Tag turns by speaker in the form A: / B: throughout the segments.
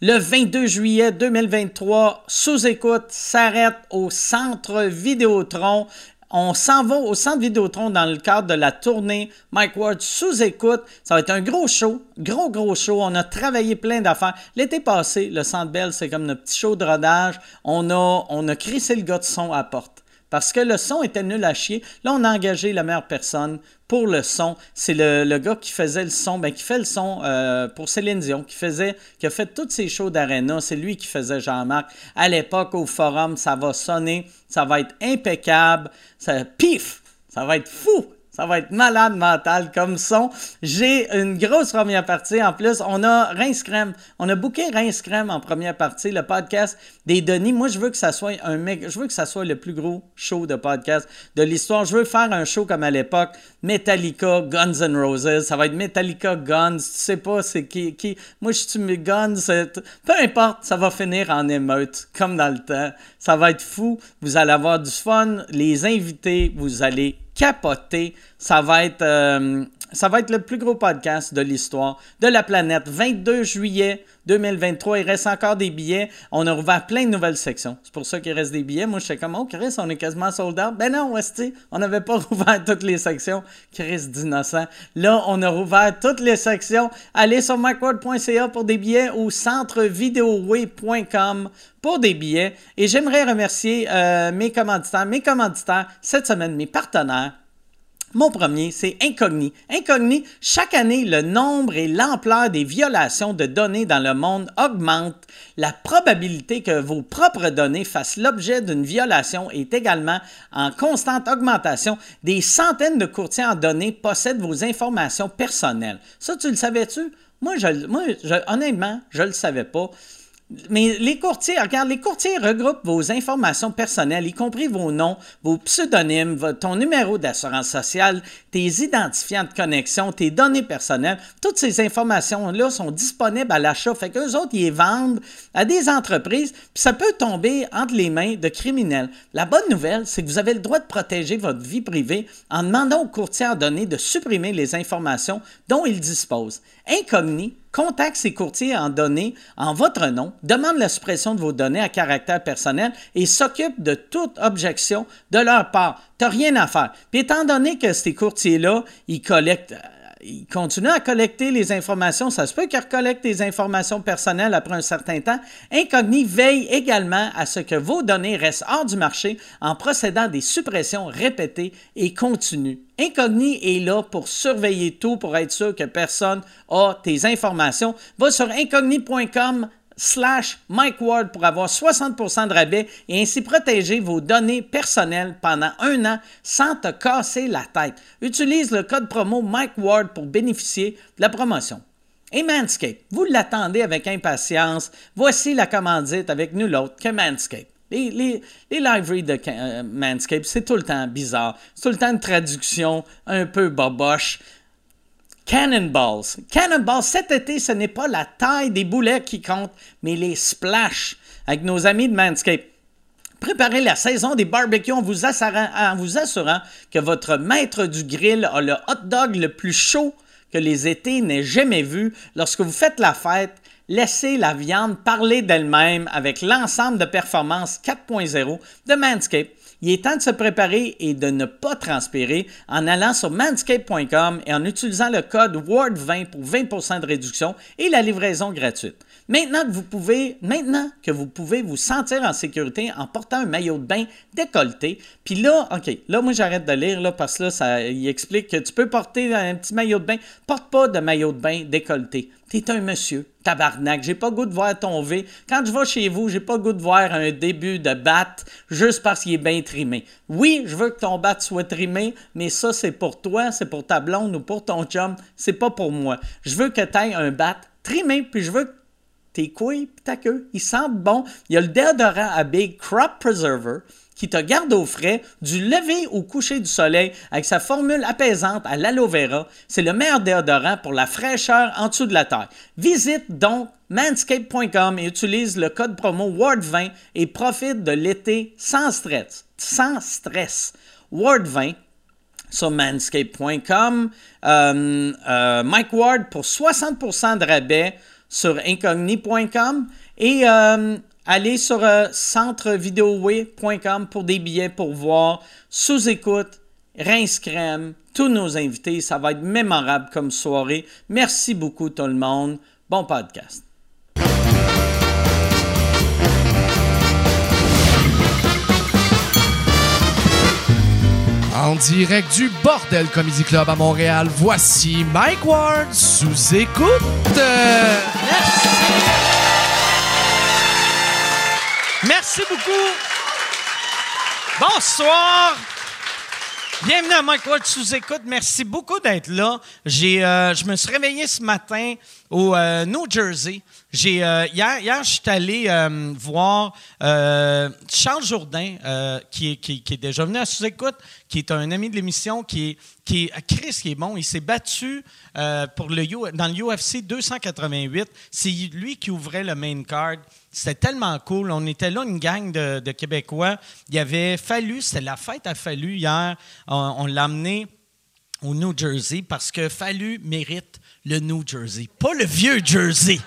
A: le 22 juillet 2023, sous écoute, s'arrête au centre Vidéotron. On s'en va au centre Vidéotron dans le cadre de la tournée Mike Ward sous écoute. Ça va être un gros show, gros, gros show. On a travaillé plein d'affaires. L'été passé, le Centre Bell, c'est comme notre petit show de rodage. On a, on a crissé le gars de son à la porte. Parce que le son était nul à chier. Là, on a engagé la meilleure personne pour le son. C'est le, le gars qui faisait le son, ben, qui fait le son euh, pour Céline Dion, qui faisait, qui a fait toutes ces shows d'aréna. C'est lui qui faisait Jean-Marc. À l'époque, au forum, ça va sonner, ça va être impeccable. Ça, pif! Ça va être fou! Ça va être malade mental comme son. J'ai une grosse première partie. En plus, on a Rince Crème. On a booké Rince Crème en première partie, le podcast des Denis. Moi, je veux que ça soit un mec. Je veux que ça soit le plus gros show de podcast de l'histoire. Je veux faire un show comme à l'époque. Metallica, Guns N' Roses. Ça va être Metallica, Guns. Tu sais pas c'est qui, qui. Moi, je tue mes Guns. c'est- Peu importe, ça va finir en émeute, comme dans le temps. Ça va être fou. Vous allez avoir du fun. Les invités, vous allez capoter. Ça va être, euh, ça va être le plus gros podcast de l'histoire de la planète. 22 juillet 2023, il reste encore des billets. On a ouvert plein de nouvelles sections. C'est pour ça qu'il reste des billets. Moi, je suis comme, oh Chris, on est quasiment sold out. Ben non, esti, on n'avait pas rouvert toutes les sections. Chris d'innocent. Là, on a rouvert toutes les sections. Allez sur macworld.ca pour des billets ou centrevideoway.com pour des billets. Et j'aimerais remercier euh, mes commanditaires, mes commanditaires cette semaine, mes partenaires. Mon premier, c'est Incogni. Incogni, chaque année, le nombre et l'ampleur des violations de données dans le monde augmente. La probabilité que vos propres données fassent l'objet d'une violation est également en constante augmentation. Des centaines de courtiers en données possèdent vos informations personnelles. Ça, tu le savais-tu? Moi, je, moi je- honnêtement, je le savais pas. Mais les courtiers, regarde, les courtiers regroupent vos informations personnelles, y compris vos noms, vos pseudonymes, vo- ton numéro d'assurance sociale, tes identifiants de connexion, tes données personnelles. Toutes ces informations-là sont disponibles à l'achat. Fait qu'eux autres, ils les vendent à des entreprises, puis ça peut tomber entre les mains de criminels. La bonne nouvelle, c'est que vous avez le droit de protéger votre vie privée en demandant aux courtiers en données de supprimer les informations dont ils disposent. Incogni, contacte ces courtiers en données en votre nom, demande la suppression de vos données à caractère personnel et s'occupe de toute objection de leur part. T'as rien à faire. Puis étant donné que ces courtiers-là, ils collectent euh, ils continuent à collecter les informations. Ça se peut qu'ils recollectent des informations personnelles après un certain temps. Incogni veille également à ce que vos données restent hors du marché en procédant à des suppressions répétées et continues. Incogni est là pour surveiller tout, pour être sûr que personne a tes informations. Va sur incogni.com slash Mike Ward pour avoir 60% de rabais et ainsi protéger vos données personnelles pendant un an sans te casser la tête. Utilise le code promo Mike Ward pour bénéficier de la promotion. Et Manscaped, vous l'attendez avec impatience. Voici la commandite avec nul autre que Manscaped. Les, les, les liveries de Ca- euh, Manscaped, c'est tout le temps bizarre. C'est tout le temps une traduction un peu boboche. Cannonballs. Cannonballs, cet été, ce n'est pas la taille des boulets qui compte, mais les splashes avec nos amis de Manscaped. Préparez la saison des barbecues en vous, assurant, en vous assurant que votre maître du grill a le hot dog le plus chaud que les étés n'aient jamais vu. Lorsque vous faites la fête, laissez la viande parler d'elle-même avec l'ensemble de performances 4.0 de Manscaped. Il est temps de se préparer et de ne pas transpirer en allant sur manscaped.com et en utilisant le code WARD20 pour 20% de réduction et la livraison gratuite. Maintenant que vous pouvez, maintenant que vous pouvez vous sentir en sécurité en portant un maillot de bain décolleté, puis là, OK, là moi j'arrête de lire là parce que là ça il explique que tu peux porter un petit maillot de bain, porte pas de maillot de bain décolleté. T'es un monsieur, tabarnak. J'ai pas le goût de voir ton V. Quand je vais chez vous, j'ai pas le goût de voir un début de batte juste parce qu'il est bien trimé. Oui, je veux que ton batte soit trimé, mais ça, c'est pour toi, c'est pour ta blonde ou pour ton chum. C'est pas pour moi. Je veux que t'aies un batte trimé, puis je veux que tes couilles pis ta queue, ils sentent bon. Il y a le déodorant à big Crop Preserver qui te garde au frais du lever au coucher du soleil avec sa formule apaisante à l'aloe vera. C'est le meilleur déodorant pour la fraîcheur en dessous de la terre. Visite donc manscape.com et utilise le code promo WARD20 et profite de l'été sans stress. Sans stress. WARD20 sur manscape.com. Euh, euh, Mike Ward pour 60% de rabais sur incogni.com et euh, allez sur euh, centrevideoway.com pour des billets pour voir sous écoute, Rince Crème, tous nos invités. Ça va être mémorable comme soirée. Merci beaucoup tout le monde. Bon podcast.
B: En direct du Bordel Comedy Club à Montréal, voici Mike Ward sous écoute. Euh,
C: Merci beaucoup. Bonsoir. Bienvenue à Mike Ward sous écoute. Merci beaucoup d'être là. J'ai, euh, je me suis réveillé ce matin au euh, New Jersey. J'ai, euh, hier, hier, je suis allé euh, voir euh, Charles Jourdain, euh, qui, est- qui- qui est déjà venu à sous écoute, qui est un ami de l'émission, qui est, qui est- Chris, qui est bon. Il s'est battu euh, pour le U- dans le UFC 288. C'est lui qui ouvrait le main card. C'était tellement cool. On était là, une gang de, de Québécois. Il y avait Fallu, c'était la fête à Fallu hier. On, on l'a amené au New Jersey parce que Fallu mérite le New Jersey, pas le vieux Jersey.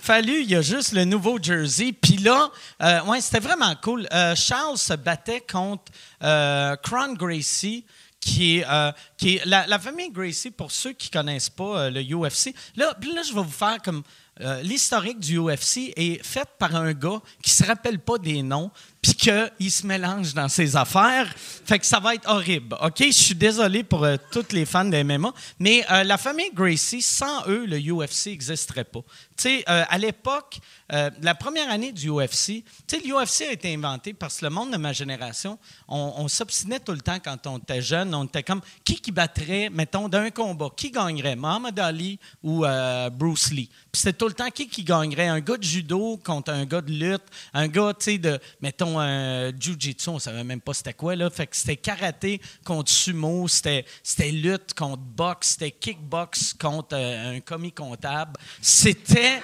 C: Fallu, il y a juste le nouveau Jersey. Puis là, euh, ouais, c'était vraiment cool. Euh, Charles se battait contre euh, Crown Gracie, qui est, euh, qui est la, la famille Gracie, pour ceux qui ne connaissent pas euh, le UFC. Là, puis là, je vais vous faire comme. euh, L'historique du UFC est faite par un gars qui se rappelle pas des noms, puis qu'il se mélange dans ses affaires. Fait que ça va être horrible. OK? Je suis désolé pour euh, tous les fans de MMA, mais euh, la famille Gracie, sans eux, le UFC n'existerait pas. Tu sais, euh, à l'époque, euh, la première année du UFC, tu sais, le UFC a été inventé parce que le monde de ma génération, on, on s'obstinait tout le temps quand on était jeune. On était comme, qui qui battrait, mettons, d'un combat? Qui gagnerait, Muhammad Ali ou euh, Bruce Lee? Puis c'était tout le temps qui qui gagnerait, un gars de judo contre un gars de lutte, un gars, tu sais, de, mettons, un jiu-jitsu, on savait même pas c'était quoi, là. Fait que c'était karaté contre sumo, c'était c'était lutte contre boxe, c'était kickbox contre euh, un commis comptable. C'était...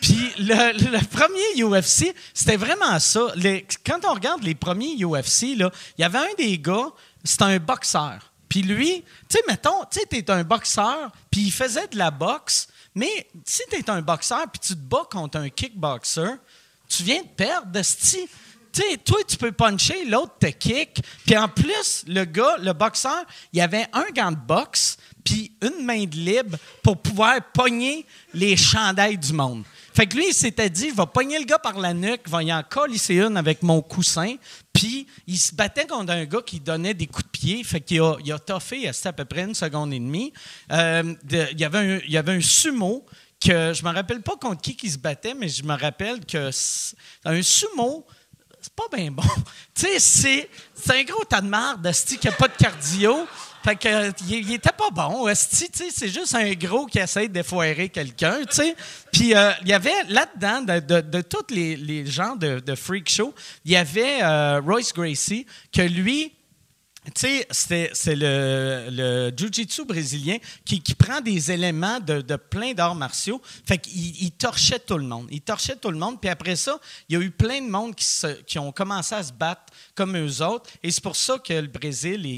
C: Puis le, le premier UFC, c'était vraiment ça. Les- quand on regarde les premiers UFC, là, il y avait un des gars, c'était un boxeur. Puis lui, tu sais, mettons, tu sais, t'es un boxeur, puis il faisait de la boxe, mais si t'es un boxeur, puis tu te bats contre un kickboxer, tu viens de perdre, de tu sais, toi, tu peux puncher, l'autre te kick. Puis en plus, le gars, le boxeur, il avait un gant de boxe puis une main de libre pour pouvoir pogner les chandails du monde. Fait que lui, il s'était dit, je vais pogner le gars par la nuque, je vais y en colisser une avec mon coussin. Puis il se battait contre un gars qui donnait des coups de pied. Fait qu'il a, il a toffé à à peu près une seconde et demie. Euh, de- il, y avait un, il y avait un sumo que je me rappelle pas contre qui qui se battait, mais je me rappelle que c'est- un sumo, c'est pas bien bon. tu sais, c'est, c'est un gros tas de marde, Asti, qui a pas de cardio. Fait que, euh, il, il était pas bon, Asti, tu sais, c'est juste un gros qui essaie de foirer quelqu'un, tu sais. Puis, euh, il y avait là-dedans, de, de, de tous les, les gens de, de Freak Show, il y avait euh, Royce Gracie, que lui, tu sais, c'était- c'est le, le jiu-jitsu brésilien qui, qui prend des éléments de, de plein d'arts martiaux. Fait qu'il il torchait tout le monde. Il torchait tout le monde. Puis après ça, il y a eu plein de monde qui, se- qui ont commencé à se battre comme eux autres. Et c'est pour ça que le Brésil est,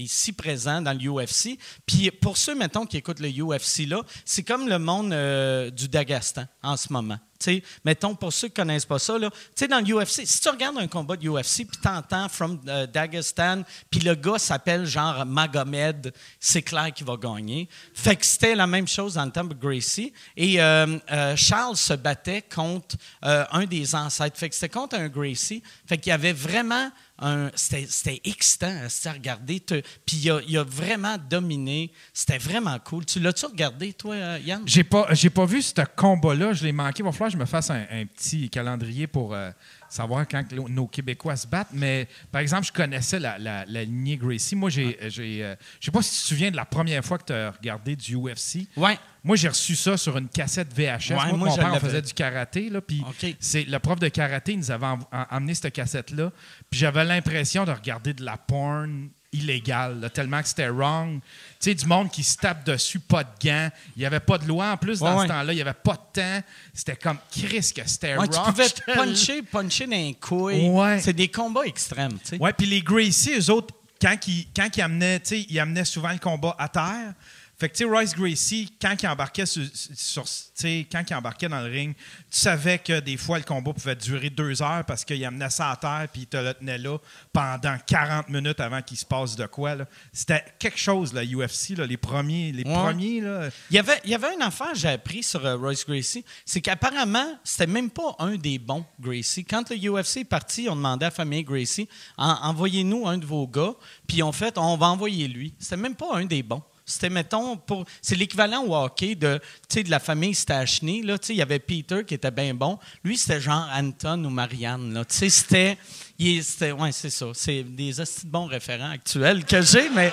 C: est- est si présent dans l'UFC. Puis pour ceux, mettons, qui écoutent le UFC, là, c'est comme le monde euh, du Dagestan en ce moment. Tu sais, mettons, pour ceux qui ne connaissent pas ça, là, tu sais, dans l'UFC, si tu regardes un combat de UFC, puis t'entends « from euh, Dagestan », puis le gars s'appelle genre Magomed, c'est clair qu'il va gagner. Fait que c'était la même chose dans le temps de Gracie. Et euh, euh, Charles se battait contre euh, un des ancêtres. Fait que c'était contre un Gracie. Fait qu'il y avait vraiment un... C'était c'était excitant à se regarder. Tu- Puis il a, il a vraiment dominé. C'était vraiment cool. Tu l'as-tu regardé, toi, euh, Yann?
D: J'ai pas, j'ai pas vu ce combat-là, je l'ai manqué. Il va falloir que je me fasse un, un petit calendrier pour euh, savoir quand que lo- nos Québécois se battent. Mais par exemple, je connaissais la, la- la lignée Gracie. Moi, j'ai, j'ai, euh, je sais pas si tu te souviens de la première fois que tu as regardé du UFC.
C: Ouais.
D: Moi, j'ai reçu ça sur une cassette VHS.
C: Ouais,
D: moi,
C: moi,
D: mon
C: je
D: père on
C: l'avais.
D: faisait du karaté. Là, puis
C: OK.
D: c'est, le prof de karaté il nous avait env- en- emmené cette cassette-là. Puis j'avais l'impression de regarder de la porn illégale, là, tellement que c'était wrong. Tu sais, du monde qui se tape dessus, pas de gants. Il n'y avait pas de loi en plus dans
C: Ouais, ouais.
D: ce temps-là. Il n'y avait pas de temps. C'était comme Chris que c'était
C: Ouais,
D: wrong.
C: tu pouvais
D: J'étais là.
C: puncher, puncher dans les couilles.
D: Ouais.
C: C'est des combats extrêmes, tu sais.
D: Ouais, puis les Gracie, eux autres, quand ils, quand ils amenaient, tu sais, ils amenaient souvent le combat à terre. Fait que, tu sais, Royce Gracie, quand il embarquait, sur, sur- tu sais, quand il embarquait dans le ring, tu savais que des fois, le combat pouvait durer deux heures parce qu'il amenait ça à terre puis il te le tenait là pendant 40 minutes avant qu'il se passe de quoi. là. C'était quelque chose, la UFC, là, les premiers. Les
C: Ouais.
D: premiers là.
C: Il y avait, il y avait une affaire que j'ai appris sur euh, Royce Gracie, c'est qu'apparemment, c'était même pas un des bons Gracie. Quand le UFC est parti, on demandait à la famille Gracie En- envoyez-nous un de vos gars, puis en fait, on va envoyer lui. C'était même pas un des bons. C'était, mettons, pour. C'est l'équivalent au hockey de, tu sais, de la famille Stachny. Là, tu sais, il y avait Peter qui était bien bon. Lui, c'était genre Anton ou Marianne. Là. Tu sais, c'était. il est- c'était- ouais, c'est ça. C'est des hosties de bons référents actuels que j'ai, mais.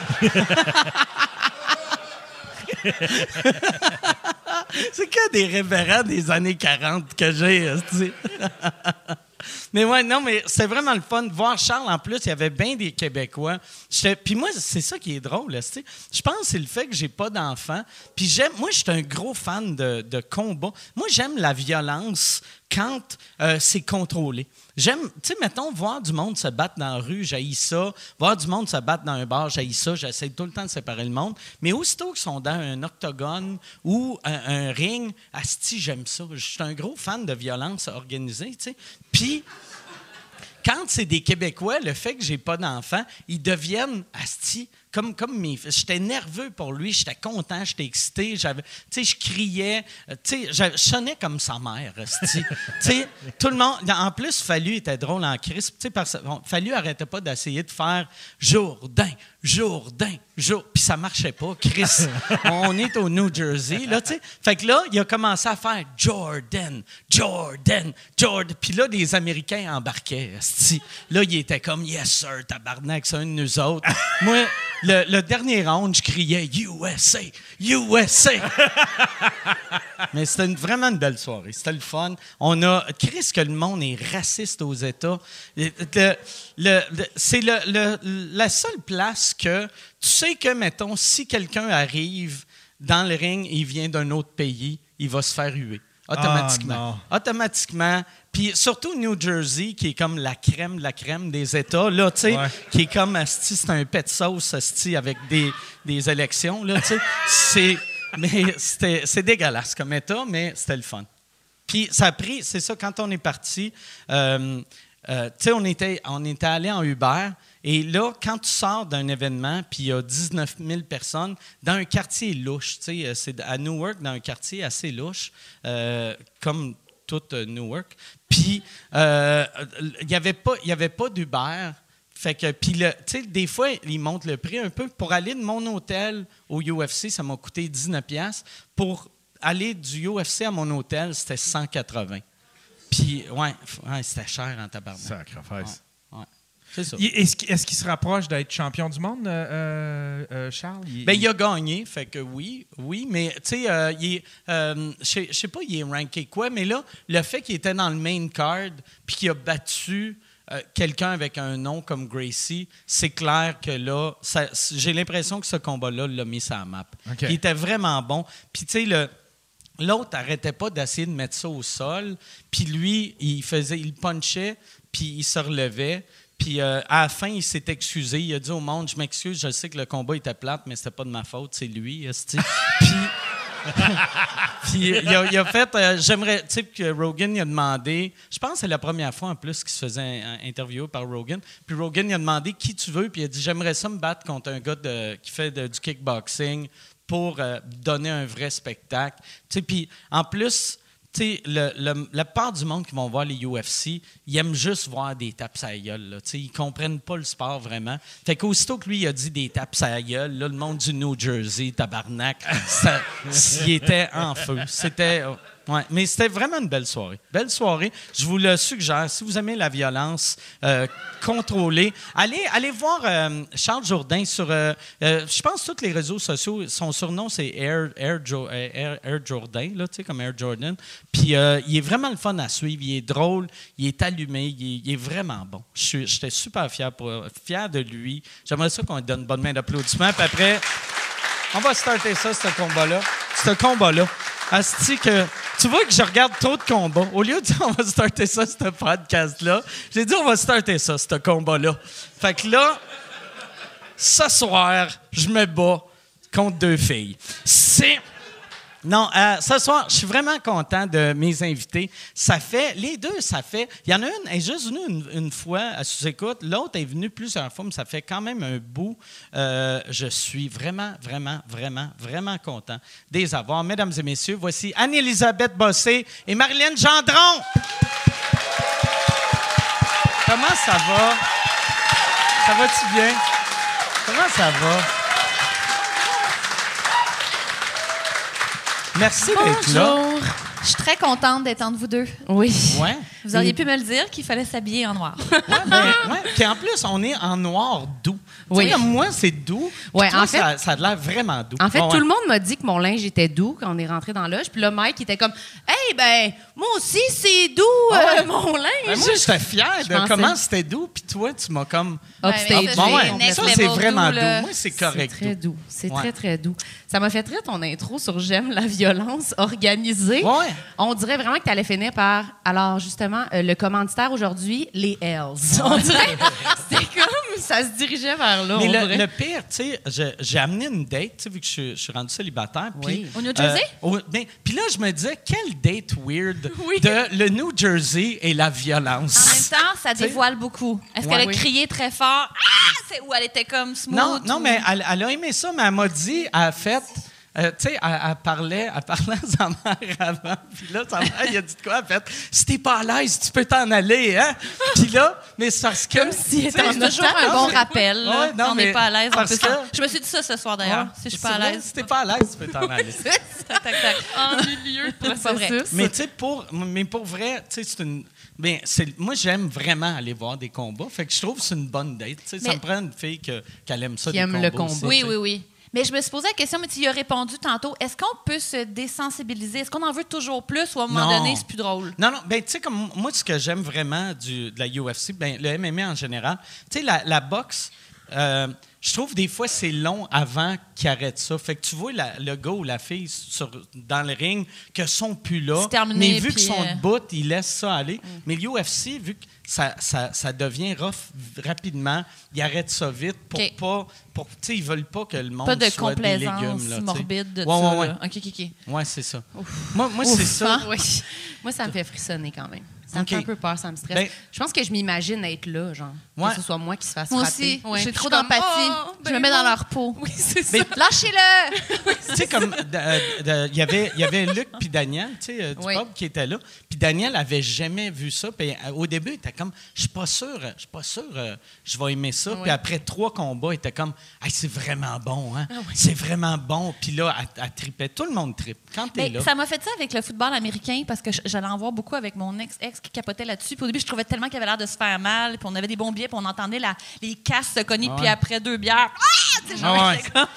C: C'est que des révérends des années 40 que j'ai, esti. Mais ouais, non, mais c'était vraiment le fun. de Voir Charles, en plus, il y avait bien des Québécois. J'étais- Puis moi, c'est ça qui est drôle, esti. Je pense que c'est le fait que j'ai pas d'enfant. Puis j'aime... Moi, je suis un gros fan de, de combat. Moi, j'aime la violence quand euh, c'est contrôlé. J'aime, tu sais, mettons, voir du monde se battre dans la rue, j'haïs ça. Voir du monde se battre dans un bar, j'haïs ça. J'essaie tout le temps de séparer le monde. Mais aussitôt qu'ils sont dans un octogone ou un, un ring, asti, j'aime ça. Je suis un gros fan de violence organisée, tu sais. Puis quand c'est des Québécois, le fait que j'ai pas d'enfants, ils deviennent asti. Comme, comme mes fils. J'étais nerveux pour lui, j'étais content, j'étais excité, j'avais, tu sais, je criais, euh, tu sais, je- je sonnais comme sa mère, asti. tu sais, tout le monde, en plus, Fallu était drôle en crisp, tu sais, parce que bon, Fallu arrêtait pas d'essayer de faire Jourdain, Jourdain, Jourdain, puis ça marchait pas, Chris, on est au New Jersey, là, tu sais, fait que là, il a commencé à faire Jordan, Jordan, Jordan. Puis là, les Américains embarquaient. esti. Là, il était comme Yes, sir, tabarnak, c'est un de nous autres. Moi, le, le dernier round, je criais USA, USA. Mais c'était une- vraiment une belle soirée. C'était le fun. On a. Chris, que le monde est raciste aux États. Le- le- le- le- c'est le- le- la seule place que. Tu sais que, mettons, si quelqu'un arrive dans le ring, il vient d'un autre pays, il va se faire huer. Automatiquement. Automatiquement. Puis surtout New Jersey, qui est comme la crème de la crème des États, là, tu sais,
D: Ouais.
C: qui est comme, asti, c'est un pet de sauce, asti, avec des, des élections, là, tu sais. c'est, mais c'était, c'est dégueulasse comme État, mais c'était le fun. Puis ça a pris, c'est ça, quand on est parti, euh, euh, tu sais, on était, on était allé en Uber. Et là, quand tu sors d'un événement, puis il y a 19 000 personnes, dans un quartier louche, tu sais, euh, c'est à Newark, dans un quartier assez louche, euh, comme tout euh, Newark. Puis, euh, il n'y avait pas, il y avait pas d'Uber. Fait que, puis, le- tu sais, des fois, ils montent le prix un peu. Pour aller de mon hôtel au UFC, ça m'a coûté 19$. piastres. Pour aller du UFC à mon hôtel, c'était 180$. Puis, ouais, f- ouais, c'était cher en tabarnak.
D: Sacrifice.
C: Ouais, ouais. C'est ça.
D: Il- Est-ce qu'il est-ce qu'il se rapproche d'être champion du monde, euh, euh, euh, Charles? Il-
C: Ben, il a gagné, fait que oui, oui, mais tu sais, euh, il est, euh, je sais- je sais pas, il est ranké quoi, mais là, le fait qu'il était dans le main card puis qu'il a battu euh, quelqu'un avec un nom comme Gracie, c'est clair que là, ça- j'ai l'impression que ce combat-là l'a mis sur la map.
D: OK.
C: Il était vraiment bon. Puis tu sais, le- L'autre arrêtait pas d'essayer de mettre ça au sol, puis lui, il faisait, il punchait, puis il se relevait, puis euh, à la fin, il s'est excusé. Il a dit au monde, je m'excuse, je sais que le combat était plate, mais c'était pas de ma faute, c'est lui, esti. puis puis il a, il a fait, euh, j'aimerais, tu sais, que Rogan, il a demandé, je pense que c'est la première fois en plus qu'il se faisait un- un- interviewer par Rogan. Puis Rogan, il a demandé qui tu veux, puis il a dit, j'aimerais ça me battre contre un gars de- qui fait de- du kickboxing pour euh, donner un vrai spectacle. Tu sais, puis en plus, tu sais, le- le- la part du monde qui vont voir les UFC, ils aiment juste voir des tapes à la gueule. Là, Tu sais, ils comprennent pas le sport vraiment. Fait qu'aussitôt que lui il a dit des tapes à la gueule, là, le monde du New Jersey, tabarnak, ça, il était en feu. C'était. euh, ouais. Mais c'était vraiment une belle soirée. Belle soirée. Je vous le suggère. Si vous aimez la violence euh, contrôlée, allez, allez voir euh, Charles Jourdain sur. euh, euh, je pense que tous les réseaux sociaux, son surnom, c'est Air, Air, Jo- euh, Air- Air Jordan, là, tu sais, comme Air Jordan. Puis euh, il est vraiment le fun à suivre. Il est drôle, il est allumé, il est, il est vraiment bon. Je suis- J'étais super fier, pour, fier de lui. J'aimerais ça qu'on lui donne une bonne main d'applaudissement. Puis après, on va starter ça, ce combat-là. Ce combat-là. Asti que. Tu vois que je regarde trop de combats. Au lieu de dire on va starter ça, ce podcast-là, j'ai dit on va starter ça, ce combat-là. Fait que là, ce soir, je me bats contre deux filles. C'est. Non, euh, ce soir, je suis vraiment content de mes invités. Ça fait, les deux, ça fait. Il y en a une, elle est juste venue une, une fois à sous-écoute. L'autre est venue plusieurs fois, mais ça fait quand même un bout. Euh, je suis vraiment, vraiment, vraiment, vraiment content de les avoir. Mesdames et messieurs, voici Anne-Élisabeth Bossé et Marilyn Gendron. Comment ça va? Ça va-tu bien? Comment ça va? Merci
E: Ah,
C: d'être là.
F: Bonjour. Je suis très contente d'être entre vous deux. Oui.
C: Ouais.
F: Vous auriez pu me le dire qu'il fallait s'habiller en noir.
C: Ouais, ben, ouais. Puis en plus, on est en noir doux.
E: Oui.
C: Tu sais, moi, c'est doux. Puis
E: Ouais,
C: toi,
E: en fait-
C: ça, ça a l'air vraiment doux.
E: En fait,
C: Ah, Ouais,
E: tout le
C: ouais.
E: monde m'a dit que mon linge était doux quand on est rentré dans la loge. Puis là, Mike il était comme Hey, ben, moi aussi, c'est doux, euh,
C: Ah ouais.
E: mon linge.
C: Ben, moi, j'étais fier
E: Je
C: de
E: pensais. Ah,
C: comment c'était doux. Puis toi, tu m'as comme.
E: Upstage.
F: Ouais,
C: Bon,
F: j'ai
C: Ah, ben, ouais,
F: un next
C: ça,
F: level
C: c'est vraiment
F: doux,
C: doux.
F: là.
C: Moi, c'est correct.
E: très doux. C'est
C: Ouais.
E: très, très doux. Ça m'a fait rire ton intro sur J'aime la violence organisée.
C: Ouais.
E: On dirait vraiment que tu allais finir par. Alors, justement, euh, le commanditaire aujourd'hui, les Hells. On dirait. C'était comme. Ça se dirigeait vers là.
C: Mais
E: on
C: le,
E: dirait.
C: le pire, tu sais, je- j'ai amené une date, tu sais, vu que je, suis- je suis rendu célibataire. puis,
E: Oui.
F: Au New Jersey?
C: au- ben, puis là, je me disais, quelle date weird
F: Oui.
C: de le New Jersey et la
F: En même
C: violence.
F: temps, ça dévoile beaucoup. Est-ce
C: Ouais.
F: qu'elle a
C: Oui.
F: crié très fort? Ah! C'est- Ou elle était comme smooth?
C: Non, non,
F: ou-
C: mais elle, elle a aimé ça, mais elle m'a dit, elle a fait. euh, tu sais, elle, elle parlait, elle parlait à sa mère avant. Puis là, sa mère, il a dit de quoi? Elle a fait Si t'es pas à l'aise, tu peux t'en aller, hein? Puis là, mais c'est parce que. Comme
E: si elle était
F: C'est toujours un bon rappel. là.
C: Ouais, non,
F: Si on
C: mais
F: n'est pas à l'aise, on
C: parce
F: peut s'en-
C: que-
F: Je me suis dit ça ce soir d'ailleurs. Si je suis pas à l'aise.
C: Si t'es pas à l'aise, tu peux t'en aller.
F: Tac, tac, tac. En milieu de
E: Processus.
C: Mais tu sais, pour, mais pour vrai, tu sais, c'est une. ben, c'est- moi, j'aime vraiment aller voir des combats. Fait que je trouve que c'est une bonne date. tu sais. Ça
F: Mais-
C: me prend une fille que- qu'elle aime ça.
E: Qui
C: des
E: aime le
C: combats aussi,
E: combat.
F: Oui,
C: tu sais.
F: oui, oui. Mais je me suis posé la question, mais tu y as répondu tantôt. Est-ce qu'on peut se désensibiliser? Est-ce qu'on en veut toujours plus ou à un moment
C: Non.
F: donné, c'est plus drôle?
C: Non, non, ben tu sais, comme moi, ce que j'aime vraiment du, de la UFC, ben, le MMA en général, tu sais, la, la boxe, euh, je trouve des fois c'est long avant qu'ils arrêtent ça. Fait que tu vois la- le gars ou la fille sur, dans le ring que sont plus là,
F: C'est terminé,
C: mais vu
F: puis,
C: qu'ils sont
F: euh, Mm.
C: debout, ils laissent ça aller. Mais le UFC, vu que ça, ça, ça devient rough rapidement, ils arrêtent ça vite pour
F: OK.
C: pas... Pour, tu sais, ils veulent pas que le monde
F: Pas de
C: soit des légumes.
F: complaisance
C: là, tu sais.
F: morbide de
C: ouais,
F: ça.
C: Ouais, ouais.
F: là. OK, OK, Hein? OK.
C: Ouais, c'est ça. Moi, moi c'est ça.
E: Oui. Moi, ça me fait frissonner quand même. Ça
C: OK.
E: me fait un peu peur, ça me stresse.
C: Ben-
E: je pense que je m'imagine être là, genre.
C: Ouais.
E: Que ce soit moi qui se fasse
F: Moi
E: frapper.
F: aussi,
E: Ouais.
F: j'ai
E: Puis
F: trop
E: je suis comme,
F: d'empathie.
E: oh,
F: je
E: ben
F: me mets dans
E: oui.
F: leur peau.
E: Oui, c'est ça.
C: Mais-
F: Lâchez-le!
C: tu sais, comme. de- de- Il y avait- il y avait Luc puis Daniel, tu sais, euh, du
E: Oui.
C: pub qui était là. Puis Daniel avait jamais vu ça. Puis euh, au début, il était comme, je suis pas sûr, euh, je suis pas sûr, euh, je vais aimer ça. Puis après trois combats, il était comme, Hey, c'est vraiment bon,
F: Ah
C: hein? C'est vraiment bon. Puis là, elle, elle tripait. Tout le monde tripe. Quand t'es
F: Mais
C: là.
F: ça m'a fait ça avec le football américain parce que j- j'allais en voir beaucoup avec mon ex-ex qui capotait là-dessus. Puis au début, je trouvais tellement qu'il avait l'air de se faire mal. Puis on avait des bons billets, puis on entendait la, les casses se cogner.
C: Ouais.
F: Puis après deux bières, ah! Tu sais, genre,
C: Ouais.
F: j'étais comme,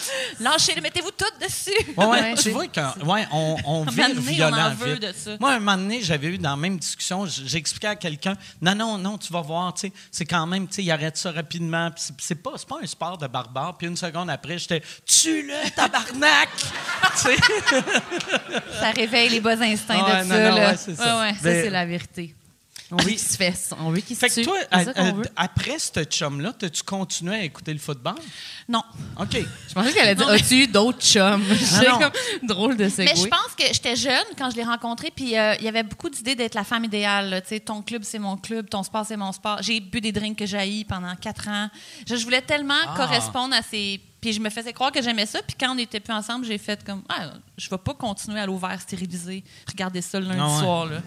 F: Lâchez-le, mettez-vous toutes dessus.
C: Ouais, ouais,
E: Ouais,
C: tu
E: c'est-
C: vois qu'on ouais, on, on
F: Un
C: vit
F: moment donné, on en
C: violent
F: veut
C: vite.
F: de ça.
C: Moi, un moment donné, j'avais eu dans la même discussion, j- j'expliquais à quelqu'un, non, non, non, tu vas voir, tu sais, c'est quand même, tu sais, il arrête ça rapidement, puis c'est- c'est pas, c'est pas un sport de barbare. Puis une seconde après, j'étais, tue-le, tabarnak! tu sais,
F: Ça réveille les bons instincts
C: Ouais,
F: de
C: non,
F: ça.
C: non,
F: là.
C: ouais, c'est ça.
F: Ouais, ouais.
E: Ça,
C: Mais-
E: c'est la vérité. On veut
C: Ben- Oui.
E: qu'ils se fessent. On veut qu'ils se
C: Fait que
E: tuent.
C: toi, euh,
E: C'est ça
C: à-
E: qu'on veut.
C: à- après ce chum-là, t'as-tu continué à écouter le football?
F: Non.
C: OK.
E: Je pensais qu'elle allait dire
F: Non, mais-
E: As-tu eu d'autres chums J'étais
C: non.
E: comme drôle de
F: Mais
E: segue.
F: je pense que j'étais jeune quand je l'ai rencontré, puis euh, il y avait beaucoup d'idées d'être la femme idéale. là. Tu sais, ton club, c'est mon club, ton sport, c'est mon sport. J'ai bu des drinks que j'ai haïs pendant quatre ans. Je, je voulais tellement
C: Ah.
F: correspondre à ces. Puis je me faisais croire que j'aimais ça. Puis quand on n'était plus ensemble, j'ai fait comme ah, je vais pas continuer à l'ouvert stérilisé. Regardez ça le lundi
C: Ah ouais.
F: soir. là.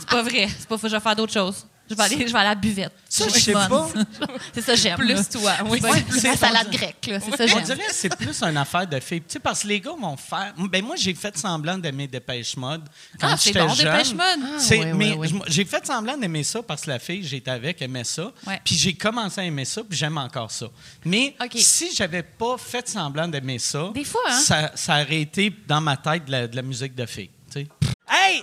F: C'est pas vrai. C'est pas faut que je vais faire d'autres choses. Je vais aller, je vais aller à la buvette.
C: Ça,
F: vais
C: je
F: être
C: sais
F: bonne.
C: pas.
F: c'est ça j'aime. là.
E: Plus toi. Oui.
F: Ouais,
C: c'est-
F: la salade grecque, là. c'est ça
C: On
F: j'aime.
C: dirait que c'est plus une affaire de filles. Tu sais, parce que les gars vont faire. Ben moi, j'ai fait semblant d'aimer Dépêche Mode quand
F: Ah, c'est
C: j'étais
F: bon,
C: jeune.
F: Dépêche Mode.
C: C'est-
E: Ah, ouais,
C: mais
E: ouais, ouais.
C: je- j'ai fait semblant d'aimer ça parce que la fille que j'étais avec aimait ça.
F: Ouais.
C: Puis j'ai commencé à aimer ça, puis j'aime encore ça. Mais
F: OK.
C: si j'avais pas fait semblant d'aimer ça,
F: Des fois, hein?
C: ça, ça aurait été dans ma tête de la, de la musique de filles. tu sais. Hey!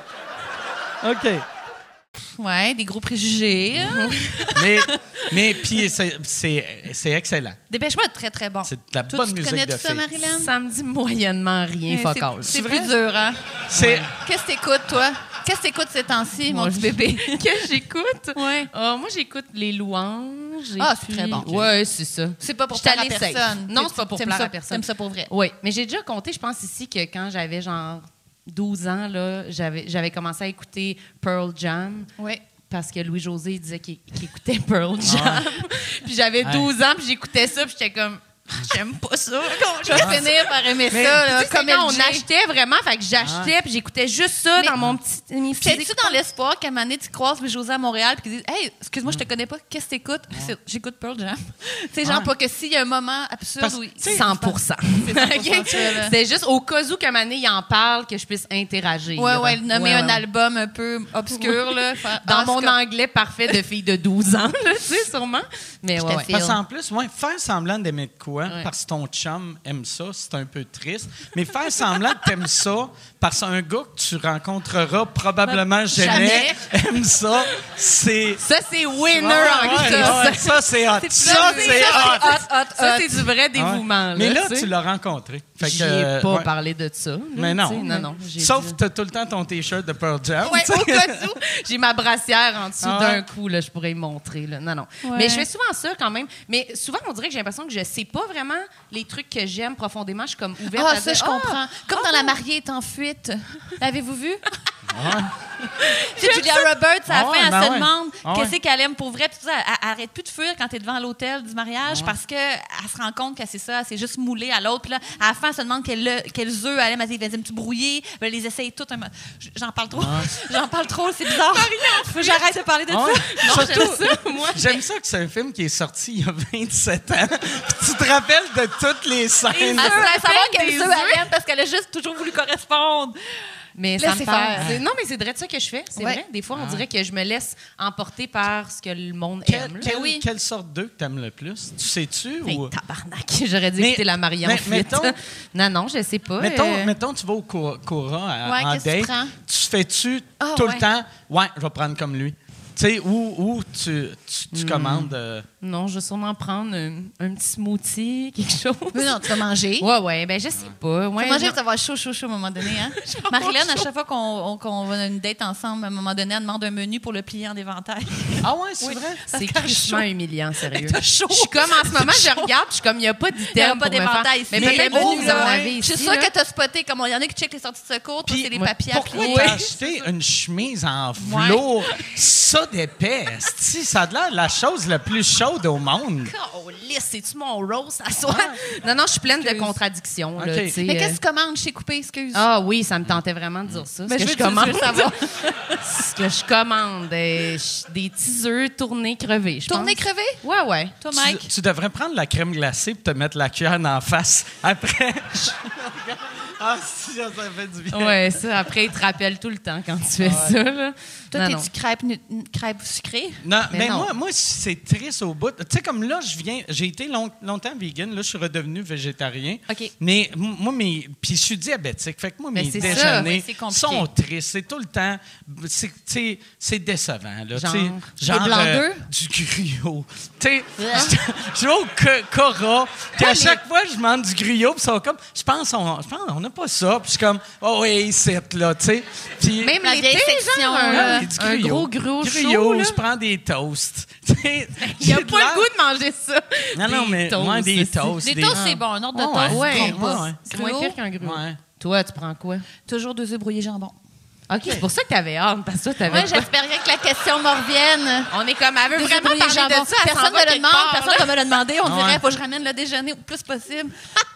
C: OK.
F: Ouais, des gros préjugés. hein.
C: Mais, mais puis, c'est- c'est c'est excellent.
F: Dépêche-moi, de très, très bon.
C: C'est de la
F: Toi,
C: bonne
F: tu
C: musique
F: connais
C: de
F: tout ça,
C: filles.
F: Marilyn?
E: Ça me dit moyennement rien,
F: Eh,
E: fuck
F: c'est-
E: all.
F: C'est plus dur, hein?
C: C'est.
F: Qu'est-ce que t'écoutes, toi? Qu'est-ce que t'écoutes ces temps-ci, mon
E: Moi,
F: petit
E: je-
F: bébé?
E: que j'écoute?
F: Ouais.
E: Ah, moi, j'écoute les louanges. et
F: Ah, c'est
E: puis-
F: très bon.
E: Ouais, c'est ça.
F: C'est pas pour
E: J'étais
F: plaire à
E: allée safe.
F: personne.
E: Non,
F: T'aimes-
E: c'est pas pour
F: t'aimes
E: plaire
F: ça-
E: à personne.
F: t'aimes ça pour vrai.
E: Oui, mais j'ai déjà compté, je pense ici, que quand j'avais genre 12 ans, là, j'avais j'avais commencé à écouter Pearl Jam.
F: Oui.
E: Parce que Louis-José il disait qu'il qu'il écoutait Pearl Jam. puis j'avais 12 ans, puis j'écoutais ça, puis j'étais comme... Ah, J'aime pas ça. Je vais finir par aimer
F: Mais-
E: ça. là.
F: Tu sais, c'est
E: Comme
F: quand
E: on
F: LG.
E: achetait vraiment, fait que j'achetais, puis j'écoutais juste ça
F: Mais-
E: dans mon petit... mes petits
F: T'es-tu dans l'espoir qu'à un moment donné, tu croises Louis José à Montréal puis qu'ils disent Hey, excuse-moi,
E: Mm.
F: je te connais pas, qu'est-ce que t'écoutes C'est- J'écoute Pearl Jam. tu sais, genre, pas que s'il y a un moment absurde
C: Parce-
F: où.
C: tu sais,
E: 100
F: 100% ça, là.
E: C'est juste au cas où qu'à un moment donné, il en parle, que je puisse interagir.
F: Ouais, ouais, nommer
E: Ouais, ouais,
F: un
E: ouais.
F: album un peu obscur, là. faire-
E: Dans
F: Ah,
E: mon
F: c'est comme-
E: anglais parfait de fille de 12 ans, là, tu sais, sûrement. Mais
F: Je
E: ouais,
F: te
E: ouais.
F: file.
C: Parce qu'en plus, ouais, faire semblant d'aimer de quoi
E: Ouais.
C: parce que ton chum aime ça, c'est un peu triste. Mais faire semblant que t'aimes ça parce qu'un gars que tu rencontreras probablement jamais, aime ça, c'est...
E: Ça, c'est
C: Ouais,
E: winner en
C: ouais,
E: Christ.
C: ouais, ça, c'est hot. Ça, c'est hot.
E: Ça, c'est du vrai
C: Ah Ouais.
E: dévouement.
C: Mais là,
E: tu sais.
C: tu l'as rencontré. Fait que,
E: J'y
C: euh,
E: ai pas
C: ouais.
E: parlé de ça. là,
C: Mais
E: tu sais,
C: non.
E: non, non j'ai
C: Sauf
E: dit-
C: que t'as tout le temps ton T-shirt de Pearl Jam.
E: Ouais,
C: tu sais.
E: au cas où, j'ai ma brassière en dessous
C: Ah ouais.
E: d'un coup, là, je pourrais y montrer. Là. Non, non.
F: Ouais.
E: Mais je fais souvent ça quand même. Mais souvent, on dirait que j'ai l'impression que je sais pas vraiment les trucs que j'aime profondément. Je suis comme ouverte
F: Ah,
E: à
F: ça,
E: dire,
F: je
E: Ah,
F: comprends. Comme dans La mariée est en fuite. L'avez-vous vu? Tu sais, Julia Roberts,
C: Ah
F: à la fin,
C: ouais,
F: elle
C: ben
F: se
C: ouais.
F: demande
C: Ah
F: qu'est-ce
C: ouais.
F: qu'elle aime pour vrai. Puis tout ça, elle, elle arrête plus de fuir quand t'es devant l'hôtel du mariage parce qu'elle se rend compte que c'est ça, elle s'est juste moulée à l'autre. Puis là, à la fin, elle se demande quels quels œufs elle aime. Elle dit, vas-y, tu brouillé. Elle les essaye toutes. un- J'en parle trop. J'en parle trop, c'est bizarre. Faut que j'arrête de parler de
C: Ah Ouais.
F: ça.
C: Surtout,
E: j'aime ça, moi.
C: j'aime ça que c'est un film qui est sorti il y a 27 ans. Puis tu te rappelles de toutes les
F: Elle
C: scènes.
E: Ah,
F: voulait savoir
E: des
F: quels œufs elle aime parce qu'elle a juste toujours voulu correspondre.
E: Mais ça
F: Laissez
E: me parle.
F: faire.
E: C'est- Non, mais c'est vrai de ça que je fais. C'est
F: Ouais. Ah.
E: vrai. Des fois, on dirait que je me laisse emporter par ce que Ben, le monde
C: Quelle-
E: aime. là. Ben
C: quelle-
F: oui.
C: Quelle sorte d'œuf que t'aimes le plus? Tu sais-tu?
E: Hey,
C: ou...
E: tabarnak, j'aurais dû
C: Mais-
E: écouter la mariée en
C: mais
E: fuite.
C: mettons-
E: non, non, je sais pas.
C: Mettons,
E: euh,
C: mettons, tu vas au Cora Cora à-
F: Ouais,
C: en
F: qu'est-ce que tu
C: date.
F: prends?
C: Tu fais-tu
F: Ah,
C: tout
F: ouais.
C: le temps? Ouais, je vais prendre comme lui. Tu sais, ou, ou tu, tu,
E: Hmm.
C: tu commandes. euh,
E: Non, je vais sûrement prendre un, un petit smoothie, quelque chose.
F: Oui, non, tu vas manger.
E: Ouais, ouais, ben je sais pas. Ouais,
F: Tu manger,
E: non.
F: tu vas avoir chaud, chaud, chaud à un moment donné. Hein? Marilyn, à chaque fois qu'on on- qu'on va à une date ensemble, à un moment donné, elle demande un menu pour le plier en éventail.
C: Ah ouais, c'est vrai?
E: C'est
F: Parce que
E: crissement
F: chaud.
E: humiliant, sérieux.
F: T'as chaud.
E: Je suis comme en ce moment,
F: T'as
E: je
F: chaud.
E: regarde, je suis comme, il n'y a pas
F: Il n'y a
E: d'item.
F: pas
E: pour me faire.
F: d'éventail ici.
E: Mais peut-être
F: Oh,
E: que vous en
F: ouais.
E: avez
F: Je
E: ici.
F: suis sûre
E: là.
F: que t'as spoté, comme il y en a qui checkent les sorties de secours. Toi,
C: Puis,
F: c'est les
E: moi,
F: papiers à
C: Pourquoi
F: plier.
C: t'as acheté une chemise en velours? Ça d'épais. esti, ça a l'air de la chose la plus chaude au monde.
E: Câlisse, c'est-tu mon rose à soi? Ah. Non, non, je suis pleine de contradictions. Là,
C: Ok.
E: tu sais,
F: Mais qu'est-ce
E: euh,
F: que tu commandes chez Coupé, excuse?
E: Ah oui, ça me tentait vraiment de dire ça.
F: Mais je
E: ce que
F: veux
E: je
F: dire, je
E: commande,
F: veux savoir.
E: ce que je commande, euh, je- des petits œufs tournés crevés, je pense.
F: Tourner crevé?
E: Ouais, ouais.
F: Toi,
C: Tu,
F: Mike?
C: tu devrais prendre la crème glacée pour te mettre la cuillère en face après. ah, si, ça fait du bien.
E: Ouais, ça, après, ils te rappellent tout le temps quand tu fais ça, là.
F: Toi,
E: non, non.
F: t'es-tu crêpe, nu- crêpe sucrée?
C: Non,
E: Mais
C: mais,
E: non.
C: moi, moi c'est triste au bout. Tu sais, comme là, je viens, j'ai été long- longtemps vegan, là, je suis redevenu végétarien.
F: OK.
C: Mais m- moi, mes, puis je suis diabétique, fait que moi,
E: Mais
C: mes
E: Ben, c'est ça.
C: déjeuners
F: Oui, c'est compliqué.
C: sont tristes. C'est tout le temps, c'est, tu sais, c'est décevant, là. tu sais.
E: Genre?
C: genre
F: Des blancs
C: euh,
F: d'œufs?
C: du griot. Tu sais, je je vais au co- Cora, puis à chaque fois, je demande du griot, puis ils sont comme, je pense, on, je pense, on n'a pas ça, puis je suis comme, oh, oui, c'est là, tu sais. Puis-
E: Même
F: La
E: l'été,
F: vieille section,
E: genre,
F: là.
E: un,
C: il dit
E: Ah, un
C: gruyot.
E: gros gros
C: Gruyot,
E: chaud, là.
C: je prends des toasts.
E: Il n'y a pas le goût de manger ça.
C: Non, non,
E: Des
C: mais moi, des
E: aussi.
C: toasts.
F: Des toasts, c'est bon. Un autre de
C: Ouais,
F: toast,
E: Ah, ouais,
F: tu te trompes pas.
C: ouais, ouais.
E: C'est moins
F: Gruau,
E: pire qu'un gros.
C: Ouais.
E: Toi, tu prends quoi?
F: Toujours deux œufs brouillés jambon.
E: OK, c'est pour ça que t'avais hâte, parce que toi,
F: Moi,
E: t'avais...
F: j'espérais que la question me revienne.
E: On est comme, elle veut
F: Des
E: vraiment
F: ébrouillés
E: parler de
F: jambon.
E: ça, elle s'en
F: Personne
E: va
F: ne le
E: quelque
F: demande,
E: part,
F: personne ne me l'a demandé. On
C: Ouais.
F: dirait, faut que je ramène le déjeuner le plus possible.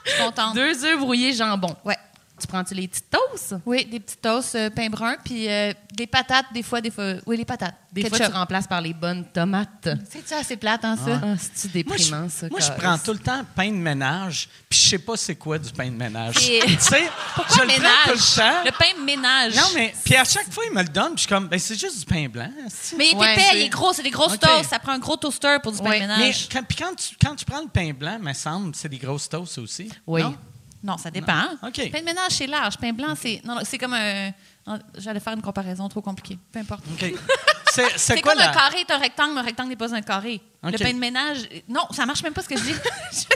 F: Je suis
E: là.
F: contente.
E: Deux œufs brouillés jambon.
F: Ouais.
E: Tu prends-tu les petites toasts?
F: Oui, des petits toasts, euh, pain brun, puis euh, des patates, des fois, des fois. Oui, les patates.
E: Des fois,
F: Ketchup. Ah.
E: tu remplaces par les bonnes tomates.
F: C'est ça, c'est plate, hein, ça?
E: Ah, c'est-tu
C: Moi, je,
E: déprimant, ça?
C: moi, je
E: Carlis?
C: prends tout le temps pain de ménage, puis je sais pas c'est quoi du pain de ménage.
F: C'est-
C: Tu sais,
F: Pourquoi
C: je le
F: ménage?
C: prends tout le temps.
F: pain de ménage.
C: Non, mais puis à chaque fois, il me le donne, puis je suis comme, ben c'est juste du pain blanc. c'est-tu?
F: Mais il est
E: Ouais,
F: épais,
E: c'est-
F: il est gros, c'est des grosses
C: Ok.
F: toasts. Ça prend un gros toaster pour du pain
E: Ouais,
F: de
C: Mais
F: ménage.
C: quand, puis quand tu, quand tu prends le pain blanc, me semble, c'est des grosses toasts aussi.
E: Oui.
C: non?
F: Non, ça dépend.
C: OK.
F: Pain de ménage, c'est large. Pain blanc, c'est. Non, non, c'est comme un. non, J'allais faire une comparaison trop compliquée. Peu importe.
C: OK. C'est, c'est
F: C'est
C: quoi
F: comme
C: la...
F: un carré est un rectangle, mais un rectangle n'est pas un carré.
C: OK.
F: Le pain de ménage. Non, ça marche même pas ce que je dis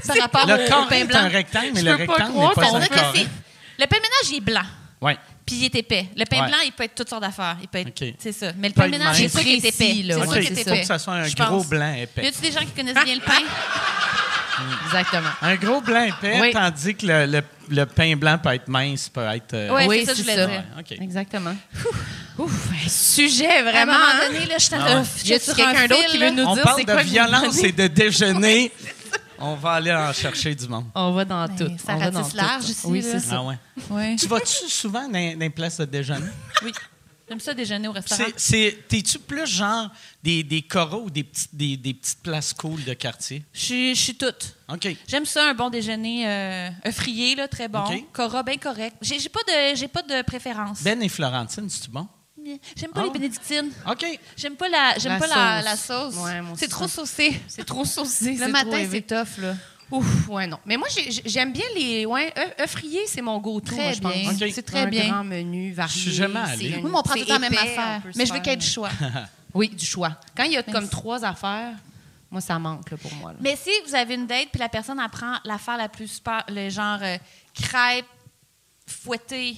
F: par rapport au,
C: Le
F: au
C: carré
F: pain
C: est
F: blanc.
C: un rectangle, mais
E: Je
C: le
E: peux pas
C: rectangle
E: croire
C: n'est pas
F: On
C: un
F: dirait que
C: carré.
F: c'est- Le pain de ménage, il est blanc.
C: Ouais.
F: Puis il est épais. Le pain
C: Ouais.
F: blanc, il peut être toutes sortes d'affaires. Il peut être.
C: OK.
F: C'est ça. Mais le pain de
C: Pain de
F: ménage, c'est
C: ménage.
F: sûr qu'il est épais.
E: Précis, là.
F: C'est
E: Ouais,
F: sûr
C: OK,
F: qu'il est
C: il
F: épais.
C: faut que ça soit un
F: je
C: gros
F: pense.
C: blanc
F: Y
C: épais.
F: a-tu des gens qui connaissent bien le pain?
E: Exactement.
C: Un gros blanc épais,
E: Oui.
C: tandis que le, le- le pain blanc peut être mince, peut être... euh,
F: Ouais,
E: oui,
F: c'est ça que je
E: c'est
F: voulais
E: ça.
F: dire.
C: OK.
E: Exactement. Ouf, un sujet
F: À un
E: vraiment.
F: moment
E: hein?
F: donné, là, je t'en
C: Ah ouais.
E: Y a-tu quelqu'un d'autre qui veut nous
C: On
E: dire
C: parle
E: c'est
C: de
E: quoi que vous
C: violence
E: prenez?
C: et de déjeuner. On va aller en chercher du monde.
E: On va dans tout.
F: Ben, Ça
E: on va dans
F: ratisse
E: tout.
F: large ici.
E: Oui,
F: là.
E: c'est ça.
C: Ah ouais.
F: Ouais.
C: Tu vas-tu souvent dans les places de déjeuner?
F: Oui. J'aime ça déjeuner au restaurant.
C: C'est- c'est- T'es-tu plus genre des, des coraux ou des, petites- des, des petites places cool de quartier?
F: Je suis- je suis toute.
C: OK.
F: J'aime ça, un bon déjeuner, euh, un frié, là, très bon.
C: OK.
F: Cora, bien correct. J'ai j'ai pas, de- j'ai pas de préférence.
C: Ben et Florentine, c'est-tu bon?
F: J'aime
C: Ah
F: pas les
C: ouais?
F: bénédictines.
C: OK.
F: J'aime pas la, j'aime
E: La
F: pas la,
E: sauce.
F: la sauce.
E: Ouais, moi aussi,
F: c'est
E: ça.
F: trop saucé.
E: C'est trop saucé.
F: Le
E: c'est trop
F: matin,
E: élevé.
F: c'est tough, là.
E: Ouf, ouais, non. Mais moi, j'ai- j'ai- j'aime bien les. Ouais, œufs- œufs friés, c'est mon go-to,
F: Très
E: moi, je pense.
F: bien.
C: OK.
F: C'est très
E: un
F: bien.
E: grand menu varié.
C: Je suis jamais
E: c'est
C: allé.
E: une-
F: Oui, mais on prend
E: c'est
F: tout le temps la même
E: épais,
F: affaire.
E: on peut se
F: Mais je veux
E: faire-
F: qu'il y ait du choix.
E: Oui, du choix. Quand il y a
F: Merci.
E: comme trois affaires, moi, ça manque là, pour moi. là.
F: mais si vous avez une date puis la personne apprend l'affaire la plus super, le genre euh, crêpe, fouettée,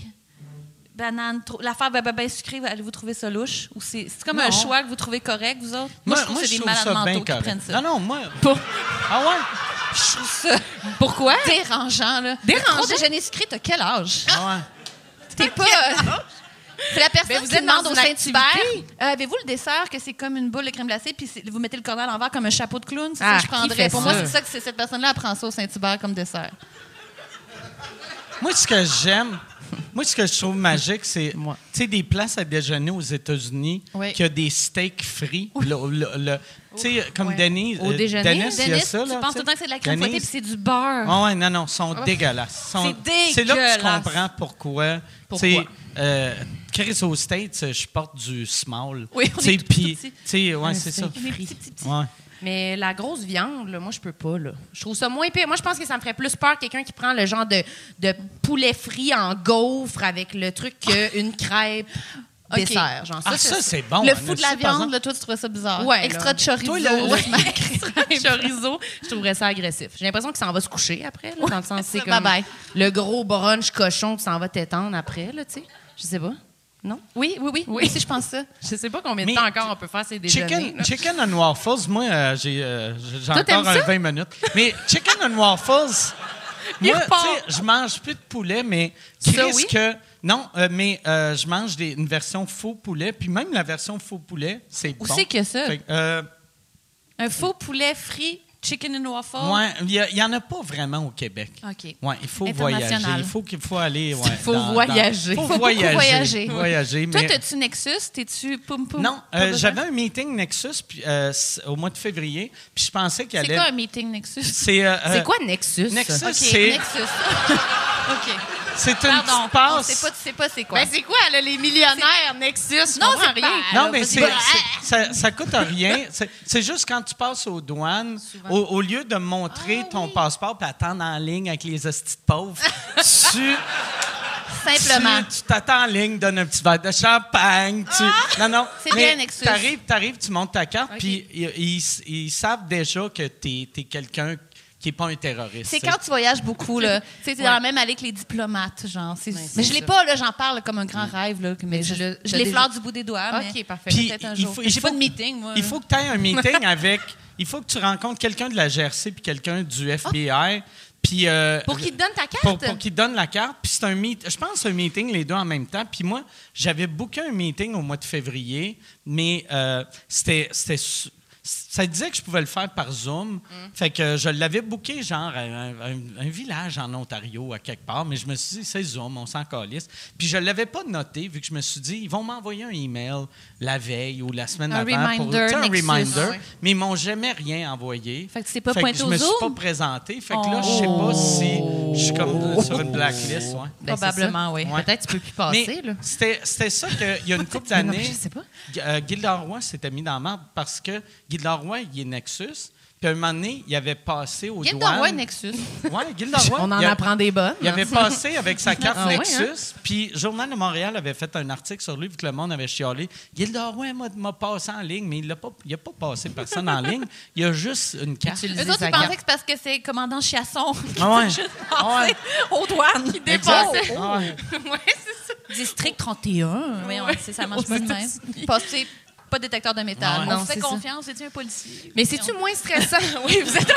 F: banane, trop- l'affaire ben, ben, ben sucrée, allez-vous trouver ça louche? Ou c'est c'est comme un choix que vous trouvez correct, vous autres? Moi, je trouve que c'est des
C: trouve
F: malades
C: ça bien
F: mentaux qui
C: correct.
F: prennent ça.
C: Non, non, moi. Ah ouais?
F: Je trouve ça
E: Pourquoi? Ben,
F: dérangeant, là.
E: Dérangeant?
F: Trop déjeuner sucré, t'as quel âge?
C: Ah ouais.
F: T'es pas...
C: Ah.
F: euh, C'est la personne
E: Ben, vous
F: qui
E: êtes
F: demande
E: dans
F: au
E: une
F: Saint-Hubert,
E: activité.
F: euh, avez-vous le dessert que c'est comme une boule de crème glacée puis c'est- vous mettez le cordon à l'envers comme un chapeau de clown? C'est
E: Ah,
F: ça que je
E: qui
F: prendrais.
E: fait
F: Pour
E: ça?
F: moi, c'est ça que c'est- cette personne-là elle prend ça au Saint-Hubert comme dessert.
C: Ah, Moi, ce que j'aime, moi, ce que je trouve magique, c'est, tu
E: Moi.
C: sais, des places à déjeuner aux États-Unis
F: Oui.
C: qui a des steaks frits. Le- le- le- tu sais, comme
F: Ouais.
C: Denis,
E: Au
C: euh,
E: déjeuner,
C: Dennis, il y a
F: Denis,
C: ça, là,
F: tu
C: sais.
F: penses tout le temps que c'est de la crème
C: Dennis.
F: fouettée puis c'est du beurre.
C: Ah ouais, non, non, sont dégueulasses. Sont-
F: C'est
C: C'est là que tu
F: dégueulasse.
C: comprends pourquoi.
E: Pourquoi?
C: Tu sais, euh, Chris aux States, euh, je porte du small.
F: Oui, on
C: Tu sais,
F: est tout
C: puis- tu
F: petit.
C: sais, ouais,
E: Un
C: c'est ça.
F: Des petits, petits, petits.
C: Ouais.
E: Mais la grosse viande, là, moi, je peux pas. Là. Je trouve ça moins pire. Moi, je pense que ça me ferait plus peur quelqu'un qui prend le genre de, de poulet frit en gaufre avec le truc qu'une crêpe
F: OK.
E: dessert. Genre, ça,
C: Ah, ça, c'est bon.
F: le
C: hein,
F: fou de
C: ça,
F: la
C: par
F: viande,
C: exemple.
F: là, toi, tu trouvais ça bizarre.
E: Ouais,
F: Extra
E: là.
F: de
C: Toi,
F: chorizo.
C: le- le-
E: le chorizo, je trouverais ça agressif. J'ai l'impression qu'il s'en va se coucher après, là, dans le sens c'est
F: ça,
E: comme
F: bye-bye.
E: le gros brunch cochon qui s'en va t'étendre après, là, tu sais. Je sais pas. Non?
F: Oui, oui, oui. Oui, si je pense ça.
E: Je sais pas combien
C: Mais
E: de temps encore on peut faire ces déjeuners.
C: Chicken,
E: là.
C: chicken and waffles, moi, euh, j'ai euh, j'ai- j'ai
E: Toi, t'aimes
C: encore un
E: ça?
C: 20 minutes. Mais chicken and waffles,
E: Il
C: moi, tu
E: repart.
C: sais, je mange plus de poulet, mais
E: Ça,
C: qu'est-ce
E: oui?
C: que... Non, euh, mais euh, je mange des- une version faux poulet, puis même la version faux poulet, c'est
F: Où
C: bon.
F: c'est que ça?
C: Fait que, euh,
F: Un faux poulet frit, chicken and waffle.
C: ouais, il n'y en a pas vraiment au Québec.
F: Oh. OK.
C: Ouais, il faut voyager.
F: International.
C: Il faut qu'il faut aller. ouais,
E: faut
C: dans- dans-
E: voyager.
C: faut
F: Faut beaucoup
C: voyager.
F: voyager.
C: Voyager,
F: Toi,
C: mais-
F: t'as-tu Nexus? T'es-tu Poum Poum?
C: Non,
F: Pas
C: euh,
F: besoin?
C: j'avais un meeting Nexus puis, euh, c- au mois de février, puis je pensais qu'il
F: C'est
C: allait.
F: quoi un meeting Nexus?
C: C'est euh, euh,
E: C'est quoi Nexus?
C: Nexus,
F: OK,
C: c'est-
F: Nexus. OK.
C: C'est une
F: Pardon,
C: petite
F: on
C: passe.
F: sait pas, tu sais pas c'est quoi.
E: Ben, c'est quoi, là, les millionnaires, Nexus? je
F: Non,
E: comprends
F: c'est
E: rien.
F: pas-
C: non,
F: Alors,
C: mais
F: vas-y,
C: c'est,
F: vas-y.
C: c'est- ça, ça coûte rien. C'est, c'est juste quand tu passes aux douanes, au, au lieu de montrer
F: Ah
C: ton passeport et attendre en ligne avec les hosties de pauvres, tu,
F: Simplement.
C: tu, tu t'attends en ligne, donnes un petit verre de champagne. Tu, Non, non.
F: Ah! C'est
C: mais
F: bien, Nexus.
C: T'arrives, t'arrives, tu montes ta carte, puis ils, ils- ils savent déjà que t'es, t'es quelqu'un qui n'est pas un terroriste.
F: C'est
C: tu sais.
F: quand tu voyages beaucoup, là. Tu sais, t'es dans la même allée que les diplomates, genre. C'est-
E: Ouais,
F: mais
E: c'est
F: je l'ai
E: ça.
F: pas, là, j'en parle comme un grand
C: Mm.
F: rêve, là. que- Mais je,
E: tu l'as-
F: je
E: t'as
F: l'effleure
E: déjà-
F: du bout des doigts.
E: OK,
F: mais
E: parfait.
C: Puis,
F: peut-être un
C: il
F: jour.
C: faut,
F: Mais j'ai
C: il
F: pas
C: faut-
F: de meeting, moi.
C: Il
F: là.
C: faut que tu aies un meeting avec. Il faut que tu rencontres quelqu'un de la GRC puis quelqu'un du FBI. Puis, euh,
E: Pour qu'ils te donnent ta carte?
C: Pour, pour qu'ils te donnent la carte. Puis c'est un meet, je pense un meeting les deux en même temps. Puis moi, j'avais booké un meeting au mois de février, mais euh, c'était c'était su- ça disait que je pouvais le faire par Zoom.
F: Mm.
C: Fait que je l'avais booké genre à un, un- un village en Ontario à quelque part, mais je me suis dit c'est Zoom, on s'en calisse. Puis je l'avais pas noté vu que je me suis dit ils vont m'envoyer un email la veille ou la semaine
F: Un
C: avant pour tu
F: reminder,
C: sais, un
F: Nexus.
C: reminder,
F: Ah ouais.
C: mais ils m'ont jamais rien envoyé.
F: Fait que tu t'es pas
C: Fait
F: pointé Oh.
C: je
F: au
C: me suis pas
F: Zoom?
C: présenté. Fait que là, je sais pas si je suis comme sur une blacklist. ouais.
E: Ben, c'est
F: Probablement,
E: ça.
F: oui.
C: Ouais.
E: Peut-être que tu peux plus
C: Mais
E: passer, là.
C: c'était c'était ça qu'il y a une couple
E: Mais non,
C: d'années,
E: je sais pas.
C: Gu- euh, Guy Leroy s'était mis dans la merde parce que Guy Leroy, il est Nexus, Puis à un moment donné, il avait passé au
F: Guilde
C: douanes.
F: d'Envoi Nexus.
C: Ouais, Gilderoy.
E: On en
C: Il a-
E: apprend des bonnes. hein.
C: Il avait passé avec sa carte
E: Ah ouais,
C: Nexus, puis Journal de Montréal avait fait un article sur lui, vu que le monde avait chialé. Gilderoy m'a- m'a passé en ligne, mais il n'a pas, il a pas passé personne en ligne. Il a juste une carte.
E: Utilisé.
F: Eux autres, ils
E: sa
F: pensaient
E: carte.
F: que c'est parce que c'est commandant Chiasson qui
C: Ah ouais.
F: s'est juste
C: Ah ouais.
F: passé aux douanes. Qui dépassait.
C: Ah ouais.
F: District 31. Oui, c'est ça marche pas de même. Passé, pas détecteur de métal.
C: Ouais.
F: On
E: Non,
F: se fait
E: c'est ça.
F: confiance, c'est-tu un policier?
E: Mais c'est-tu moins stressant? oui, vous êtes.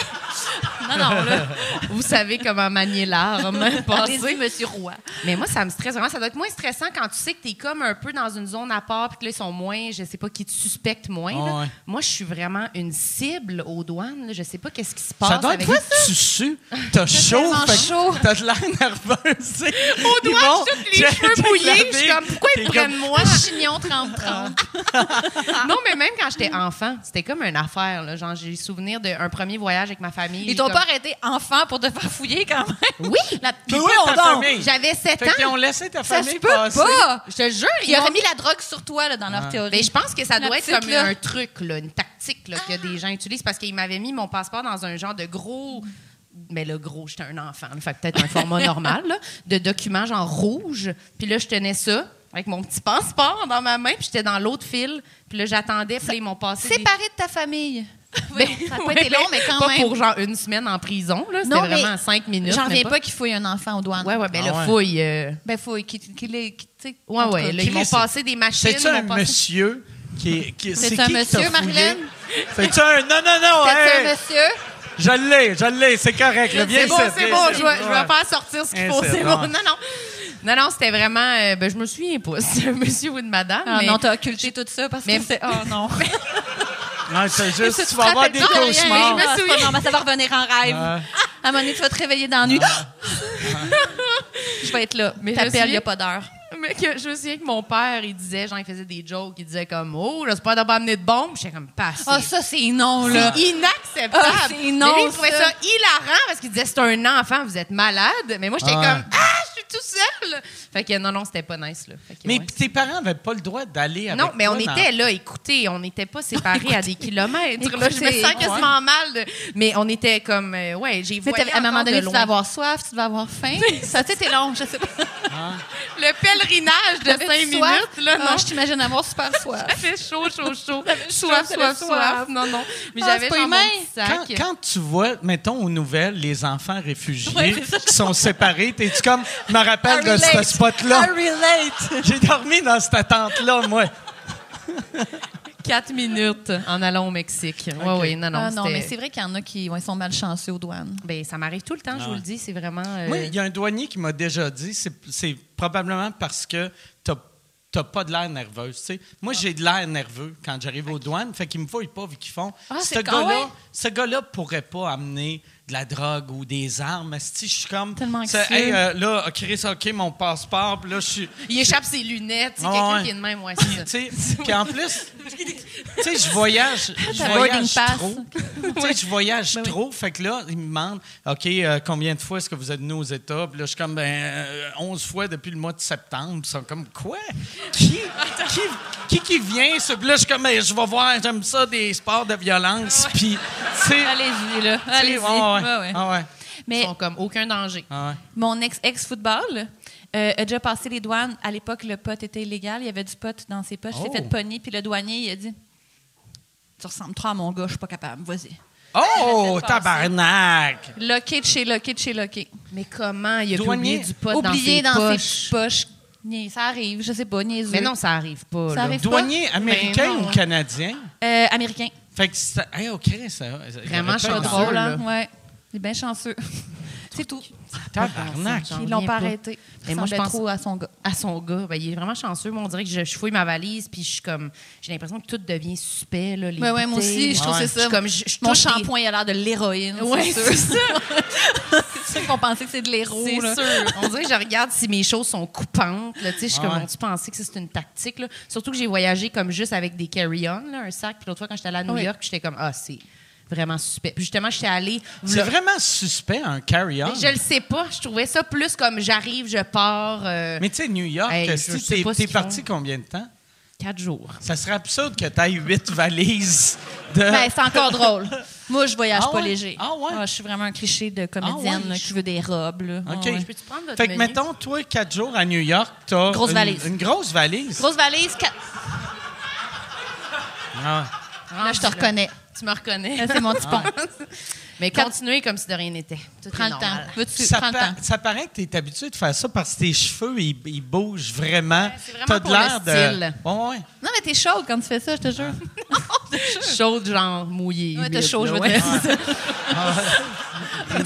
F: Non, non, là.
E: vous savez comment manier l'arme.
F: Allez-y,
E: Passez.
F: monsieur Roy.
E: Mais moi, ça me stresse vraiment. Ça doit être moins stressant quand tu sais que t'es comme un peu dans une zone à part, puis que là, ils sont moins, je sais pas, qui te suspectent moins. là.
C: Ah ouais.
E: Moi, je suis vraiment une cible aux douanes. là. Je sais pas qu'est-ce qui se passe.
C: Ça doit être
E: avec-
C: quoi, tu sues, t'as chaud,
F: tellement
C: fait
F: chaud.
C: que t'as de l'air nerveuse. Au
E: Moi, je touche les cheveux mouillés. Je suis comme, pourquoi ils prennent moi?
F: Chignon 30-30.
E: Non, mais même quand j'étais enfant, c'était comme une affaire. Là. Genre, j'ai souvenir d'un premier voyage avec ma famille.
F: Ils t'ont
E: Comme-
F: pas arrêté enfant pour te faire fouiller quand même?
E: Oui!
F: La
C: Mais oui,
F: Voyons
C: ta
F: donc.
C: famille.
E: J'avais 7
C: Fait qu'ils ont
E: ans.
C: laissé ta
F: Ça se
C: famille
F: peut
C: passer.
F: pas!
E: Je te jure,
F: Ils auraient
E: ont-
F: mis la drogue sur toi là, dans leur théorie.
E: Mais Ben, je pense que ça
F: La
E: doit
F: petite,
E: être comme
F: là.
E: un truc, là, une tactique là, que des gens utilisent parce qu'ils m'avaient mis mon passeport dans un genre de gros. Mais le gros, j'étais un enfant. là, fait que peut-être un format normal là, de document genre rouge. Puis là, je tenais ça avec mon petit passeport dans ma main, puis j'étais dans l'autre fil. Puis là, j'attendais, puis là, ils m'ont passé. des-
F: Séparé de ta famille.
E: Ben,
F: Oui, ça a pas
E: ouais,
F: été long, mais quand
E: pas
F: même.
E: pour genre une semaine en prison. là. C'était
F: Non, mais
E: vraiment cinq minutes.
F: J'en
E: même
F: reviens pas, qu'il fouille un enfant aux douanes.
E: Ouais, ouais, ben
C: Ah
E: le
C: ouais.
E: fouille. euh,
F: Ben, fouille. Qu'il, qu'il est- qu'il- tu sais,
E: Ouais,
F: en tout
E: ouais.
F: cas,
E: là,
F: qu'il-
E: ils m'ont
C: c'est-
E: passé des machines.
C: C'est-tu
E: ils
C: un
E: m'ont passé-
C: monsieur qui, qui
F: C'est
C: qui
F: un
C: qui t'a
F: monsieur,
C: fouillé?
F: Marilyn?
C: C'est-tu un... Non, non, non,
F: C'est
C: hey!
F: un monsieur.
C: Je l'ai, je l'ai, c'est correct. là, viens
E: C'est bon,
C: ici,
E: c'est
C: viens
E: bon,
C: ici.
E: je vais, je vais
C: Ouais. Eh,
E: faire sortir ce qu'il faut,
C: Insert,
E: c'est bon.
C: ouais.
E: Non, non. Non, non, c'était vraiment. euh, ben, je me souviens pas, c'est un monsieur ou une madame.
F: Ah
E: mais-
F: non, t'as occulté tout ça parce
E: Mais-
F: que c'est. Oh non.
C: Non, c'est juste, tu
F: te
C: vas avoir
F: rappelles
C: des
F: pas de rien.
C: cauchemars.
F: Ah, c'est pas normal, ça va revenir en rêve.
C: Ah.
F: À un moment donné, tu vas te réveiller dans la nuit. Ah. Je vais être là.
E: Mais je
F: T'appelles,
E: suis-
F: il n'y a pas d'heure.
E: mais que, je me souviens que mon père, il disait, genre, il faisait des jokes, il disait comme, oh, j'espère d'avoir amené de bombe. J'étais comme, passe.
F: Ah, ça, c'est non, là.
E: C'est inacceptable.
F: Ah, c'est non,
E: mais lui, il trouvait
F: ça.
E: ça hilarant parce qu'il disait c'est un enfant, vous êtes malade. Mais moi, j'étais
C: Ah ouais.
E: comme ah, je suis tout seul. Fait que non, non, c'était pas nice là. Fait que,
C: Mais
E: ouais.
C: tes parents n'avaient pas le droit d'aller avec
E: non, mais on
C: toi dans-
E: était là, écoutez, on n'était pas séparés à des kilomètres. là. je me
F: Écoutez.
E: sens quasiment mal. de- Mais on était comme euh, ouais, j'ai
F: Mais
E: voyé
F: t'avais- à un moment
E: encore
F: donné,
E: de
F: tu
E: loin.
F: devais avoir soif, tu devais avoir faim. ça, tu sais, t'es long, je sais pas.
E: Ah. le pèlerinage de
F: T'avais-tu
E: cinq
F: soif?
E: minutes là,
F: Ah,
E: non.
F: Je t'imagine avoir super soif.
E: J'avais chaud, chaud, chaud.
F: chaud,
E: Soif, soif,
F: t'avais
E: soif.
F: soif.
E: Non, non. Mais
F: Ah,
E: j'avais
F: c'est pas
E: genre mon
F: humain.
E: petit
C: Quand,
E: sac.
C: quand tu vois, mettons aux nouvelles, les enfants réfugiés
F: Ouais, c'est ça, je
C: qui sont séparés, t'es-tu comme, je me rappelle
F: I
C: de ce
F: relate.
C: spot-là.
F: I relate.
C: J'ai dormi dans cette tente-là, moi.
E: Quatre minutes en allant au Mexique. Oui, oui, non, non.
F: Ah non,
E: c'était-
F: mais c'est vrai qu'il y en a qui ouais, ils sont malchanceux aux douanes.
E: Ben, ça m'arrive tout le temps, je vous le dis. C'est vraiment. euh,
C: Ah Moi, il y a un douanier qui m'a déjà dit, c'est c'est probablement parce que t'as t'as pas de l'air nerveuse. tu sais. Moi,
F: Ah.
C: j'ai de l'air nerveux quand j'arrive aux douanes, fait qu'ils me voient pas vu qu'ils font.
F: Ah,
C: ce
F: c'est- ah
C: gars-là
F: ouais?
C: ce gars-là pourrait pas amener de la drogue ou des armes. Si je suis comme.
F: Tellement
C: c'est-
F: anxieux.
C: Hey, euh, là, Chris, OK, mon passeport, puis là, je suis.
E: Il échappe ses lunettes. C'est
C: Ah,
E: quelqu'un
C: ouais.
E: qui est de même, ouais, c'est ça.
C: Tu sais, Puis en plus, tu sais, je voyage, je
F: Ta Ah, boarding
C: voyage
F: pass.
C: trop. Tu sais, je voyage trop. Fait que là, ils me demandent, OK, euh, combien de fois est-ce que vous êtes venu aux États? Puis là, je suis comme, ben, euh, 11 fois depuis le mois de septembre. Ils sont comme, quoi? Qui qui, qui, qui vient? ce- Puis là, je suis comme, ben, je vais voir, j'aime ça, des sports de violence. Puis, tu sais,
F: Allez-y, là.
C: tu sais,
F: Allez-y.
C: ah ouais,
F: Ouais, ouais.
C: ah ouais,
E: Ils
F: Mais
E: sont comme aucun danger.
C: ah ouais.
F: mon ex-ex-football euh, a déjà passé les douanes. À l'époque, le pot était illégal. Il y avait du pot dans ses poches. Il
C: Oh.
F: s'est fait pogner. Puis le douanier, il a dit Tu ressembles trop à mon gars, je suis pas capable. Vas-y.
C: Oh,
F: passer.
C: tabarnak!
F: Loqué de chez loqué de chez loqué.
E: Mais comment il a pu
C: Douanier.
E: oublier du pot
F: Oublié
E: dans
F: dans
E: ses
F: ses,
E: poches?
F: poches. Ni- Ça arrive, je sais pas, niaiseux.
E: Mais non, ça arrive pas.
F: Ça
E: là.
F: arrive.
C: Douanier
F: Ben
C: américain ou
F: non.
C: canadien?
F: Euh, américain.
C: Fait que c'est. Hey, OK, ça.
E: Vraiment, je suis
F: Pas
E: Non.
F: drôle,
E: là.
F: hein? Ouais. Il est bien chanceux. C'est tout.
C: Tabarnak.
E: J'en
F: Ils l'ont
E: reviens
F: pas arrêté.
E: Mais
F: Il
E: moi, je
F: semblait
E: pense-
F: trop à son gars.
E: À son gars, ben, il est vraiment chanceux. Moi, on dirait que je, je fouille ma valise, puis je suis comme, j'ai l'impression que tout devient suspect. Là, les
F: Ouais, ouais, moi aussi,
E: bouteilles.
F: je trouve que
C: Ouais.
F: c'est
E: Je
F: ça.
E: suis comme, je- je
F: Mon
E: touche des-
F: shampoing, il a l'air de l'héroïne.
E: Ouais,
F: c'est
E: c'est
F: sûr. c'est sûr qu'on pensait que c'est de l'héro.
E: C'est
F: là.
E: sûr. On dirait que je regarde si mes choses sont coupantes. Là, tu sais, je suis
C: Ah
E: comme,
C: ouais.
E: tu pensais que ça, c'est une tactique? Là? Surtout que j'ai voyagé comme juste avec des carry-on, là, un sac. Puis l'autre fois, quand j'étais allée à New
F: Oui.
E: York, j'étais comme, ah, c'est vraiment suspect. Puis justement, j'étais allée.
C: C'est
E: là-
C: vraiment suspect, un carry-on.
E: Mais je le sais pas. Je trouvais ça plus comme j'arrive, je pars euh,
C: Mais tu sais, New York,
E: Hey,
C: est-ce
E: je
C: que
E: sais
C: t'es
E: pas ce
C: t'es
E: qu'ils
C: parti
E: font.
C: combien de temps?
E: quatre jours.
C: Ça serait absurde que tu aies huit valises de.
F: Ben, c'est encore drôle. Moi, je voyage
A: Ah
F: pas
A: ouais?
F: léger.
A: Ah ouais?
F: je suis vraiment un cliché de comédienne
A: Ah ouais?
F: là, qui veut des robes. là. Ah
A: OK.
F: ouais.
E: Peux-tu prendre votre
C: Fait que,
E: menu?
C: mettons, toi, quatre jours à New York, t'as.
F: Grosse
C: une,
F: valise.
C: Une grosse valise.
F: Grosse valise, quatre-
C: Ah.
F: là, je te
E: Rendu
F: reconnais.
E: Tu me reconnais.
F: Là, c'est mon petit pont.
E: Mais
F: Quatre-
E: continuez comme si de rien n'était. Tout est
F: Prends le
E: normal.
F: temps. Veux-tu?
C: Ça,
F: Prends le
C: pa-
F: temps.
C: ça paraît que tu es habitué de faire ça parce que tes cheveux, ils, ils bougent vraiment.
E: Ben, c'est vraiment
C: T'as de
E: pour le
C: l'air
E: style.
C: de. Ouais, ouais.
F: Non, mais t'es chaude quand tu fais ça, je te jure.
E: Chaude, genre mouillée.
F: Ouais, t'es
E: humide,
F: chaud, je
E: là,
F: veux
E: ouais.
F: dire.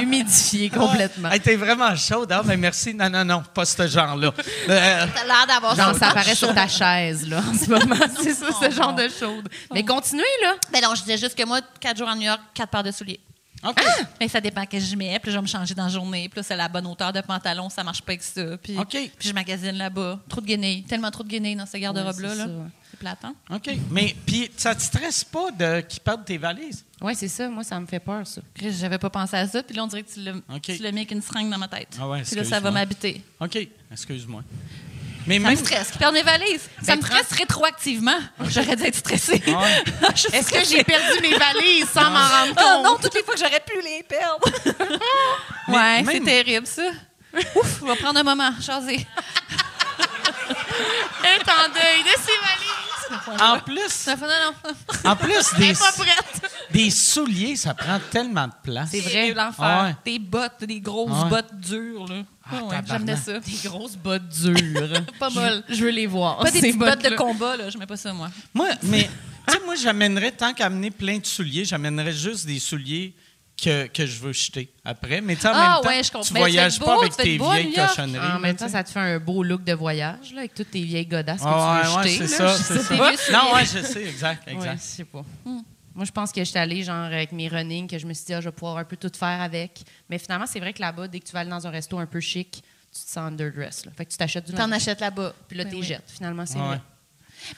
E: Humidifiée complètement.
C: Hey, t'es vraiment chaude. Ah, mais merci. Non, non, non, pas ce genre-là. Euh,
F: T'as l'air d'avoir
E: Genre,
F: chaud.
E: ça apparaît sur ta chaise, là, en ce moment. C'est ça, ce genre de chaude. Mais continuez, là.
F: Ben non, je disais juste que moi, quatre jours à New York, quatre paires de souliers.
C: OK.
E: Ah,
F: Mais ça dépend que je mets, puis je vais me changer dans la journée, puis là, c'est la bonne hauteur de pantalon, ça marche pas avec ça. Puis,
C: OK.
F: puis je magasine là-bas. Trop de guenilles, tellement trop de guenilles dans cette garde-robe-là.
E: Ouais,
F: là.
E: c'est ça.
F: c'est plate, hein?
C: OK. Mais puis, ça te stresse pas de qu'ils perdent tes valises?
E: Oui, c'est ça. Moi, ça me fait peur, ça.
F: Chris, J'avais pas pensé à ça, puis là, on dirait que tu l'as
C: OK.
F: tu l'as mis avec une seringue dans ma tête.
C: Ah ouais,
F: puis là, ça va
C: excuse-moi.
F: m'habiter.
C: OK. Excuse-moi. Mais
F: Ça me
C: même.
F: stresse. Qui perd mes valises. Ça
E: Ben,
F: me stresse rétroactivement. J'aurais dû être stressée.
C: ouais.
F: Je suis
E: Est-ce que
F: stressée.
E: j'ai perdu mes valises sans m'en rendre compte?
F: Ah non, toutes les fois que j'aurais pu les perdre. ouais,
C: Mais
F: c'est
C: même-
F: terrible, ça. Ouf, on va prendre un moment, jaser.
E: Un temps d'œil de ces valises.
C: En plus,
F: Ça fait- Ah, Non, non.
C: en plus des,
F: pas prête.
C: des souliers, ça prend tellement de place.
F: C'est vrai. L'enfer.
C: Ah ouais.
F: Des bottes, des grosses
C: Ah ouais.
F: bottes dures, là. Ah ouais, J'aimais ça.
E: Des grosses bottes dures.
F: Pas molles.
E: Je veux les voir.
F: Pas des
E: ces
F: petites bottes de
E: bottes-là.
F: combat, là. J'aimais pas ça, moi.
C: Moi, mais tu sais, moi, j'amènerais tant qu'à amener plein de souliers, j'amènerais juste des souliers que, que je veux jeter après. Mais tu sais, en
F: Ah
C: même temps,
F: ouais, je comprends.
C: tu
F: Mais tu
C: voyages
F: fais
C: pas
F: beau,
C: Ah, avec
F: tu fais
C: tes
F: beau à
C: vieilles
F: New York.
C: cochonneries.
E: En même
C: là,
E: temps, Ah, ça te fait un beau look de voyage, là, avec toutes tes vieilles godasses
C: Ah,
E: que tu veux
C: ouais,
E: jeter.
C: ouais, c'est ça,
E: là. Je
C: c'est
E: sais
C: ça.
F: tes vieux
C: Non,
F: souliers.
C: ouais, je sais, exact,
E: Ouais,
C: exact.
E: je sais pas. Moi, je pense que j'étais allée genre avec mes running, que je me suis dit, ah, je vais pouvoir un peu tout faire avec. Mais finalement, c'est vrai que là-bas, dès que tu vas aller dans un resto un peu chic, tu te sens underdress. Là. Fait que tu t'achètes du
F: T'en
E: linge,
F: achètes là-bas.
E: Puis là,
F: Ben
E: tu
F: oui.
E: jettes. Finalement, c'est
C: Ouais.
E: vrai.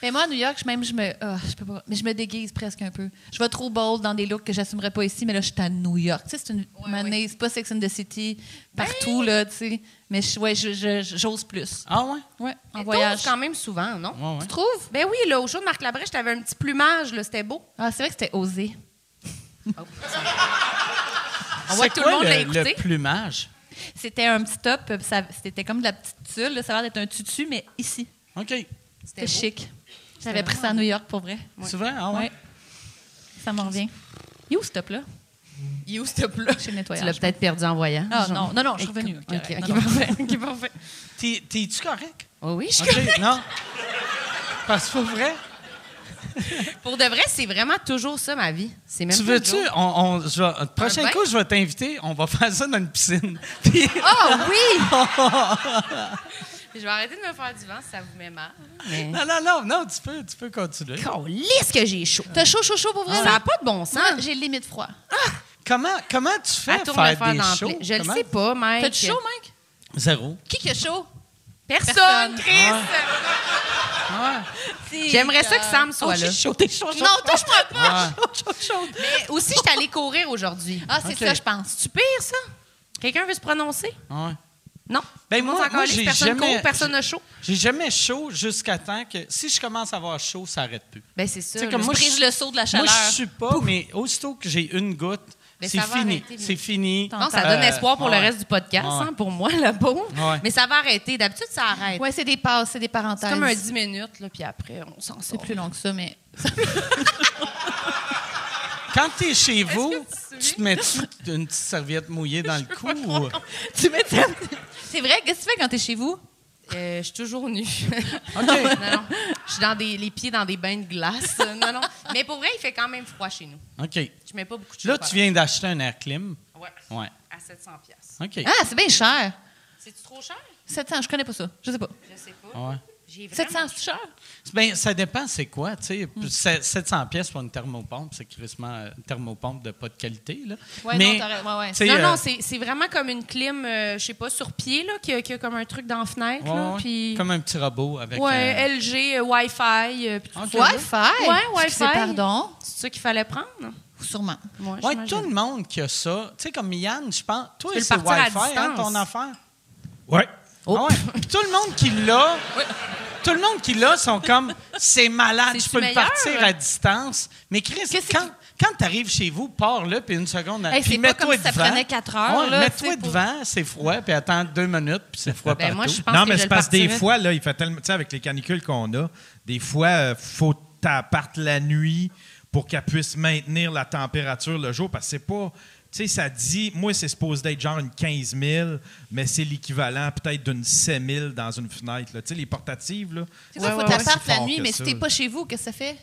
F: Mais moi, à New York, je- même, je me. ah, je peux pas. Mais je me déguise presque un peu. Je vais trop bold dans des looks que j'assumerais pas ici, mais là, je suis à New York. Tu sais, c'est une manée, c'est pas Sex and the City, partout, là, tu sais. Mais je- ouais, je- je- j'ose plus.
C: Ah ouais?
F: Ouais, en
E: Mais
F: voyage.
E: t'oses quand même souvent, non?
C: Ouais, ouais.
F: Tu trouves?
E: Ben oui, là, au show de Marc Labrèche, t'avais un petit plumage, là, c'était beau.
F: Ah, c'est vrai que c'était osé.
E: On voit
C: C'est
E: que tout
C: quoi
E: le monde l'a
C: le,
E: écouté.
C: plumage?
F: C'était un petit top, euh, ça- c'était comme de la petite tulle, là, ça a l'air d'être un tutu, mais ici.
C: OK.
F: C'était
E: beau.
F: chic. J'avais pris ça à New York pour vrai.
C: C'est vrai? Ah ouais?
F: Ouais. Ça me revient. Il est où ce top-là?
E: Il est où, ce plat?
F: Chez le
E: Tu
F: nettoyage.
E: l'as peut-être perdu en voyage.
F: Ah non, non, non, je suis
E: Ok,
F: revenue.
E: ok,
F: correct.
E: ok,
F: Non, non.
E: parfait. ok, parfait.
C: T'es- T'es-tu correct?
E: Oh oui, je suis
C: OK, non? Parce que pour vrai,
E: Pour de vrai, c'est vraiment toujours ça, ma vie. C'est même
C: tu
E: pas
C: veux-tu?
E: le jour.
C: On, on- je vais- le prochain
E: bain?
C: coup, je vais t'inviter, on va faire ça dans une piscine. Puis-
E: Ah oui! je vais arrêter de me faire du vent si ça vous met mal. Mais...
C: Non, non, non, non, tu peux, tu peux continuer.
E: Calisse que j'ai chaud.
F: T'as chaud, chaud, chaud pour vrai?
E: Ça
F: là?
E: n'a pas de bon sens.
F: Moi, j'ai limite froid.
C: Comment, comment tu fais
E: Elle
C: pour
E: tourne
C: faire,
E: le fer
C: des
E: dans la
C: shows?
E: plaie. Je le
C: Comment?
E: sais pas, mec.
F: T'as-tu chaud, Mike?
C: Zéro.
F: Qui qui a chaud? Personne.
E: Personne, Chris!
C: Ah.
E: J'aimerais ça que Sam soit là.
C: Oh, chaud, t'es chaud,
F: Non, touche-moi pas!
C: Ah.
F: Chaud, chaud, chaud.
E: Mais aussi, je suis allée courir aujourd'hui.
F: Ah, c'est
C: Ok.
F: ça, je pense.
E: Tu pire, ça? Quelqu'un veut se prononcer?
C: Ouais.
E: Non.
C: Ben,
E: Tout le monde
C: moi-
E: s'en
C: moi,
E: calisse.
C: j'ai
E: personne
C: jamais-
E: court, personne n'a chaud.
C: J'ai jamais chaud jusqu'à temps que si je commence à avoir chaud, ça arrête plus.
E: Ben, c'est ça.
C: C'est
E: là.
C: comme moi,
F: Tu brises
C: je-
F: le saut de la chaleur.
C: Moi, je suis pas, mais aussitôt que j'ai une goutte,
E: Mais
C: c'est
E: ça va
C: fini.
E: arrêter, mais-
C: C'est fini.
F: Tant-
E: Non, ça donne
C: Euh,
E: espoir pour
C: ouais.
E: le reste du podcast,
C: Ouais.
E: hein, pour moi, la pauvre.
C: Ouais.
E: Mais ça va arrêter. D'habitude, ça arrête.
F: Ouais, c'est des passes, c'est des parenthèses.
E: C'est comme un 10 minutes, là, puis après, on s'en
F: C'est
E: sort.
F: plus long que ça, mais.
C: Quand t'es chez vous,
E: que tu te
C: tu te mets une petite serviette mouillée dans le cou. ou-
F: tu m'étonnes. C'est vrai, qu'est-ce que tu fais quand t'es chez vous?
E: Euh, je suis toujours nue.
C: OK.
E: non, non. Je suis dans des, les pieds dans des bains de glace. Euh, Non, non. Mais pour vrai, il fait quand même froid chez nous.
C: euh? OK.
E: Je mets pas beaucoup de
C: Là,
E: chaud, par
C: tu viens d'acheter un air clim.
E: Ouais.
C: Ouais.
E: À 700 pièces.
C: OK.
F: Ah, c'est bien cher.
E: C'est-tu trop cher?
F: 700, je connais pas ça. Je sais pas.
E: Je sais pas.
C: Ouais.
E: J'ai vraiment...
F: 700, c'est cher?
C: Ben, ça dépend, c'est quoi, tu sais.
E: Hmm.
C: C'est- 700 pièces pour une thermopompe, c'est crissement euh, une thermopompe de pas de qualité, là.
F: Ouais,
C: Mais,
F: non, t'as raison. Ouais, ouais.
C: tu sais,
E: Non,
C: euh,
E: non, c'est c'est vraiment comme une clim, euh, je sais pas, sur pied, là, qui a, qui a comme un truc dans la fenêtre,
C: ouais,
E: là,
C: ouais,
E: puis...
C: Comme un petit robot avec... Ah,
E: Ouais,
C: euh,
E: LG, euh, Wi-Fi, euh, puis tout
C: Ok.
E: ça. là.
F: Wi-Fi?
E: Ouais, Wi-Fi.
F: Excusez, pardon.
E: C'est ça qu'il fallait prendre? non?
F: Sûrement.
E: Ouais,
C: Ouais,
E: j'imagine.
C: tout le monde qui a ça. Tu sais, comme Yann, je pense. Toi,
E: Tu peux le
C: c'est
E: partir à
C: Wi-Fi, hein,
E: distance.
C: Oh. ton affaire. Ouais. Ah ouais. Puis tout le monde qui l'a, tout le monde qui l'a sont comme c'est malade, je
F: C'est-tu
C: peux le
F: meilleur?
C: partir à distance. Mais Chris,
F: Qu'est-ce
C: quand, quand tu arrives chez vous, pars-le, puis une seconde.
F: Hey,
C: puis
F: c'est pas
C: mets-toi
F: comme si ça
C: devant.
F: prenait quatre heures,
C: Ouais,
F: là,
C: mets-toi
F: tu sais, pour-
C: devant, c'est froid, puis attends deux minutes, puis c'est froid
E: Ben,
C: partout.
E: moi, je pense
D: Non,
E: que
D: mais
E: je
D: c'est
E: le
D: parce que des
E: partirais.
D: fois, là, il fait tellement. Tu sais, avec les canicules qu'on a, des fois, euh, faut t'appartes la nuit pour qu'elle puisse maintenir la température le jour parce que c'est pas. Tu sais, ça dit, moi, c'est supposé d'être genre une 15 000, mais c'est l'équivalent peut-être d'une 7 000 dans une fenêtre. là. Tu sais, les portatives, là.
F: C'est quoi,
D: c'est
F: faut
D: pas
F: t'apporter
D: si
F: la
D: fort
F: nuit,
D: que
F: mais
D: ça,
F: si t'es
D: là.
F: pas chez vous, qu'est-ce que ça fait?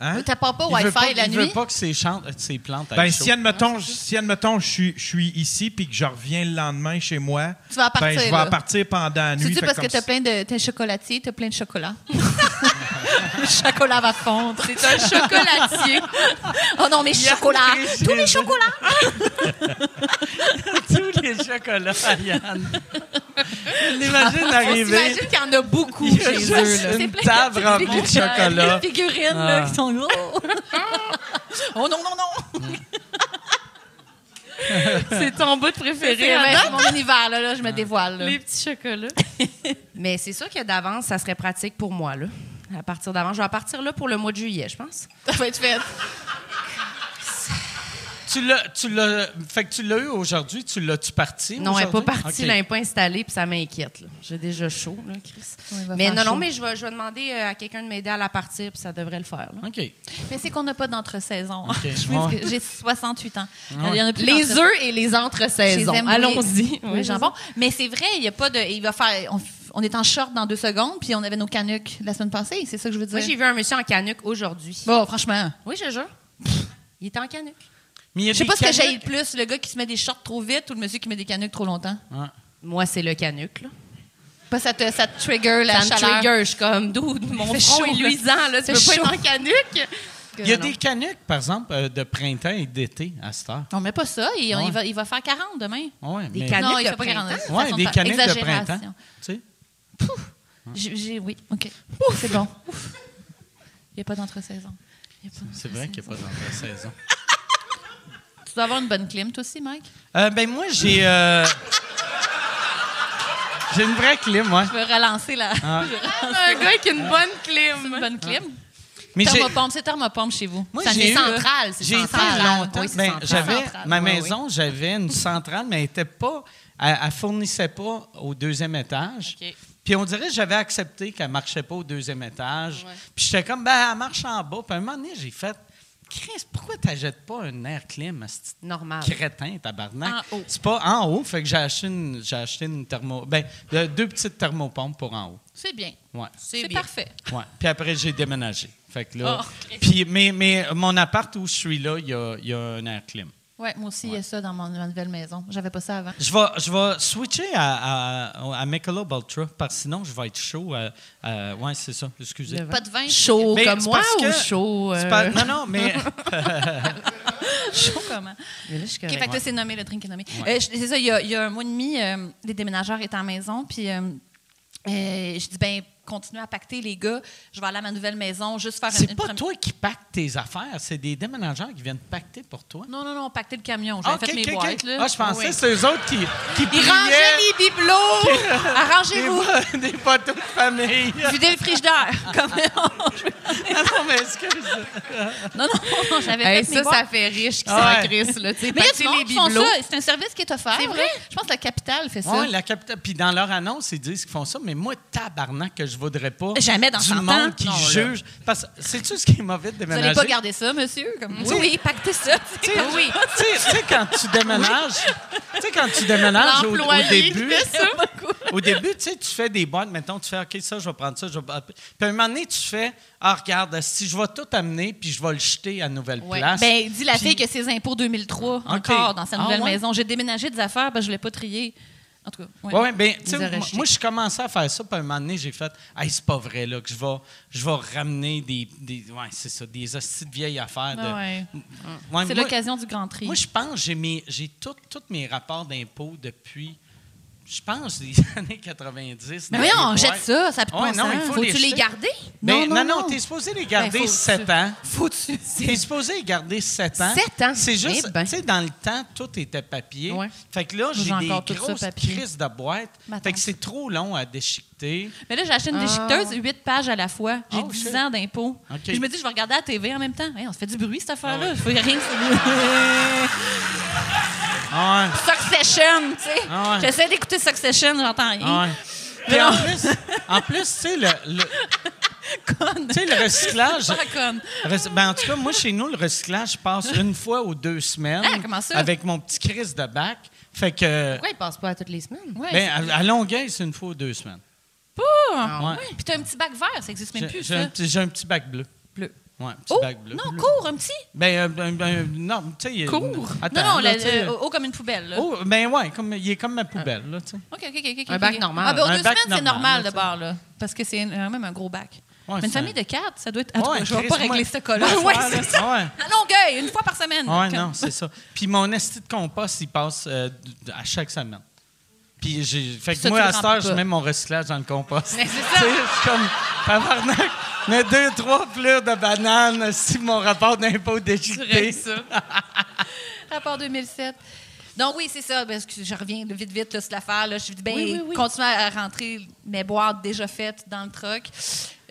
D: Hein?
F: T'as pas pas
C: Il veut
F: Wi-Fi
C: pas-
F: la
C: il
F: nuit?
C: veut pas que ses, chan- euh, ses plantes aillent
D: Ben,
C: chaud.
D: si,
F: Ah,
D: admettons, si, admettons, je suis- je suis ici puis que je reviens le lendemain chez moi,
F: Tu vas en
D: ben, je
F: partir,
D: vais
F: là.
D: en partir pendant la nuit.
F: C'est-tu
D: fait
F: parce que
D: comme
F: t'as
D: si-
F: plein de. T'es chocolatier, t'as plein de chocolat. le chocolat va fondre. C'est un chocolatier. oh non, mes chocolats!
C: Christine.
F: Tous mes chocolats!
C: tous les chocolats à Yann. L'imagine arriver.
F: T'imagines qu'il y en a beaucoup
C: Il y a
F: chez
C: juste
F: eux. là.
C: une
F: C'est plein
C: table remplie de
F: figurines,
C: chocolat.
F: des figurines là, qui sont là. oh non, non, non!
G: C'est ton bout de préféré.
F: C'est
G: Adam?
F: vraiment mon univers, là, là, je me dévoile. là.
G: Les petits chocolats.
E: Mais c'est sûr que d'avance, ça serait pratique pour moi, là. À partir d'avance. Je vais partir là pour le mois de juillet, je pense.
F: Ça va être fait.
C: Tu l'as, tu l'as, fait que tu l'as eu aujourd'hui, tu l'as-tu parti?
E: Non, elle n'est pas
C: aujourd'hui?
E: partie,
C: Ok.
E: elle n'est pas installée, puis ça m'inquiète. là. J'ai déjà chaud, là, Chris. mais non, non, mais je vais, je vais demander euh, à quelqu'un de m'aider à la partir, puis ça devrait le faire. là.
C: OK.
F: Mais c'est qu'on n'a pas d'entre-saison.
C: Ok.
F: Je
C: Ouais.
F: pense que J'ai 68 ans. Il y en a plus
E: Les
F: d'entre-saison.
E: œufs et les
F: Chez
E: entre-saisons.
F: Zembré.
E: Allons-y.
F: Oui, jambon. Mais c'est vrai, il y a pas de. Il va faire. On, on est en short dans deux secondes, puis on avait nos canucks la semaine passée. C'est ça que je veux dire.
E: Moi, j'ai vu un monsieur en canuc aujourd'hui.
F: bon, franchement.
E: Oui, je jure. Il était en canuc.
C: Mais il y a
F: Je sais
C: des
F: pas ce que
C: canucks.
F: j'ai le plus, le gars qui se met des shorts trop vite ou le monsieur qui met des canucks trop longtemps.
C: Ouais.
E: Moi, c'est le canuc. Là.
F: Pas ça te, ça te trigger la
E: Ça me
F: chaleur.
E: trigger, je suis comme dude, mon
F: Fait
E: front
F: chaud,
E: est
F: là.
E: luisant, là. Tu
F: Fait
E: peux pas
F: chaud.
E: être en canuc.
C: Il y a
E: Non.
C: des canucks, par exemple, euh, de printemps et d'été à cette heure.
F: On met pas ça. Il,
C: Ouais.
F: il va, il va faire 40 demain.
C: Ouais,
E: Des
C: mais-
E: canucks
F: non, il
E: de
F: fait pas 40.
E: printemps?
F: Façon
C: Ouais,
F: de
C: des
F: faire.
C: canucks de
F: Exagération.
C: printemps. Tu sais?
F: J'ai- j'ai- oui, OK. C'est bon. Il n'y a pas d'entre-saison. Il y a pas
C: C'est vrai qu'il n'y a pas d'entre-saison.
F: d'entre- Tu dois avoir une bonne clim, toi aussi, Mike.
C: Euh, ben moi, j'ai... euh, j'ai une vraie clim, moi.
F: Je veux relancer la
C: Ah.
E: Ah,
G: Un gars avec une bonne
F: une
G: clim.
F: bonne clim.
C: Mais j'ai-
F: Thermopompe, c'est thermopompe chez vous.
C: Moi,
F: Ça
C: j'ai
F: n'est
C: eu-
F: central.
E: Central, c'est
C: J'ai été
E: central. Ah
C: longtemps.
E: Oui, c'est
C: ben,
E: central.
C: j'avais
F: Central,
C: ma
F: oui,
C: maison, j'avais une centrale, mais elle était pas, elle, elle fournissait pas au deuxième étage.
G: OK.
C: Puis on dirait que j'avais accepté qu'elle marchait pas au deuxième étage. Puis j'étais comme, ben, elle marche en bas. Puis à un moment donné, j'ai fait, Chris, pourquoi t'achètes pas un air clim à ce petit
E: Normal.
C: crétin, tabarnak?
F: En haut.
C: C'est pas en haut, fait que j'ai acheté une, j'ai acheté une thermo, ben, de- deux petites thermopompes pour en haut.
F: C'est bien.
C: Ouais.
F: C'est
E: bien.
F: parfait.
C: Ouais. Puis après, j'ai déménagé. Fait que là.
F: Oh, Christ.
C: puis, mais, mais mon appart où je suis là, il y a, il y a un air clim.
F: Ouais, moi aussi, il y a ça dans mon, ma nouvelle maison. J'avais pas ça avant.
C: Je vais, je vais switcher à, à, à Michelob Ultra, parce que sinon, je vais être chaud. à- à- ouais, c'est ça. Excusez.
F: Pas de vin.
E: Chaud
C: Mais
E: comme
C: c'est
E: moi
C: parce
E: ou
C: que-
E: chaud? euh,
C: C'est pas- non, non, mais
F: Chaud comment?
E: Mais là, je suis
F: OK, fait
E: correcte.
F: que toi, c'est nommé, le drink est nommé. Euh, je- c'est ça, il y, a, il y a un mois et demi, euh, les déménageurs étaient à la maison, puis euh, euh, je dis, ben continuez à pacter, les gars. Je vais aller à ma nouvelle maison, juste faire une,
C: c'est
F: une
C: pas
F: premi-
C: toi qui pactes tes affaires, c'est des déménageurs qui viennent pacter pour toi. Ah,
F: Non, non, non, pacter le camion. J'avais
C: ok,
F: fait Ben, mes
C: ok, ok.
F: boîtes, là.
C: Ah, je pensais
F: Oui.
C: que c'est eux autres qui, qui
F: Ils rangeaient les bibelots! Arrangez-vous!
C: des, des photos de famille.
F: Videz le frigidaire! Comme...
C: Ah non, mais excuse.
F: non, non, j'avais
E: Hey,
F: fait mes
E: ça,
F: boîtes.
E: ça fait riche qui
C: Ah
E: s'en
C: ouais.
E: crisse, là. Tu sais,
F: Mais il y a
E: pacter
F: du monde
E: les
F: qui font
E: bibelots.
F: ça. C'est un service qui est offert.
E: C'est vrai?
F: là. Je pense que la capitale fait ça.
C: Ouais, la capitale. Puis dans leur annonce, ils disent qu'ils font ça, mais moi, tabarnak, que je voudrais pas.
F: Jamais dans
C: du
F: 100 ans.
C: monde qui
F: Non, là.
C: juge. Parce que sais-tu ce qui est mauvais de
F: Vous
C: déménager?
F: n'allez pas garder ça, monsieur? Comme, oui, oui, pactez ça.
C: Tu sais, tu sais- tu sais, quand tu déménages, tu sais, quand tu déménages au, au
G: L'employé
C: début,
G: fait ça.
C: au début, tu sais, tu fais des boîtes, mettons, tu fais, OK, ça, je vais prendre ça, je vais... ah, Puis à un moment donné, tu fais, ah, regarde, si je vais tout amener, puis je vais le jeter à nouvelle
F: Ouais.
C: place.
F: Ben, dis la
C: Puis-
F: fille que ses impôts 2003 encore dans sa
C: Ah,
F: nouvelle
C: ouais?
F: maison. J'ai déménagé des affaires, ben, je ne l'ai pas trié. En tout cas, ouais.
C: Oui, ouais, ben, tu sais,
E: auraient
C: moi,
E: jetés.
C: moi, je commençais à faire ça, puis à un moment donné, j'ai fait Hey, c'est pas vrai, là, que je vais, je vais ramener des. des ouais, c'est ça, des hosties de vieilles affaires. De, Mm.
F: Ah ouais.
C: Ouais,
F: C'est
C: moi-
F: l'occasion du grand tri.
C: Moi, je pense que j'ai mes- j'ai tout- tous mes rapports d'impôts depuis je pense, des années 90.
F: Mais voyons, on
C: Ouais.
F: jette ça, ça peut pas
C: Ouais,
F: de
C: non,
F: bon
C: il
F: sens.
C: faut
F: Faut-tu
C: les
F: les
C: jeter.
F: garder?
C: Mais
F: Non,
C: non,
F: non,
C: non,
F: non.
C: t'es supposé les garder
F: Ben, faut-
C: 7 ans.
F: Faut-tu.
C: T'es supposé les garder 7 ans.
E: Sept ans?
C: C'est juste,
E: Eh ben.
C: tu sais, dans le temps, tout était papier.
E: Ouais.
C: Fait que là, j'ai
F: j'ai
C: des
F: encore tout ça
C: grosses
F: papier.
C: crises de boîte.
F: Ma
C: Fait
F: tante.
C: que c'est trop long à déchiqueter.
F: Mais là, j'achète une déchiqueteuse, 8 pages à la fois. J'ai
C: Ah. Oh,
F: 10
C: shit.
F: ans d'impôts.
C: OK.
F: Puis Je me dis, je vais regarder la TV en même temps. Hey, on se fait du bruit, cette affaire-là.
C: Ah
F: Je fais rien. que-
C: Ah ouais,
F: Succession, tu sais.
C: Ah ouais.
F: J'essaie d'écouter Succession,
C: ah
F: j'entends rien.
C: ouais. Puis en plus, en plus, tu sais, le, le-
F: Conne.
C: tu sais, le recyclage.
F: Pas conne.
C: Rec- Ben, en tout cas, moi, chez nous, le recyclage passe une fois ou deux semaines
F: Ah, comment ça?
C: avec mon petit crise de bac. Fait que,
E: Pourquoi ils passent pas à toutes les semaines?
F: Ouais,
C: ben, à, à Longueuil, c'est une fois ou deux semaines.
F: pas.
C: Ouais.
F: Ouais. Puis t'as un petit bac vert, ça existe même
C: J'ai
F: plus,
C: j'ai un,
F: ça.
C: petit- j'ai un petit bac bleu.
F: Bleu.
C: Ouais, un petit
F: Oh,
C: bac bleu.
F: non, court, un petit.
C: Ben, euh, ben, ben, non, tu sais. il-
F: Court.
C: Attends,
F: non, euh, non,
C: là,
F: le-
C: tu sais,
F: le- haut comme une poubelle. là.
C: Oh, ben ouais, comme, il est comme ma poubelle, là, tu sais.
F: OK, OK, OK. ok,
E: Un
F: ok,
E: bac
F: ok.
E: normal.
F: Ah, ben, aux
C: Un
F: deux
C: bac
F: semaines, c'est
C: normal, là,
F: normal, de
C: tu sais.
F: bar, là. Parce que c'est quand même un gros bac.
C: Ouais,
F: Mais une
C: c'est
F: famille
C: un-
F: de quatre, ça doit être. En tout
C: Ouais,
F: cas, je vais
C: Chris,
F: pas régler
C: ouais.
F: ce cas-là.
C: Ouais,
F: ce
C: c'est
F: soir, là.
C: ça. Ouais.
F: À Longueuil, une fois par semaine.
C: Ouais,
F: Comme-
C: non, c'est ça. Puis mon esti de compost, il passe euh, d- à chaque semaine. Puis j'ai. Fait que
F: Ça,
C: moi,
F: tu le
C: à cette heure,
F: remplis
C: je
F: pas.
C: mets mon recyclage dans le compost.
E: Mais c'est ça.
C: Tu sais, je suis comme. Tabarnak, mets deux, trois pleurs de bananes si mon rapport d'impôt déchiqueté.
F: Rapport 2007. Donc oui, c'est ça. Parce que je reviens de vite, vite là, sur l'affaire. là. Je dis, ben,
E: Oui, oui, oui.
F: continuez à rentrer mes boîtes déjà faites dans le truck.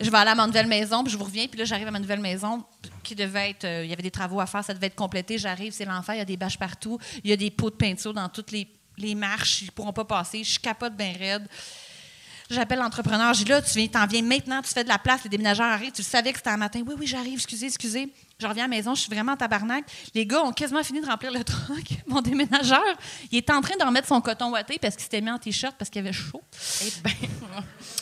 F: Je vais aller à ma nouvelle maison, puis je vous reviens. Puis là, j'arrive à ma nouvelle maison qui devait être... euh, il y avait des travaux à faire, ça devait être complété. J'arrive, c'est l'enfer. Il y a des bâches partout. Il y a des pots de peinture dans toutes les, les marches. Ils pourront pas passer. Je capote bien raide. J'appelle l'entrepreneur. J'ai dit là, tu viens, t'en viens maintenant, tu fais de la place, les déménageurs arrivent. Tu le savais que c'était un matin. Oui, oui, j'arrive, excusez, excusez. Je reviens à la maison, je suis vraiment en tabarnak. Les gars ont quasiment fini de remplir le truck. Mon déménageur, il est en train de remettre son coton ouaté parce qu'il s'était mis en t-shirt parce qu'il avait chaud.
C: Eh ben,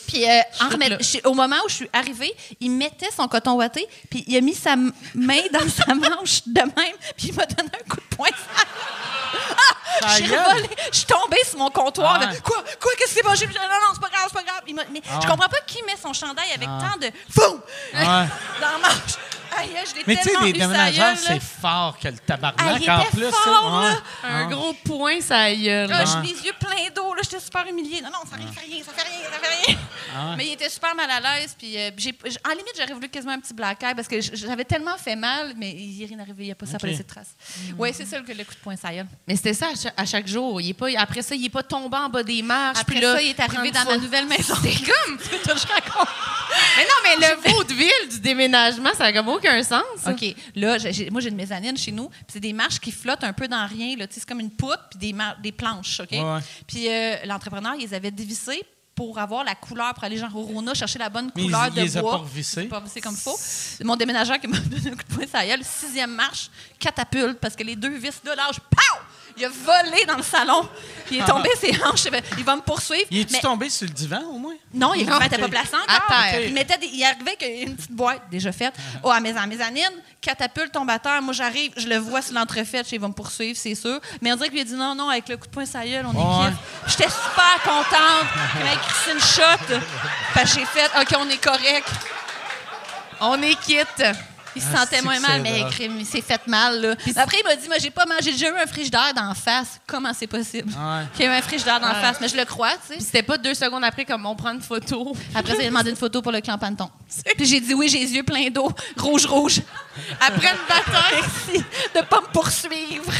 F: Puis euh, en remet- je- au moment où je suis arrivée, il mettait son coton ouaté, puis il a mis sa m- main dans sa manche de même, puis il m'a donné un coup de poing. Ah!
C: Ta
F: Je suis
C: gueule!
F: revolée. Je suis tombée sur mon comptoir.
C: Ah ouais.
F: Quoi? Quoi? Qu'est-ce qui s'est passé? Non, non, c'est pas grave, c'est pas grave. Il m'a- mais
C: Ah
F: je
C: ouais.
F: comprends pas qui met son chandail avec
C: Ah.
F: tant de FOUM!
C: Ah ouais.
F: dans la manche. Aïe, aïe, je l'ai
C: Mais tu sais,
F: tellement
C: des
F: eu sa gueule,
C: déménageurs,
F: là.
C: c'est fort que le tabarnak.
F: Ah, il
C: en
F: était
C: plus,
F: fort,
C: c'est-
F: là.
C: ouais.
G: Un
C: Ah.
G: gros point, ça aïeule.
F: Là,
C: Ouais.
F: j'ai les yeux pleins d'eau. là, J'étais super humiliée. Non, non, ça fait rien, ça fait rien, ça fait rien.
C: Ah.
F: Mais il était super mal à l'aise. Puis, euh, j'ai- j- en limite, j'aurais voulu quasiment un petit black eye parce que j- j'avais tellement fait mal, mais il n'y a rien arrivé. Il n'y a pas ça,
C: Ok. Hmm.
F: pas laissé de traces. Oui, c'est ça que le coup de poing, ça y est.
E: Mais c'était ça à cha- à chaque jour. Il est pas, après ça, il est pas tombé en bas des marches.
F: Après
E: puis là,
F: ça, il est arrivé
E: prendre
F: dans ma
E: ça.
F: nouvelle maison. C'est comme. je raconte.
G: Mais non, mais le vaudeville du déménagement, ça n'a comme aucun sens.
F: OK. Là, j'ai- j'ai- moi, j'ai une mezzanine chez nous. Puis c'est des marches qui flottent un peu dans rien. là. Tu sais, C'est comme une poutre puis des, mar- des planches. OK?
C: Ouais, ouais.
F: Puis euh, l'entrepreneur, il les avait dévissées pour avoir la couleur, pour aller genre au Rona chercher la bonne
C: Mais
F: couleur
C: il- il
F: de
C: les a
F: bois.
C: pas revissées.
F: Il les a pas revissées comme il faut. Mon déménageur qui m'a donné un coup de poing sur la gueule, sixième marche, catapulte, parce que les deux vis de l'âge, pow! Il a volé dans le salon. Il est tombé ses hanches. Il va me poursuivre.
C: Il est-tu
F: Mais-
C: tombé sur le divan, au moins?
F: non, il n'était pas placé encore.
E: À
C: terre.
F: Il, mettait des- il arrivait avec une petite boîte déjà faite. Oh, à mes à mezzanine, catapulte, tombe à terre. Moi, j'arrive, je le vois sur l'entrefaite. je sais, Il va me poursuivre, c'est sûr. Mais on dirait qu'il a dit non, non, avec le coup de poing, ça y est, on est
C: Ouais.
F: quitte. J'étais super contente. Il m'a écrit une shot. Fait que j'ai fait, OK, on est correct.
E: On est quitte.
F: Il se
C: Ah,
F: sentait
C: c'est
F: moins
C: que
F: mal,
C: c'est
F: mais
C: drôle.
F: crime, il s'est fait mal. Là. Après, il m'a dit, moi, j'ai pas mal, j'ai déjà eu un frigidaire d'en face. Comment c'est possible
C: Ouais.
F: qu'il y ait eu un frigidaire d'en face? Mais je le crois, tu sais.
E: Puis c'était pas deux secondes après comme on prend une photo.
F: Après, j'ai demandé une photo pour le clan Panton. Puis j'ai dit oui, j'ai les yeux pleins d'eau, rouge, rouge. Après une bataille, merci de ne pas me poursuivre.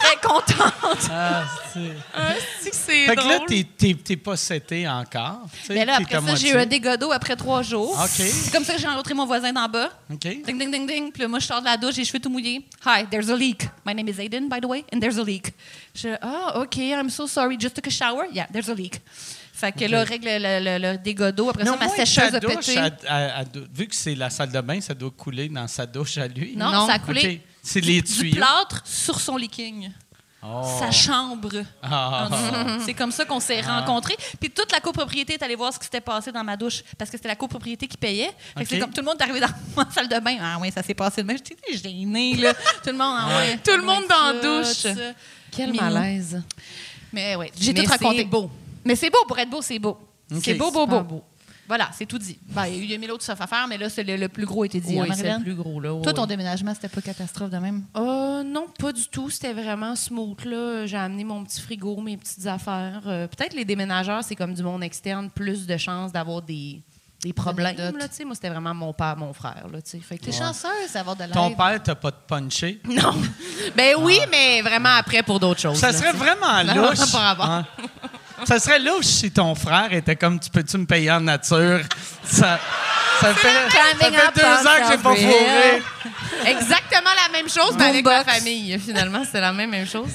F: Très contente.
C: Ah, c'est...
G: Ah, c'est que c'est
C: Fait que
G: drôle.
C: là, t'es, t'es, t'es pas seté encore. tu sais,
F: Mais là,
C: t'es
F: après
C: à
F: ça, j'ai eu
C: moitié.
F: un dégât d'eau après trois jours.
C: OK.
F: C'est comme ça que j'ai rencontré mon voisin d'en bas.
C: OK.
F: Ding, ding, ding, ding. Puis là, moi, je sors de la douche, j'ai les cheveux tout mouillés. Hi, there's a leak. My name is Aiden, by the way, and there's a leak. Je, ah, OK, I'm so sorry. Just took a shower. Yeah, there's a leak. Fait que là, règle le, le- le dégât d'eau. Après
C: Non,
F: ça, ma
C: moi,
F: sécheuse
C: ta
F: a
C: douche,
F: pété.
C: elle- elle- elle doit- vu que c'est la salle de bain, ça doit couler dans sa douche à lui.
F: Non,
E: Non,
F: ça a coulé.
C: OK. C'est les
F: du
C: tuyaux. Oh.
F: plâtre sur son leaking. Sa chambre.
C: Ah.
F: En dessous. C'est comme ça qu'on s'est rencontrés. Puis toute la copropriété est allée voir ce qui s'était passé dans ma douche parce que c'était la copropriété qui payait. Fait que
C: OK.
F: C'est comme tout le monde est arrivé dans ma salle de bain. Ah oui, ça s'est passé de même. J'étais gênée, là. tout le monde, ah ouais,
G: Tout le monde dans la
F: ça,
G: douche.
F: ça.
E: Quel
F: Minou.
E: malaise.
F: Mais oui, j'ai
E: Mais
F: tout raconté.
E: c'est beau.
F: Mais c'est beau, pour être beau, c'est beau.
C: OK.
F: C'est beau, beau,
E: Super
F: beau.
E: beau.
F: Voilà, c'est tout dit. Ben, il y a mille autres choses à faire, mais là, c'est le, le plus gros a été dit. hein,
E: Oui, c'est
F: Marilyn?
E: le plus gros là.
F: Toi, ton déménagement, c'était pas catastrophe de même?
G: Oh
E: Euh, non, pas du tout. C'était vraiment smooth, là. J'ai amené mon petit frigo, mes petites affaires. Euh, Peut-être les déménageurs, c'est comme du monde externe, plus de chances d'avoir des, des problèmes,
G: Anecdote.
E: là, tu sais. Moi, c'était vraiment mon père, mon frère, là, tu sais. Fait que-
G: T'es chanceuse d'avoir de l'aide.
C: Ton père t'a pas punché.
E: Non. Ben oui, mais vraiment après pour d'autres choses.
C: Ça
E: là,
C: serait
E: tu sais.
C: vraiment
E: Non,
C: louche.
E: par rapport.
C: hein. Ça serait louche si ton frère était comme tu peux-tu me payer en nature? Ça, ça fait,
E: Ah,
C: ça fait
G: coming
F: hein,
G: up
C: deux
G: on
C: ans que j'ai pas
G: Saint-Pierre.
C: fourré.
E: hein, Exactement la même chose, mais avec
G: Boombox.
E: la famille. Finalement, c'est la même, même chose.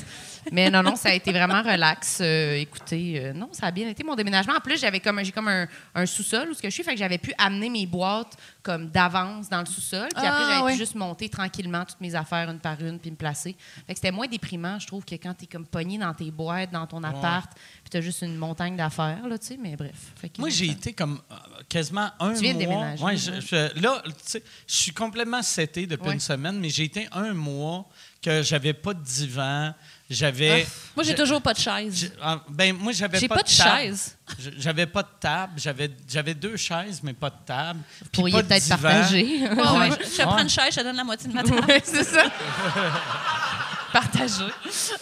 E: Mais non, non, ça a été vraiment relax. Euh, écoutez, euh, non, ça a bien été mon déménagement. En plus, j'avais comme un- j'ai comme un, un sous-sol où ce que je suis, fait que j'avais pu amener mes boîtes comme d'avance dans le sous-sol. Puis
G: Ah,
E: après, j'avais
G: ouais.
E: pu juste monter tranquillement toutes mes affaires une par une puis me placer. Fait que c'était moins déprimant, je trouve, que quand t'es comme pogné dans tes boîtes, dans ton appart, puis t'as juste une montagne d'affaires, là, tu sais. Mais bref. Fait que-
C: Moi, j'ai été comme euh, quasiment un
E: Tu viens
C: mois.
E: de déménager,
C: Ouais, je-
E: ouais.
C: je- là, tu sais, je suis complètement seté depuis
E: Ouais.
C: une semaine, mais j'ai été un mois que j'avais pas de divan. J'avais.
F: Ah. Moi, j'ai
C: Eh, je-
F: toujours pas de chaise.
C: j'ai- ah, Ben, moi, j'avais
F: J'ai
C: pas,
F: pas de
C: table.
F: chaise.
C: Je- J'avais pas de table. J'avais, j'avais deux chaises, mais pas de table. Puis
E: pourriez
C: pas de
E: peut-être
C: divan.
E: partager.
F: Ouais, ouais,
C: Ouais.
F: je je prends une chaise, je te donne la moitié de ma table.
E: Ouais, c'est ça.
F: Partagé.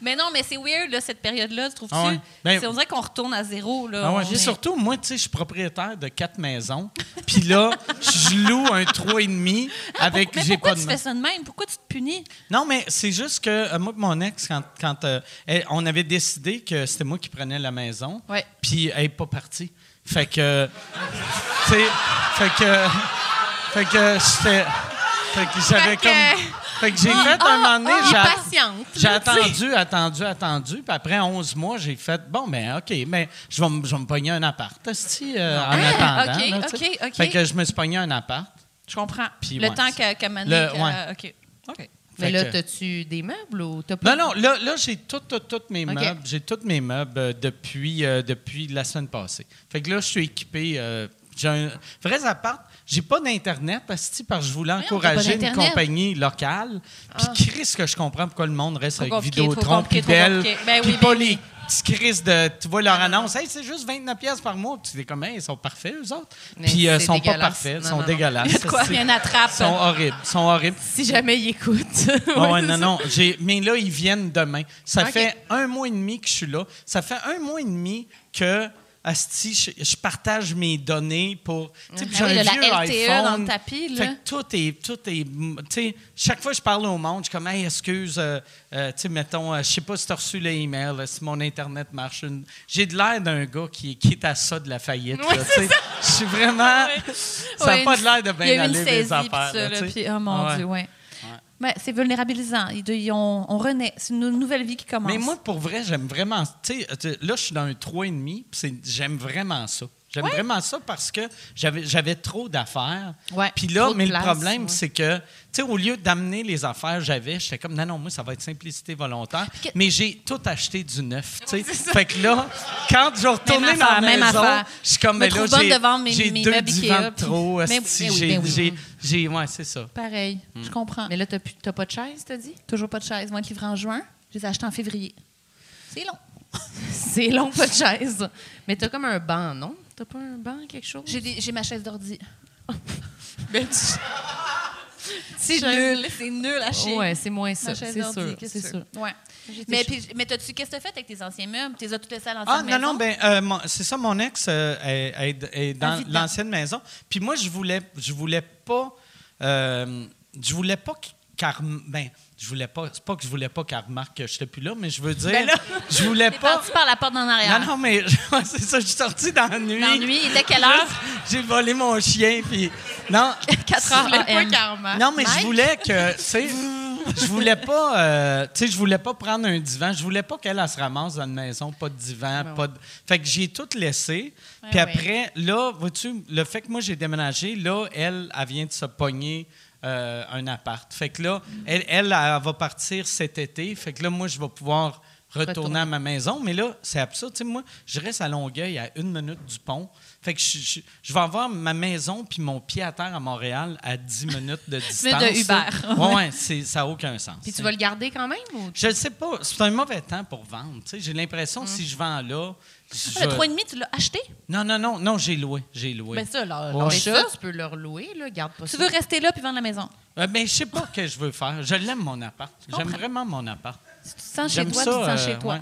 F: mais non, mais c'est weird, là, cette période-là, trouves-tu?
C: Ah ouais. Ben-
F: C'est- on dirait qu'on retourne à zéro. Là,
C: Ah ouais,
F: On
C: puis
F: est-
C: surtout, moi, tu sais, je suis propriétaire de quatre maisons. Puis là, je loue un 3,5 avec.
F: Mais
C: j'ai
F: pourquoi
C: pas de
F: tu fais ça de même? Pourquoi tu te punis?
C: Non, mais c'est juste que euh, moi et mon ex, quand, quand, euh, elle- on avait décidé que c'était moi qui prenais la maison,
F: Ouais.
C: puis elle n'est pas partie. Fait que. tu sais, fait que. Fait que j'étais. Fait que j'avais
E: Fait que-
C: comme. Fait que j'ai fait un moment donné.
E: ah,
C: j'ai at-
E: impatiente,
C: J'ai
E: là, tu sais.
C: attendu, attendu, attendu. Puis après 11 mois, j'ai fait bon, ben OK, mais je vais me- je vais me pogner un appart. esti, euh, en
E: Ah,
C: attendant.
F: ok,
C: là, tu sais.
F: ok, ok.
C: Fait que je me suis pogné un appart.
F: Je comprends.
C: Puis
F: le
C: ouais,
F: temps
C: c'est-
F: que, que Mané-
C: Le-
F: que-
C: ouais.
F: OK. OK.
E: Mais
C: Fait
E: là,
C: que-
E: t'as-tu des meubles ou t'as pas
C: Non, non, là, là j'ai tous mes
E: OK.
C: meubles. J'ai tous mes meubles euh, depuis, euh, depuis la semaine passée. Fait que là, je suis équipé. euh, j'ai un vrai appart. J'ai pas d'Internet, asti, parce que je voulais
F: t'as pas
C: encourager une
F: d'Internet. Ah.
C: compagnie locale. Puis, Chris, que je comprends pourquoi le monde reste
F: Trop
C: avec
F: compliqué, trop
C: Vidéotron,
F: compliqué,
C: puis
F: trop
C: Bell,
F: compliqué. Ben oui,
C: puis
F: ben
C: pas
F: oui.
C: les petits Chris de... Tu vois leur annonce, « Hey, c'est juste 29 pièces par mois. » Tu dis comme, « Hey, ils sont parfaits, eux autres. »
E: Mais
C: Puis, euh, ils
E: c'est
C: sont pas
E: dégueulasse.
C: parfaits. Ils
E: Non,
C: sont
E: non, non.
C: dégueulasses.
F: Quoi?
C: esti.
F: Il y a une
C: Ils sont
F: attrape.
C: horribles. Ils sont horribles.
E: Si jamais ils écoutent.
C: Ah ouais,
E: Ouais,
C: non,
E: c'est
C: non. j'ai- Mais là, ils viennent demain. Ça
E: Ok.
C: fait un mois et demi que je suis là. Ça fait un mois et demi que asti, je, je partage mes données pour. tu sais, puis j'ai
F: Ah oui,
C: un
F: de la
C: vieux
F: LTE dans le
C: iPhone.
F: tapis, là.
C: Fait que tout est. Tout est tu sais, chaque fois que je parle au monde, je suis comme, hey, excuse, euh, euh, tu sais, mettons, euh, je sais pas si tu as reçu les emails, euh, si mon Internet marche. une- J'ai de l'air d'un gars qui, qui est à ça de la faillite.
E: Ouais,
C: là,
E: c'est
C: tu sais. Je suis vraiment. Ça n'a
F: Ouais,
C: pas
F: une-
C: de l'air de
F: Il y
C: bien
F: a eu une
C: aller
F: saisie,
C: les
F: puis
C: affaires.
F: ça,
C: là,
F: là,
C: tu sais.
F: puis, oh mon
C: Ah ouais.
F: Dieu, ouais. Ouais, c'est vulnérabilisant. Ils- ils ont- on renaît. C'est une nouvelle vie qui commence.
C: Mais moi, pour vrai, j'aime vraiment. Tu sais, euh, tu- là, je suis dans un 3,5, puis c'est- j'aime vraiment ça. J'aime vraiment ça parce que j'avais j'avais trop d'affaires.
E: Ouais,
C: Puis là,
E: trop de
C: mais
E: place,
C: le problème,
E: ouais.
C: c'est que, tu sais, au lieu d'amener les affaires que j'avais, j'étais comme, non, non, moi, ça va être simplicité volontaire.
F: que-
C: Mais j'ai tout acheté du neuf, tu sais. fait que là, quand je retournais
F: Même
C: dans la
F: affaire, même
C: maison,
F: affaire.
C: je suis comme,
F: Me
C: mais là,
F: trouve bonne
C: j'ai-
F: de vendre mes-
C: j'ai
F: mes
C: deux
F: meubles
C: divans
F: Ikea,
C: de trop.
F: puis- Mais
C: esti,
F: oui, oui,
C: j'ai-
F: ben oui.
C: j'ai- j'ai- Ouais, c'est ça.
F: Pareil.
C: Hmm.
F: Je comprends.
E: Mais là, t'as plus- t'as pas de chaise, t'as dit?
F: Toujours pas de chaise. Ils vont être livrés en juin. Je les ai achetés en février. C'est long.
E: C'est long, pas de chaise. Mais t'as comme un banc, non? T'as pas un banc, quelque chose?
F: J'ai des- j'ai ma chaise d'ordi. Ben,
E: C'est
F: C'est nul à chier.
E: Ouais, c'est moins ça,
F: Ma chaise
E: c'est
F: d'ordi,
E: sûr.
F: qu'est-ce
E: C'est
F: que tu
E: sûr.
F: veux? Ouais. Mais, puis- mais t'as-tu, qu'est-ce que t'as fait avec tes anciens meubles? T'es as tout laissé à l'ancienne
C: Ah, non, non, ben, euh, mon- c'est ça, mon ex euh, est, est- est
F: Un
C: dans
F: vidant.
C: l'ancienne maison. Puis moi, je voulais, je voulais pas. euh, je voulais pas qu'- car ben je voulais pas c'est pas que je voulais pas qu'elle remarque que j'étais plus là mais je veux dire
F: Ben là,
C: je voulais
F: T'es
C: pas
F: parti par la porte d'en
C: non
F: arrière.
C: non mais ouais, c'est ça je suis sorti dans la nuit
F: Dans la nuit, il était quelle heure?
C: j'ai volé mon chien puis non
F: 4 heures AM.
C: non, mais je voulais que, tu sais, je voulais pas, euh, tu sais, je voulais pas prendre un divan. Je voulais pas qu'elle elle se ramasse dans une maison, pas de divan, pas de. Fait que j'ai tout laissé. Puis
F: ouais.
C: après, là, vois-tu, le fait que moi j'ai déménagé, là, elle, elle vient de se pogner. euh, un appart. Fait que là, elle, elle, elle va partir cet été. Fait que là, moi, je vais pouvoir retourner,
E: Retourner.
C: à ma maison. Mais là, c'est absurde. Tu sais, moi, je reste à Longueuil à une minute du pont. Fait que je, je- je vais avoir ma maison puis mon pied à terre à Montréal à 10 minutes de distance.
F: de Uber.
C: Ouais, ouais, c'est- ça n'a aucun sens.
E: Puis tu vas le garder quand même? Ou...
C: Je ne sais pas. C'est un mauvais temps pour vendre. tu sais. J'ai l'impression que si je vends là. je-
F: Mm. Ah, Le 3,5, tu l'as acheté?
C: Non, non, non, non, j'ai loué. J'ai loué.
F: Ben ça, là.
C: Ouais.
E: Mais ça, tu peux le relouer, là. Garde pas
F: Tu
E: ça.
F: veux rester là puis vendre la maison?
C: Euh, ben, je sais pas ce que je veux faire. Je l'aime, mon appart. J'aime vraiment mon appart.
F: Si tu te sens chez
C: J'aime
F: toi,
C: ça.
F: tu te sens
C: euh,
F: chez toi.
C: ouais.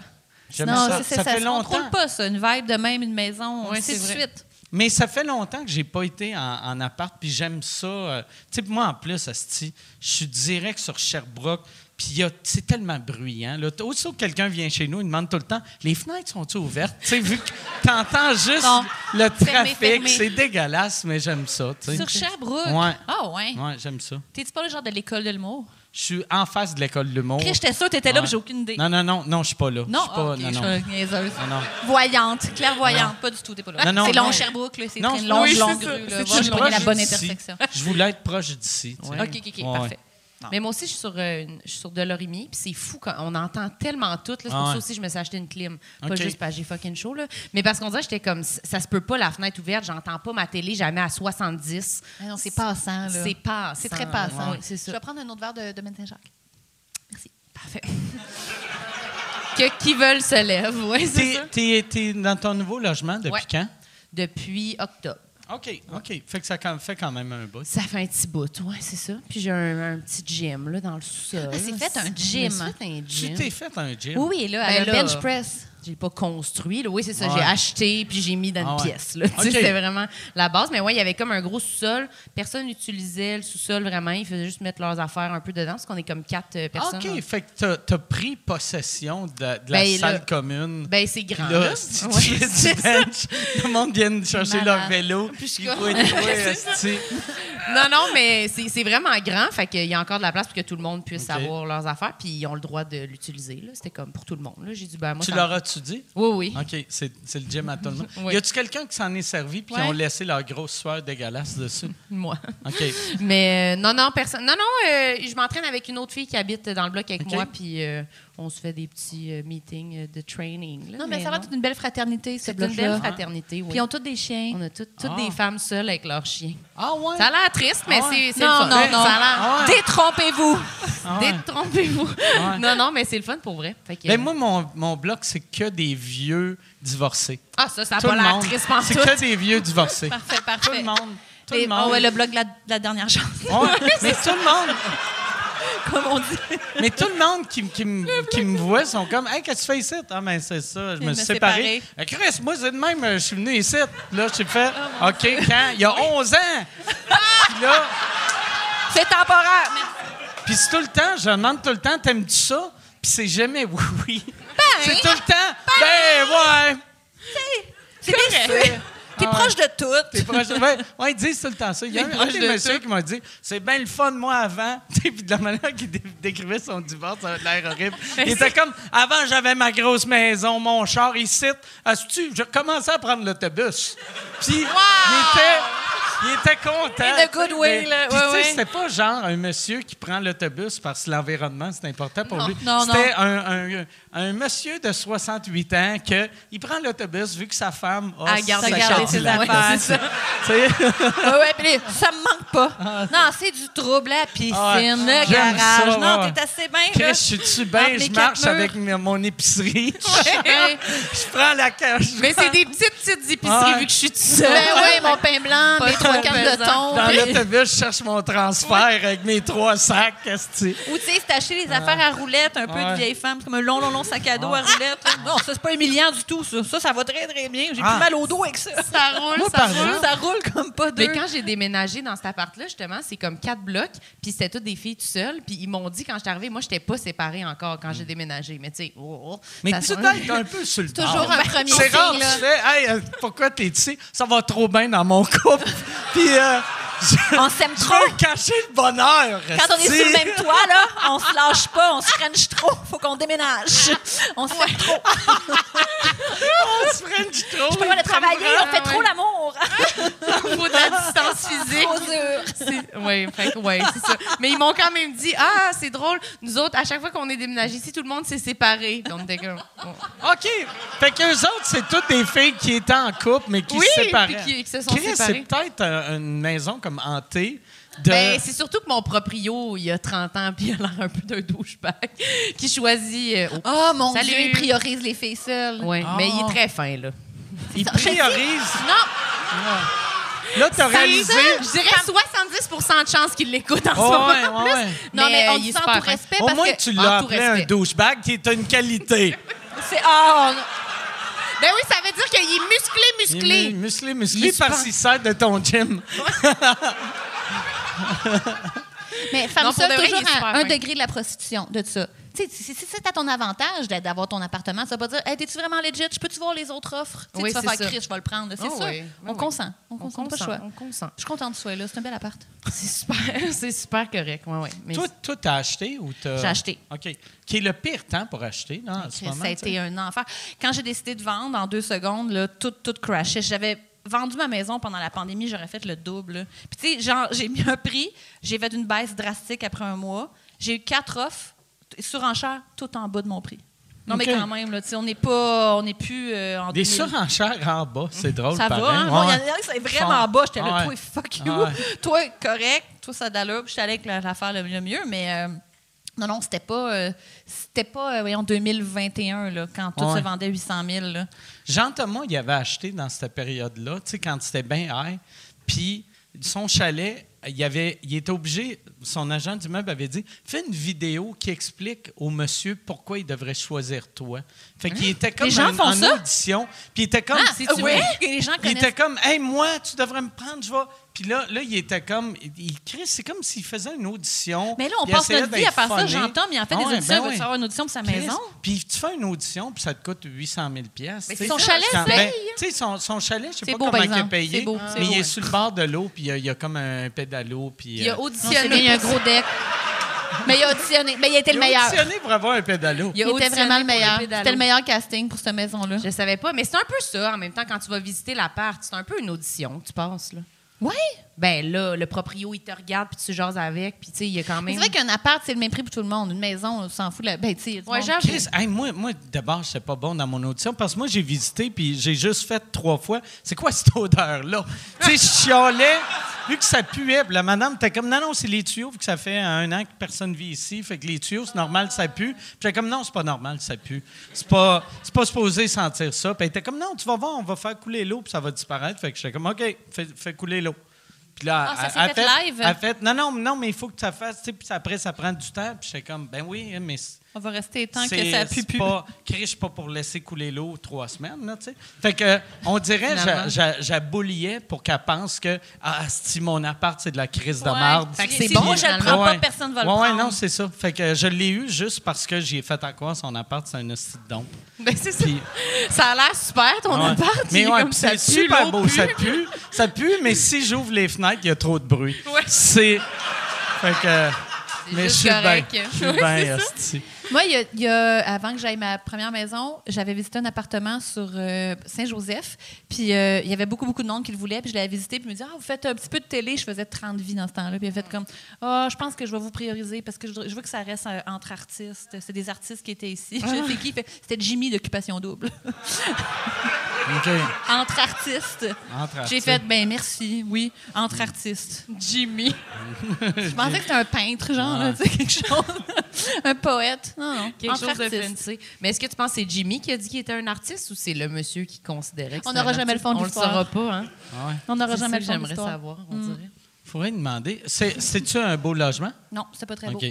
C: J'aime
F: non,
C: ça.
F: c'est- c'est-
C: Ça fait
F: se contrôle
C: longtemps.
F: pas, ça. Une vibe de même, une maison, on
E: Ouais,
F: le sait
E: c'est
F: de
E: vrai.
F: suite.
C: Mais ça fait longtemps que j'ai pas été en, en appart, puis j'aime ça. euh, tu sais, moi, en plus, asti, je suis direct sur Sherbrooke, puis il y a- c'est tellement bruyant. Là. T- Aussitôt que quelqu'un vient chez nous, il demande tout le temps « Les fenêtres sont-elles ouvertes? » Tu sais, vu que t'entends juste
F: Non.
C: le
F: Fermé,
C: trafic,
F: fermé.
C: c'est dégueulasse, mais j'aime ça. tu sais.
F: Sur Sherbrooke?
C: Ouais.
F: Ah ouais.
C: Ouais, j'aime ça.
F: T'es-tu pas le genre de l'école de l'humour?
C: Je suis en face de l'école de l'humour.
F: Chris, j'étais sûre que t'étais
C: Oh.
F: là,
C: Ouais.
F: mais j'ai aucune idée.
C: Non, non, non, non, je suis pas là. Je
F: Non,
C: suis
F: ah,
C: pas,
F: ok,
C: non,
F: je
C: non.
F: suis niaiseuse.
C: Non, non.
F: Voyante, clairvoyante, pas du tout, t'es pas là.
C: Non, non,
F: c'est long,
C: non.
F: Sherbrooke, là, c'est
C: Non,
F: très
C: je-
F: long,
C: oui,
F: long
C: c'est ça.
F: grue. Là,
C: C'est
F: Voir
C: juste
F: si je pognais la
C: proche
F: bonne
C: d'ici.
F: intersection.
C: Je voulais être proche d'ici. tu sais.
E: OK, OK, OK,
C: Ouais,
E: parfait.
F: Non.
E: Mais moi aussi, je suis sur, euh, une- je suis sur Delorimier, puis c'est fou quand on entend tellement tout. là. C'est pour
C: Ah ouais.
E: ça aussi que je me suis acheté une clim. Pas
C: OK.
E: juste parce que j'ai fucking chaud, là. Mais parce qu'on dirait que j'étais comme, ça se peut pas, la fenêtre ouverte, j'entends pas ma télé jamais à 70.
F: Ah non, c'est passant, là.
E: C'est pas.
F: C'est très passant.
E: oui, c'est
F: Je
E: ça.
F: vais prendre un autre verre de, de Saint-Jacques.
E: Parfait. que qui veulent se lève, oui, c'est
C: T'es-
E: ça.
C: T'es t'es dans ton nouveau logement depuis
E: Ouais.
C: quand?
E: Depuis octobre.
C: OK, OK. Fait que ça quand- fait quand même un bout.
E: Ça fait un petit bout, oui, c'est ça. Puis j'ai un, un petit gym là, dans le sous-sol.
F: Ah, c'est fait un
E: Je me
F: gym.
E: suis fait un
C: Tu
E: gym.
C: t'es fait un gym.
F: Oui, oui, là,
E: Ben
F: à la
E: là.
F: bench press.
E: J'ai pas construit. là. Oui, c'est ça.
C: Ouais.
E: J'ai acheté puis j'ai mis dans une
C: Ah ouais.
E: pièce. là. Tu sais,
C: OK.
E: C'était vraiment la base. Mais ouais, il y avait comme un gros sous-sol. Personne n'utilisait le sous-sol vraiment. Ils faisaient juste mettre leurs affaires un peu dedans parce qu'on est comme quatre euh, personnes.
C: Ah, OK, fait que t'as- t'as pris possession de, de la
E: Ben,
C: salle
E: là-
C: commune.
E: Ben, c'est grand.
C: Puis là,
E: là.
C: si
E: Ouais,
C: tu fais
E: c'est
C: du
E: ça.
C: bench, le monde vient de chercher leur
F: Malade.
C: vélo.
E: Puis
C: Puis
E: je-
C: faut être ouais, esti.
E: Non, non, mais c'est c'est vraiment grand. Fait qu'il y a encore de la place pour que tout le monde puisse
C: OK.
E: avoir leurs affaires. Puis ils ont le droit de l'utiliser. là. C'était comme pour tout le monde. là. J'ai dit, ben, moi,
C: Tu
E: ça-
C: leur as-tu dit?
E: Oui, oui.
C: OK, c'est c'est le gym à tout le monde.
E: Oui.
C: Y a-tu quelqu'un qui s'en est servi puis qui
E: Ouais.
C: ont laissé leur grosse sueur dégueulasse dessus?
E: Moi.
C: OK.
E: Mais euh, non, non, personne. Non, non, euh, je m'entraîne avec une autre fille qui habite dans le bloc avec
C: OK.
E: moi, puis euh, on se fait des petits euh, meetings euh, de training. là,
F: Non, mais, ça va
E: non.
F: être une belle fraternité, ce
E: C'est une belle
F: bloc-là.
E: fraternité, oui.
F: Puis ils ont tous des chiens.
E: on a toutes, toutes
C: Ah.
E: des femmes seules avec leurs chiens.
C: Ah ouais?
E: Ça a l'air triste, mais
C: Ah ouais.
E: c'est c'est le
F: Non,
E: fun.
F: non, non.
E: Ça a
C: Ah ouais.
F: Détrompez-vous!
C: Ah ouais.
E: l'air. Détrompez-vous.
F: Ah
C: ouais.
E: Non, non, mais c'est le fun pour vrai. Fait que-
C: Ben, moi, mon, mon bloc, c'est que des vieux divorcés.
E: ah, ça, ça a
C: Tout
E: pas
C: le
E: l'air
C: monde.
E: triste pendant
C: C'est
E: tout.
C: que des vieux divorcés.
F: Parfait,
C: Tout
F: parfait.
C: le monde. Tout
F: Et-
C: le monde.
F: oh, ouais, le blog de la, de la dernière chance,
C: Ouais, mais tout le monde,
F: comme on dit.
C: mais tout le monde qui, m- qui, m- qui me voit sont comme Hey, qu'est-ce que tu fais ici? Ah, ben, c'est ça, je me
F: me
C: suis
F: séparer.
C: séparé. Euh, Chris, moi, c'est de même, euh, je suis venu ici. Là, j'ai fait OK, quand? Il y a 11 ans. Puis là,
F: C'est temporaire! mais-
C: Puis c'est tout le temps, je demande tout le temps, t'aimes-tu ça? Puis c'est jamais oui, oui. c'est tout le temps, ben, ouais.
F: C'est des suites. T'es
C: Ah ouais.
F: proche de tout.
C: T'es proche de- Ouais, ouais, ils disent tout le temps ça. Il y a un, un des messieurs qui m'a dit C'est bien le fun, moi, avant. Tu sais, Puis de la manière qu'il dé- décrivait son divorce, ça avait l'air horrible. Il était comme Avant, j'avais ma grosse maison, mon char, ici. As-tu, je commençais à prendre l'autobus. Puis il était. Il était content.
F: In the good way,
C: Mais-
F: là.
C: puis
F: Ouais,
C: tu sais,
F: ouais.
C: c'était pas genre un monsieur qui prend l'autobus parce que l'environnement, c'est important pour lui.
F: non,
C: C'était un, un- un monsieur de 68 ans que il prend l'autobus vu que sa femme
F: Ah,
C: a
E: Elle garde
C: sa
E: ses
C: carte
E: affaires.
C: de la
F: Ouais,
C: place.
F: c'est
C: Tu sais?
F: Ouais, ouais, puis les- ça me manque pas. Non, c'est du trouble, la piscine,
C: Ah ouais.
F: le
C: J'aime ça,
F: garage.
C: ouais,
F: non,
C: ouais.
F: t'es assez bien.
C: Chris,
F: là.
C: je suis-tu
F: Entre
C: bien?
F: mes
C: Je
F: quatre
C: marche
F: murs.
C: avec m- mon épicerie.
F: Ouais.
C: je prends la cage.
E: Mais c'est des petites, petites épiceries
C: Ah ouais.
E: vu que je suis toute
F: Ben
E: seule.
F: ouais, mon pain blanc, mes trois
E: trop
F: cartes de
E: pesant.
F: thon.
C: Dans l'autobus, je cherche mon transfert avec mes trois sacs. esti.
F: Ou tu sais, c'est acheter les affaires à roulettes, un peu
C: Ah. Ouais. Ah.
F: de vieille femme, c'est comme un long, long, long sac à dos à roulettes. Non, ça, c'est pas humiliant du tout, ça. Ça, ça va très, très bien. J'ai
C: Ah.
F: plus mal au dos avec ça.
E: Ça roule,
C: Moi,
E: ça
C: par
E: roule.
C: exemple-
F: Ça roule comme pas deux.
E: Mais Ben, quand j'ai déménagé dans cet appart-là, justement, c'est comme quatre blocs, puis c'était toutes des filles tout seules, puis ils m'ont dit quand je suis arrivée, moi, je n'étais pas séparée encore quand
F: Mm.
E: j'ai déménagé, mais tu sais, oh, oh,
C: Mais
E: ça
C: tu
E: sent-
C: t'es un peu sur le
F: Toujours
C: bord.
F: un premier
C: C'est rare,
F: signe,
C: tu
F: là.
C: fais « Hey, euh, pourquoi t'es ici? Ça va trop bien dans mon couple. » Puis euh, je-
F: On s'aime
C: je
F: trop.
C: veux cacher le bonheur.
F: Quand on est
C: esti.
F: sur le même toit, là, on se lâche pas, on se crunch trop. Faut qu'on déménage. On se fait trop.
C: On se french trop.
F: Je peux pas le travailler, on fait
E: Ah,
F: trop
E: ouais.
F: l'amour.
E: faut de la distance physique.
F: Trop dur.
E: C'est- Ouais, fait que- ouais, c'est ça. Mais ils m'ont quand même dit Ah, c'est drôle, nous autres, à chaque fois qu'on est déménagé ici, tout le monde s'est séparé. Donc, on était comme. oh.
C: OK. Fait qu'eux autres, c'est toutes des filles qui étaient en couple, mais qui
E: Oui,
C: se séparaient.
E: puis qui- qui se sont
C: Chris,
E: séparées.
C: c'est peut-être euh, une maison comme hantée de...
F: Euh.
E: Ben, c'est surtout que mon proprio, il a 30 ans, puis il a l'air un peu d'un douchebag, qui choisit. euh, oh.
F: Oh mon
E: Salut.
F: Dieu, il Ah. priorise les filles seules.
E: Ouais, mais il est très fin, là.
C: Ils priorisent...
F: Non,
C: Là, t'as réalisé.
G: Je dirais 70 de chance qu'il l'écoute en ce
C: Ouais,
G: moment. en
C: ouais,
G: plus.
C: ouais.
G: Non, mais, euh,
F: Mais
G: on
F: il
G: dit
F: est
G: ça
F: super
G: en tout
F: fin.
G: respect.
C: Au
G: parce
C: moins,
G: que- Ah,
C: tu
G: en
C: l'as
G: tout
C: appelé un
G: respect.
C: douchebag qui est une qualité.
G: C'est- ah, on- Ben oui, ça veut dire qu'il est musclé,
C: Il
G: musclé.
C: est musclé,
G: Il
C: musclé
G: est
C: parce
G: super.
C: qu'il sert de ton gym.
F: Mais femme
G: Non, pour
F: seule,
G: de vrai, il
F: toujours
G: est
F: à
G: super
F: un
G: fin.
F: degré de la prostitution, de ça. Tu sais, si si c'est à ton avantage d'a- d'avoir ton appartement, ça va pas dire Hey, t'es-tu vraiment legit? Je peux-tu voir les autres offres? Tu sais,
G: Oui,
F: tu vas
G: c'est
F: faire
G: ça.
F: Chris, je vais le prendre. C'est
G: Ah
F: sûr.
G: oui, ben
F: on
G: oui.
F: consent. On,
G: On
F: consent, pas le
G: consent,
F: choix.
G: on consent.
F: Je suis contente de ce là. C'est un bel appart.
G: C'est super, c'est super correct. Ouais, ouais. Mais
C: Toi, toi, t'as acheté ou t'as.
F: J'ai acheté.
C: OK. Qui est le pire temps pour acheter, non, en ce
F: Chris,
C: moment?
F: ça a
C: tu sais?
F: été un enfer. Quand j'ai décidé de vendre, en deux secondes, là, tout, tout crashait. J'avais vendu ma maison pendant la pandémie, j'aurais fait le double. là. Puis, tu sais, genre, j'ai mis un prix, j'ai fait une baisse drastique après un mois. J'ai eu quatre offres, t- surenchères, tout en bas de mon prix. Non,
C: OK.
F: mais quand même, là, tu sais, on n'est pas, on n'est plus euh, en
C: Des
F: 2000.
C: surenchères en bas, c'est drôle.
F: Ça va,
C: pareil.
F: hein? Bon, Il
C: Ouais.
F: y en a qui c'est vraiment en bas. J'étais là,
C: Ouais.
F: toi, fuck you.
C: Ouais.
F: Toi, correct. Toi, ça a de l'allure. Puis J'étais allée avec la- l'affaire le, le mieux, mais... euh, non, non, c'était pas, euh, c'était pas euh, en 2021, là, quand tout
C: Ouais.
F: se vendait 800 000. là.
C: Jean-Thomas, il avait acheté dans cette période-là, tu sais, quand c'était bien high. Puis son chalet, il, avait, il était obligé, son agent d'immeuble avait dit fais une vidéo qui explique au monsieur pourquoi il devrait choisir toi. Fait qu'il était comme
F: Hein? gens
C: en,
F: font
C: en
F: ça?
C: audition. Puis il était comme
F: Ah, c'est-tu
C: oui.
F: vrai que les gens
C: Il
F: connaissent-
C: était comme hey, moi, tu devrais me prendre, je vais. Puis là, là, il était comme. Il, il crie, c'est comme s'il faisait une audition.
F: Mais là, on
C: Il
F: passe
C: essayait
F: notre vie
C: d'être
F: à faire ça.
C: funny.
F: J'entends, mais en fait,
C: Ah
F: des
C: ouais,
F: auditions,
C: ben
F: il veut
C: ouais.
F: se faire une audition pour sa
C: Chris,
F: maison.
C: Puis tu fais une audition, puis ça te coûte 800 000 pièces.
F: Mais
C: tu sais.
F: son chalet
C: Quand-
F: paye.
C: ben, Tu sais, son, son chalet, je sais
F: C'est
C: pas
F: beau,
C: comment
F: par
C: il est
F: exemple.
C: payé,
F: C'est beau, c'est
C: mais
F: beau,
C: il est
F: ouais.
C: sur le bord de l'eau, puis il y a- il y, a comme un pédalo, puis...
G: il
C: euh,
G: a auditionné.
F: Il y a un gros deck.
G: Mais il a auditionné. Mais il était
C: il
G: le
C: a
G: meilleur.
C: auditionné pour avoir un pédalo.
G: Il a
F: était
G: auditionné
F: vraiment le
G: pour le
F: meilleur.
G: pédalo.
F: C'était le meilleur casting pour cette maison-là.
G: Je savais pas, mais c'est un peu ça. En même temps, quand tu vas visiter l'appart, c'est un peu une audition, tu penses, là.
F: Oui.
G: Ben là, le proprio, il te regarde, puis tu jases avec, puis tu sais, il y a quand
F: C'est
G: même...
F: vrai qu'un appart, c'est le même prix pour tout le monde. Une maison, on s'en fout. Là. Ben, tu sais, il y a du
G: Ouais,
F: monde.
G: j'avoue.
C: Chris, hey, moi, moi d'abord, je pas bon dans mon audition parce que moi, j'ai visité puis j'ai juste fait trois fois. C'est quoi cette odeur-là? tu sais, je chialais, vu que ça puait. Puis la madame était comme, non, non, c'est les tuyaux, vu que ça fait un an que personne vit ici. Fait que les tuyaux, c'est normal, ça pue. Puis j'étais comme, non, c'est pas normal, ça pue. C'est pas, c'est pas supposé sentir ça. Puis elle était comme, non, tu vas voir, on va faire couler l'eau, puis ça va disparaître. Fait que j'étais comme, OK, fais, fais couler l'eau. Puis là,
F: Ah, ça
C: elle-
F: s'est
C: elle
F: fait live?
C: elle fait, non, non, non, mais il faut que tu la fasses. tu sais, Puis après, ça prend du temps. Puis j'étais comme, ben oui, mais. c'est-
F: On va rester tant que
C: c'est-
F: ça
C: c'est
F: pue plus.
C: pas Chris, je suis pas pour laisser couler l'eau trois semaines, là, tu sais. Fait que, euh, on dirait, j'a- j'a- j'abouillais pour qu'elle pense que, ah, si mon appart, c'est de la crise de
F: Ouais.
C: marde.
F: Fait
G: que c'est bon,
F: moi, je le
G: finalement.
F: prends pas,
C: Ouais.
F: personne va le
C: Ouais, ouais,
F: prendre.
C: non, c'est ça. Fait que euh, je l'ai eu juste parce que j'ai fait à quoi son appart, c'est un hostie de don.
G: Ben, c'est ça.
C: Puis-
G: Ça a l'air super, ton
C: Ouais.
G: appart. il
C: Mais
G: est
C: ouais,
G: comme
C: puis
G: ça
C: c'est
G: pue,
C: super
G: l'eau
C: beau,
G: pue.
C: ça pue. Ça pue, mais si j'ouvre les fenêtres, il y a trop de bruit. C'est. Fait que. euh, Mais je
G: juste
C: suis bien.
G: correct.
C: Je suis
G: Ouais,
C: bien, hostie.
F: Moi, il y a- il y a- avant que j'aille ma première maison, j'avais visité un appartement sur euh, Saint-Joseph. Puis euh, il y avait beaucoup, beaucoup de monde qui le voulait. Puis je l'avais visité. Puis il me dit Ah, vous faites un petit peu de télé. Je faisais 30 vies dans ce temps-là. Puis il a fait comme Ah, je pense que je vais vous prioriser parce que je, je veux que ça reste euh, entre artistes. C'est des artistes qui étaient ici. Je sais qui. Il fait, C'était Jimmy d'Occupation Double.
C: OK.
F: entre artistes.
C: Entre
F: J'ai fait Ben merci. Oui, entre artistes.
G: Jimmy.
F: Je pensais que c'était un peintre, genre, là, tu sais, quelque chose. un poète. Non, non.
G: Quelque
F: entre
G: chose de
F: artistes.
G: fancy. Mais est-ce que tu penses que c'est Jimmy qui a dit qu'il était un artiste ou c'est le monsieur qui considérait que c'était
F: On
G: un
F: n'aura jamais le
G: artiste?
F: fond de
G: On le
F: l'histoire.
G: saura pas, hein?
C: Ouais.
F: On n'aura
G: C'est ça
F: jamais
G: que
F: le temps
G: J'aimerais savoir, on
F: Mm.
G: dirait.
C: Faudrait demander. C'est- C'est-tu un beau logement?
F: Non, c'était pas très beau.
C: OK.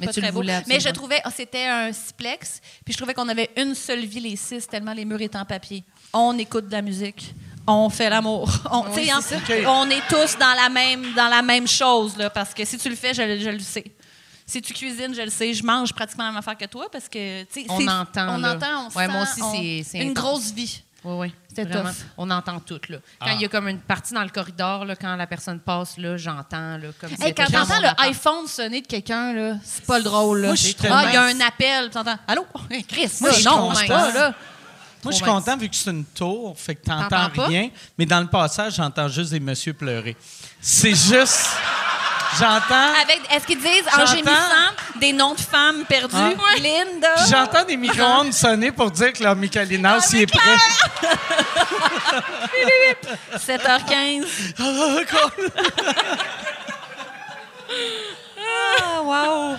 G: Mais
F: Pas
G: tu
F: très
G: le
F: beau.
G: voulais
F: Mais
G: absolument.
F: je trouvais, oh, c'était un siplex, puis je trouvais qu'on avait une seule vie les six, tellement les murs étaient en papier. On écoute de la musique, on fait l'amour, on, tu sais, hein, on est tous dans la même, dans la même chose là, parce que si tu le fais, je, le- je le sais. Si tu cuisines, je le sais, je mange pratiquement la même affaire que toi parce que tu sais,
G: On
F: c'est-
G: entend,
F: on
G: là.
F: entend, on
G: Ouais,
F: sent,
G: moi aussi,
F: on-
G: c'est- c'est
F: une
G: intense.
F: grosse vie.
G: Oui, oui.
F: C'était
G: Vraiment.
F: tough.
G: On entend tout, là. Quand
C: Ah.
G: il y a comme une partie dans le corridor, là, quand la personne passe, là, j'entends, là, comme si
F: Hey,
G: c'était
F: quand
G: dans
F: t'entends
G: mon
F: le
G: appart.
F: iPhone sonner de quelqu'un, là, c'est pas le drôle. Là.
C: Moi, je suis
F: C'est trop- ah, il y a un
C: tellement-
F: appel, puis t'entends Allô? Hey, Chris,
C: Moi,
F: ça,
C: je
F: non,
C: comprends.
F: pas, là.
C: Moi, je suis
G: Trop mince.
C: content vu que c'est une tour, fait que t'entends
G: T'entends pas?
C: rien. Mais dans le passage, j'entends juste des messieurs pleurer. C'est juste. J'entends.
F: Avec, est-ce qu'ils disent en
C: J'entends-
F: gémissant des noms de femmes perdues?
C: Ah.
F: Linda.
C: puis J'entends des micro-ondes sonner pour dire que leur
F: Ah,
C: Michaelinas, il est prêt.
F: 7h15. Ah, wow!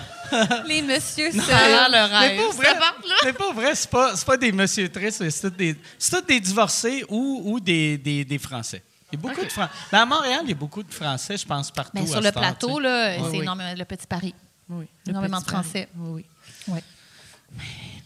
F: Les messieurs,
G: Ça a l'air
F: ça.
G: le
C: Mais
G: rêve.
C: pour vrai,
G: Ça part, là.
C: mais pour vrai, c'est pas, c'est pas des messieurs tristes, c'est tous des, c'est tous des divorcés ou, ou des, des, des Français. Il y a beaucoup de Français. à Montréal, il y a beaucoup de Français, je pense, partout.
F: Mais
C: à
F: sur le
C: cette heure,
F: plateau,
C: tu sais.
F: là,
C: Oui,
F: c'est
C: oui.
F: énormément le petit Paris.
E: Oui.
F: Énormément
E: Le
F: de
E: petit Paris.
F: Français.
E: Oui,
F: Ouais.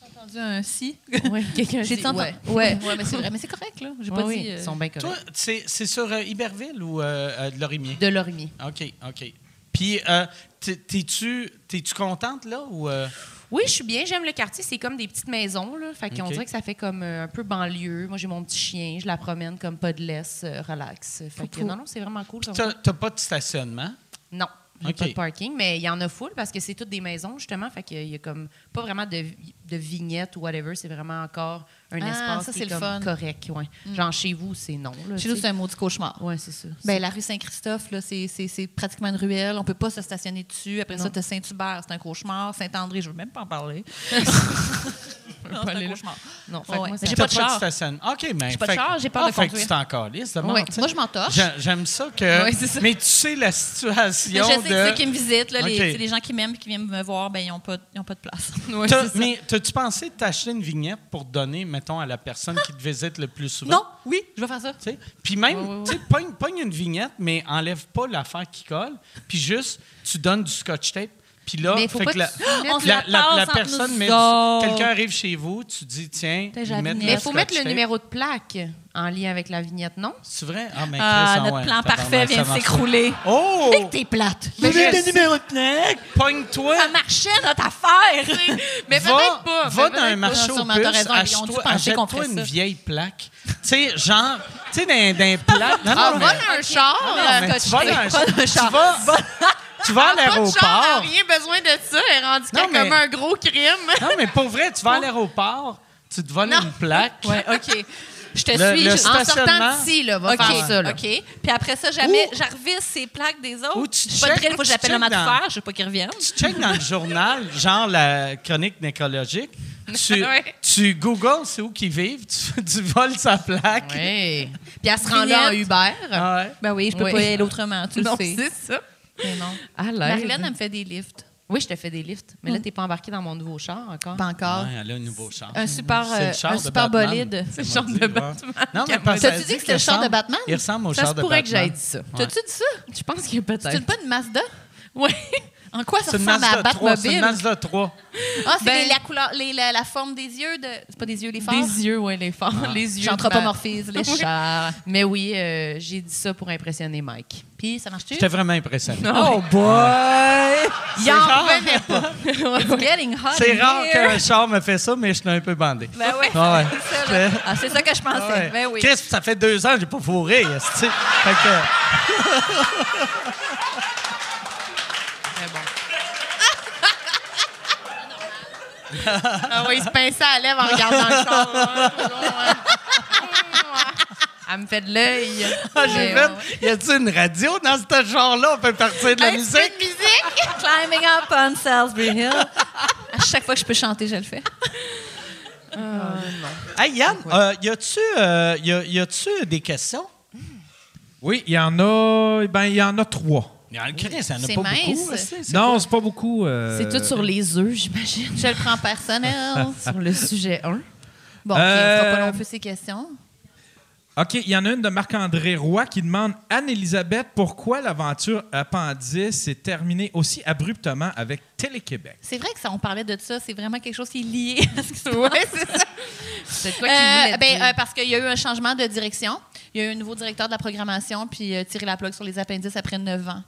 F: J'ai entendu un si.
E: oui. Oui, quelqu'un
F: J'ai
E: dit-
F: dit
E: ouais.
F: Ouais, ouais, mais c'est vrai, mais c'est correct là. J'ai
E: Oui,
F: pas
E: oui,
F: dit. euh,
E: ils sont bien
C: Toi,
E: corrects.
C: c'est c'est sur euh, Iberville ou euh, euh, de Lorimier?
E: De Lorimier.
C: OK, OK. Puis, euh, t'es- t'es-tu t'es-tu contente, là, ou... euh,
E: Oui, je suis bien. J'aime le quartier. C'est comme des petites maisons. Là. Fait qu'on
C: OK.
E: dirait que ça fait comme euh, un peu banlieue. Moi, j'ai mon petit chien. Je la promène comme pas de laisse, euh, relax. Fait que,
F: Foufou.
E: non, non, c'est vraiment cool. comme
C: T'as t'as pas de stationnement?
E: Non. J'ai
C: OK.
E: pas de parking, mais il y en a full parce que c'est toutes des maisons, justement. Fait qu'il y a comme pas vraiment de, de vignettes ou whatever. C'est vraiment encore un
F: Ah,
E: espace
F: ça,
E: qui
F: c'est
E: est
F: le
E: comme
F: fun. Mm.
E: correct. Ouais. Genre chez vous, c'est non. là,
F: Chez
E: tu
F: nous,
E: sais.
F: c'est un maudit cauchemar.
E: Ouais, c'est ça.
F: Ben, la rue Saint-Christophe, là, c'est- c'est c'est pratiquement une ruelle. On peut pas se stationner dessus. Après ça, tu Saint-Hubert, c'est un cauchemar. Saint-André, je veux même pas en parler. Non, c'est un cauchemar.
E: Non, fait que
F: Ouais.
E: moi,
F: Mais
E: ça-
F: j'ai
C: T'as
F: pas de char.
C: stationnement. OK, mais...
F: J'ai pas de
C: fait que-
F: char, j'ai peur
C: Ah,
F: de
C: fait que
F: conduire.
C: tu t'en calisses, de
F: Ouais.
C: mort, tu sais.
F: Moi, je m'entorche.
C: J'a- J'aime ça que...
F: Ouais, c'est ça.
C: Mais tu sais la situation
F: Je
C: de...
F: sais que ceux qui me visitent, là, les,
C: OK.
F: tu sais, les gens qui m'aiment et qui viennent me voir, ben, ils n'ont pas, ils ont pas de place.
C: T'as- mais t'as-tu pensé de t'acheter une vignette pour donner, mettons, à la personne qui te visite le plus souvent?
F: non, oui, je vais faire ça.
C: Tu sais, Puis même, tu sais, pogne, pogne une vignette, mais enlève pas l'affaire qui colle. Puis juste, tu donnes du scotch tape. Puis là,
E: Mais faut
C: fait
E: pas
C: que la,
E: que tu mettes-
F: On se
C: la-
F: la
C: la- la
F: passe entre
C: personne
F: nous
C: met
F: autres.
C: du- Quelqu'un arrive chez vous, tu dis, tiens,
F: T'as
C: mettre
F: la vignette.
C: le
E: Mais il faut
C: scotch
E: mettre le
C: tape.
E: numéro de plaque en lien avec la vignette, non?
C: C'est vrai? Ah, mais
F: Ah,
C: Chris, ah
F: notre
C: ouais,
F: plan
C: tabarnak,
F: parfait vient
C: ça
F: de
C: marche
F: s'écrouler.
C: pas. Oh!
F: Et que t'es plate.
C: Mais
F: Mais
C: le numéro de plaque! Pogne-toi!
F: ça marchait, notre affaire.
E: Mais
C: va,
E: peut-être
C: va
E: pas.
F: Ben,
E: mais
C: dans un
E: peut-être pas.
C: marché
F: Non,
C: aux
F: sûrement, t'as
C: puces,
F: raison, ils ont dû
C: achète-toi
F: penser qu'on
C: achète-toi
F: ferait
C: une
F: ça.
C: vieille plaque. Tu sais, genre, tu sais, d'un, d'un plaque. Non,
E: Ah,
C: non,
E: va
C: mais-
E: dans un char.
C: Non,
E: euh,
C: mais tu
F: scotch
C: vas
F: tape,
C: dans
F: pas de
C: un-
F: char.
C: tu vas- Tu vas à
E: Pas de char, hein.
C: l'aéroport.
E: rien besoin de ça. Elle est rendue
C: Non,
E: qu'elle
C: mais-
E: comme un gros crime.
C: Non, mais pour vrai, tu vas à l'aéroport, tu te voles
F: Non.
C: une plaque.
F: Ouais, OK. Je te
C: Le-
F: suis.
C: le
F: je-
C: stationnement.
F: en sortant d'ici,
E: Si, là, va
F: OK,
E: faire ça. là.
F: OK. Puis après ça, jamais,
C: Ou-
F: j'arrevisse ces plaques des autres.
C: Ou tu
F: Je suis pas
C: checkes-
F: drill, faut que
C: tu
F: j'appelle un
C: checkes dans-
F: mathifère, je veux pas qu'ils reviennent.
C: Tu checkes dans le journal, genre la chronique nécrologique. Tu,
E: Ouais.
C: tu googles c'est où qu'ils vivent, tu, tu voles sa plaque.
E: Ouais. Puis elle se rend là en
F: Vignette.
E: Uber.
C: Ah ouais.
F: Ben oui, je peux
E: Oui.
F: pas y aller autrement, tu
E: Non,
F: le sais.
E: c'est ça.
F: Mais non.
E: À l'aise.
F: Marilyn, elle me fait des lifts.
E: Oui, je te fais des lifts. Mais là, t'es pas embarqué dans mon nouveau char encore.
F: Pas encore.
C: Ouais, elle a un nouveau char.
F: Ah. Un super,
C: C'est le
F: euh,
C: char
F: un
C: de
F: super
C: Batman.
F: bolide.
C: C'est
E: le char de Batman.
C: Non, mais parce qu'elle
F: T'as-tu dit que
C: qu'il
F: c'était le char de
C: ressemble-
F: Batman?
C: Il ressemble au
E: Ça
C: char
E: se
C: de
E: pourrait
C: Batman.
E: que j'aie dit ça.
F: T'as-tu dit ça?
E: Je pense que
F: C'est une
E: peut-être.
F: pas une Mazda?
E: Oui.
F: En quoi ça
C: C'est une
F: ressemble à
C: Mazda
F: la
C: 3. C'est une
F: Batmobile?
C: Mazda 3.
F: Ah, c'est
E: Ben-
F: les- la, couleur, les- la, la forme des yeux de. C'est pas des yeux, les phares?
E: Des yeux, oui, les phares. Les yeux.
F: J'anthropomorphise les
E: Oui.
F: chars.
E: Mais oui, euh, j'ai dit ça pour impressionner Mike.
F: Puis, ça marche-tu?
C: J'étais vraiment impressionné.
E: Oh
C: boy!
E: Il
C: C'est
E: en
C: rare.
E: revenait pas.
F: Getting hot
C: C'est
F: in
C: rare
F: here.
C: qu'un char me fait ça, mais je suis un peu bandé.
F: Ben oui.
C: Ah ouais.
F: C'est ça, là.
C: Je-
F: Ah, c'est ça que je pensais.
C: Ah ouais.
F: Ben oui.
C: Chris, ça fait deux ans que j'ai pas fourré. esti. Fait que,
E: Ah oui, il se pinçait à la lèvre en regardant le char. hein, toujours, hein. Hum, ouais. Elle me fait de l'œil.
F: Ben
C: ah, j'ai
E: Mais,
C: fait,
E: ouais, ouais.
C: y a-t-il une radio dans ce genre-là? On peut partir de la
E: Un petit peu
C: musique?
E: de musique.
F: Climbing up on Salisbury Hill. À chaque fois que je peux chanter, je le fais.
C: Hey, Yann, euh, y a-tu euh, y a- y a-tu des questions?
D: Oui, il y en a. Ben, il y en a trois.
C: Chris, ça
F: C'est
C: pas
F: mince.
C: beaucoup. esti.
D: Non, c'est pas beaucoup. euh,
E: C'est tout sur les œufs, j'imagine.
F: Je le prends personnel.
E: Sur le sujet 1.
F: Bon, OK, on fera pas
D: Euh,
F: non plus ces questions.
D: OK, il y en a une de Marc-André Roy qui demande Anne-Elisabeth, pourquoi l'aventure Appendice s'est terminée aussi abruptement avec Télé-Québec?
F: C'est vrai que ça, on parlait de ça. C'est vraiment quelque chose qui est lié à ce qui se passe.
E: C'est quoi
F: Euh,
E: qui
F: ben, euh, parce qu'il y a eu un changement de direction. Il y a eu un nouveau directeur de la programmation, puis euh, tiré la plaque sur les appendices après 9 ans.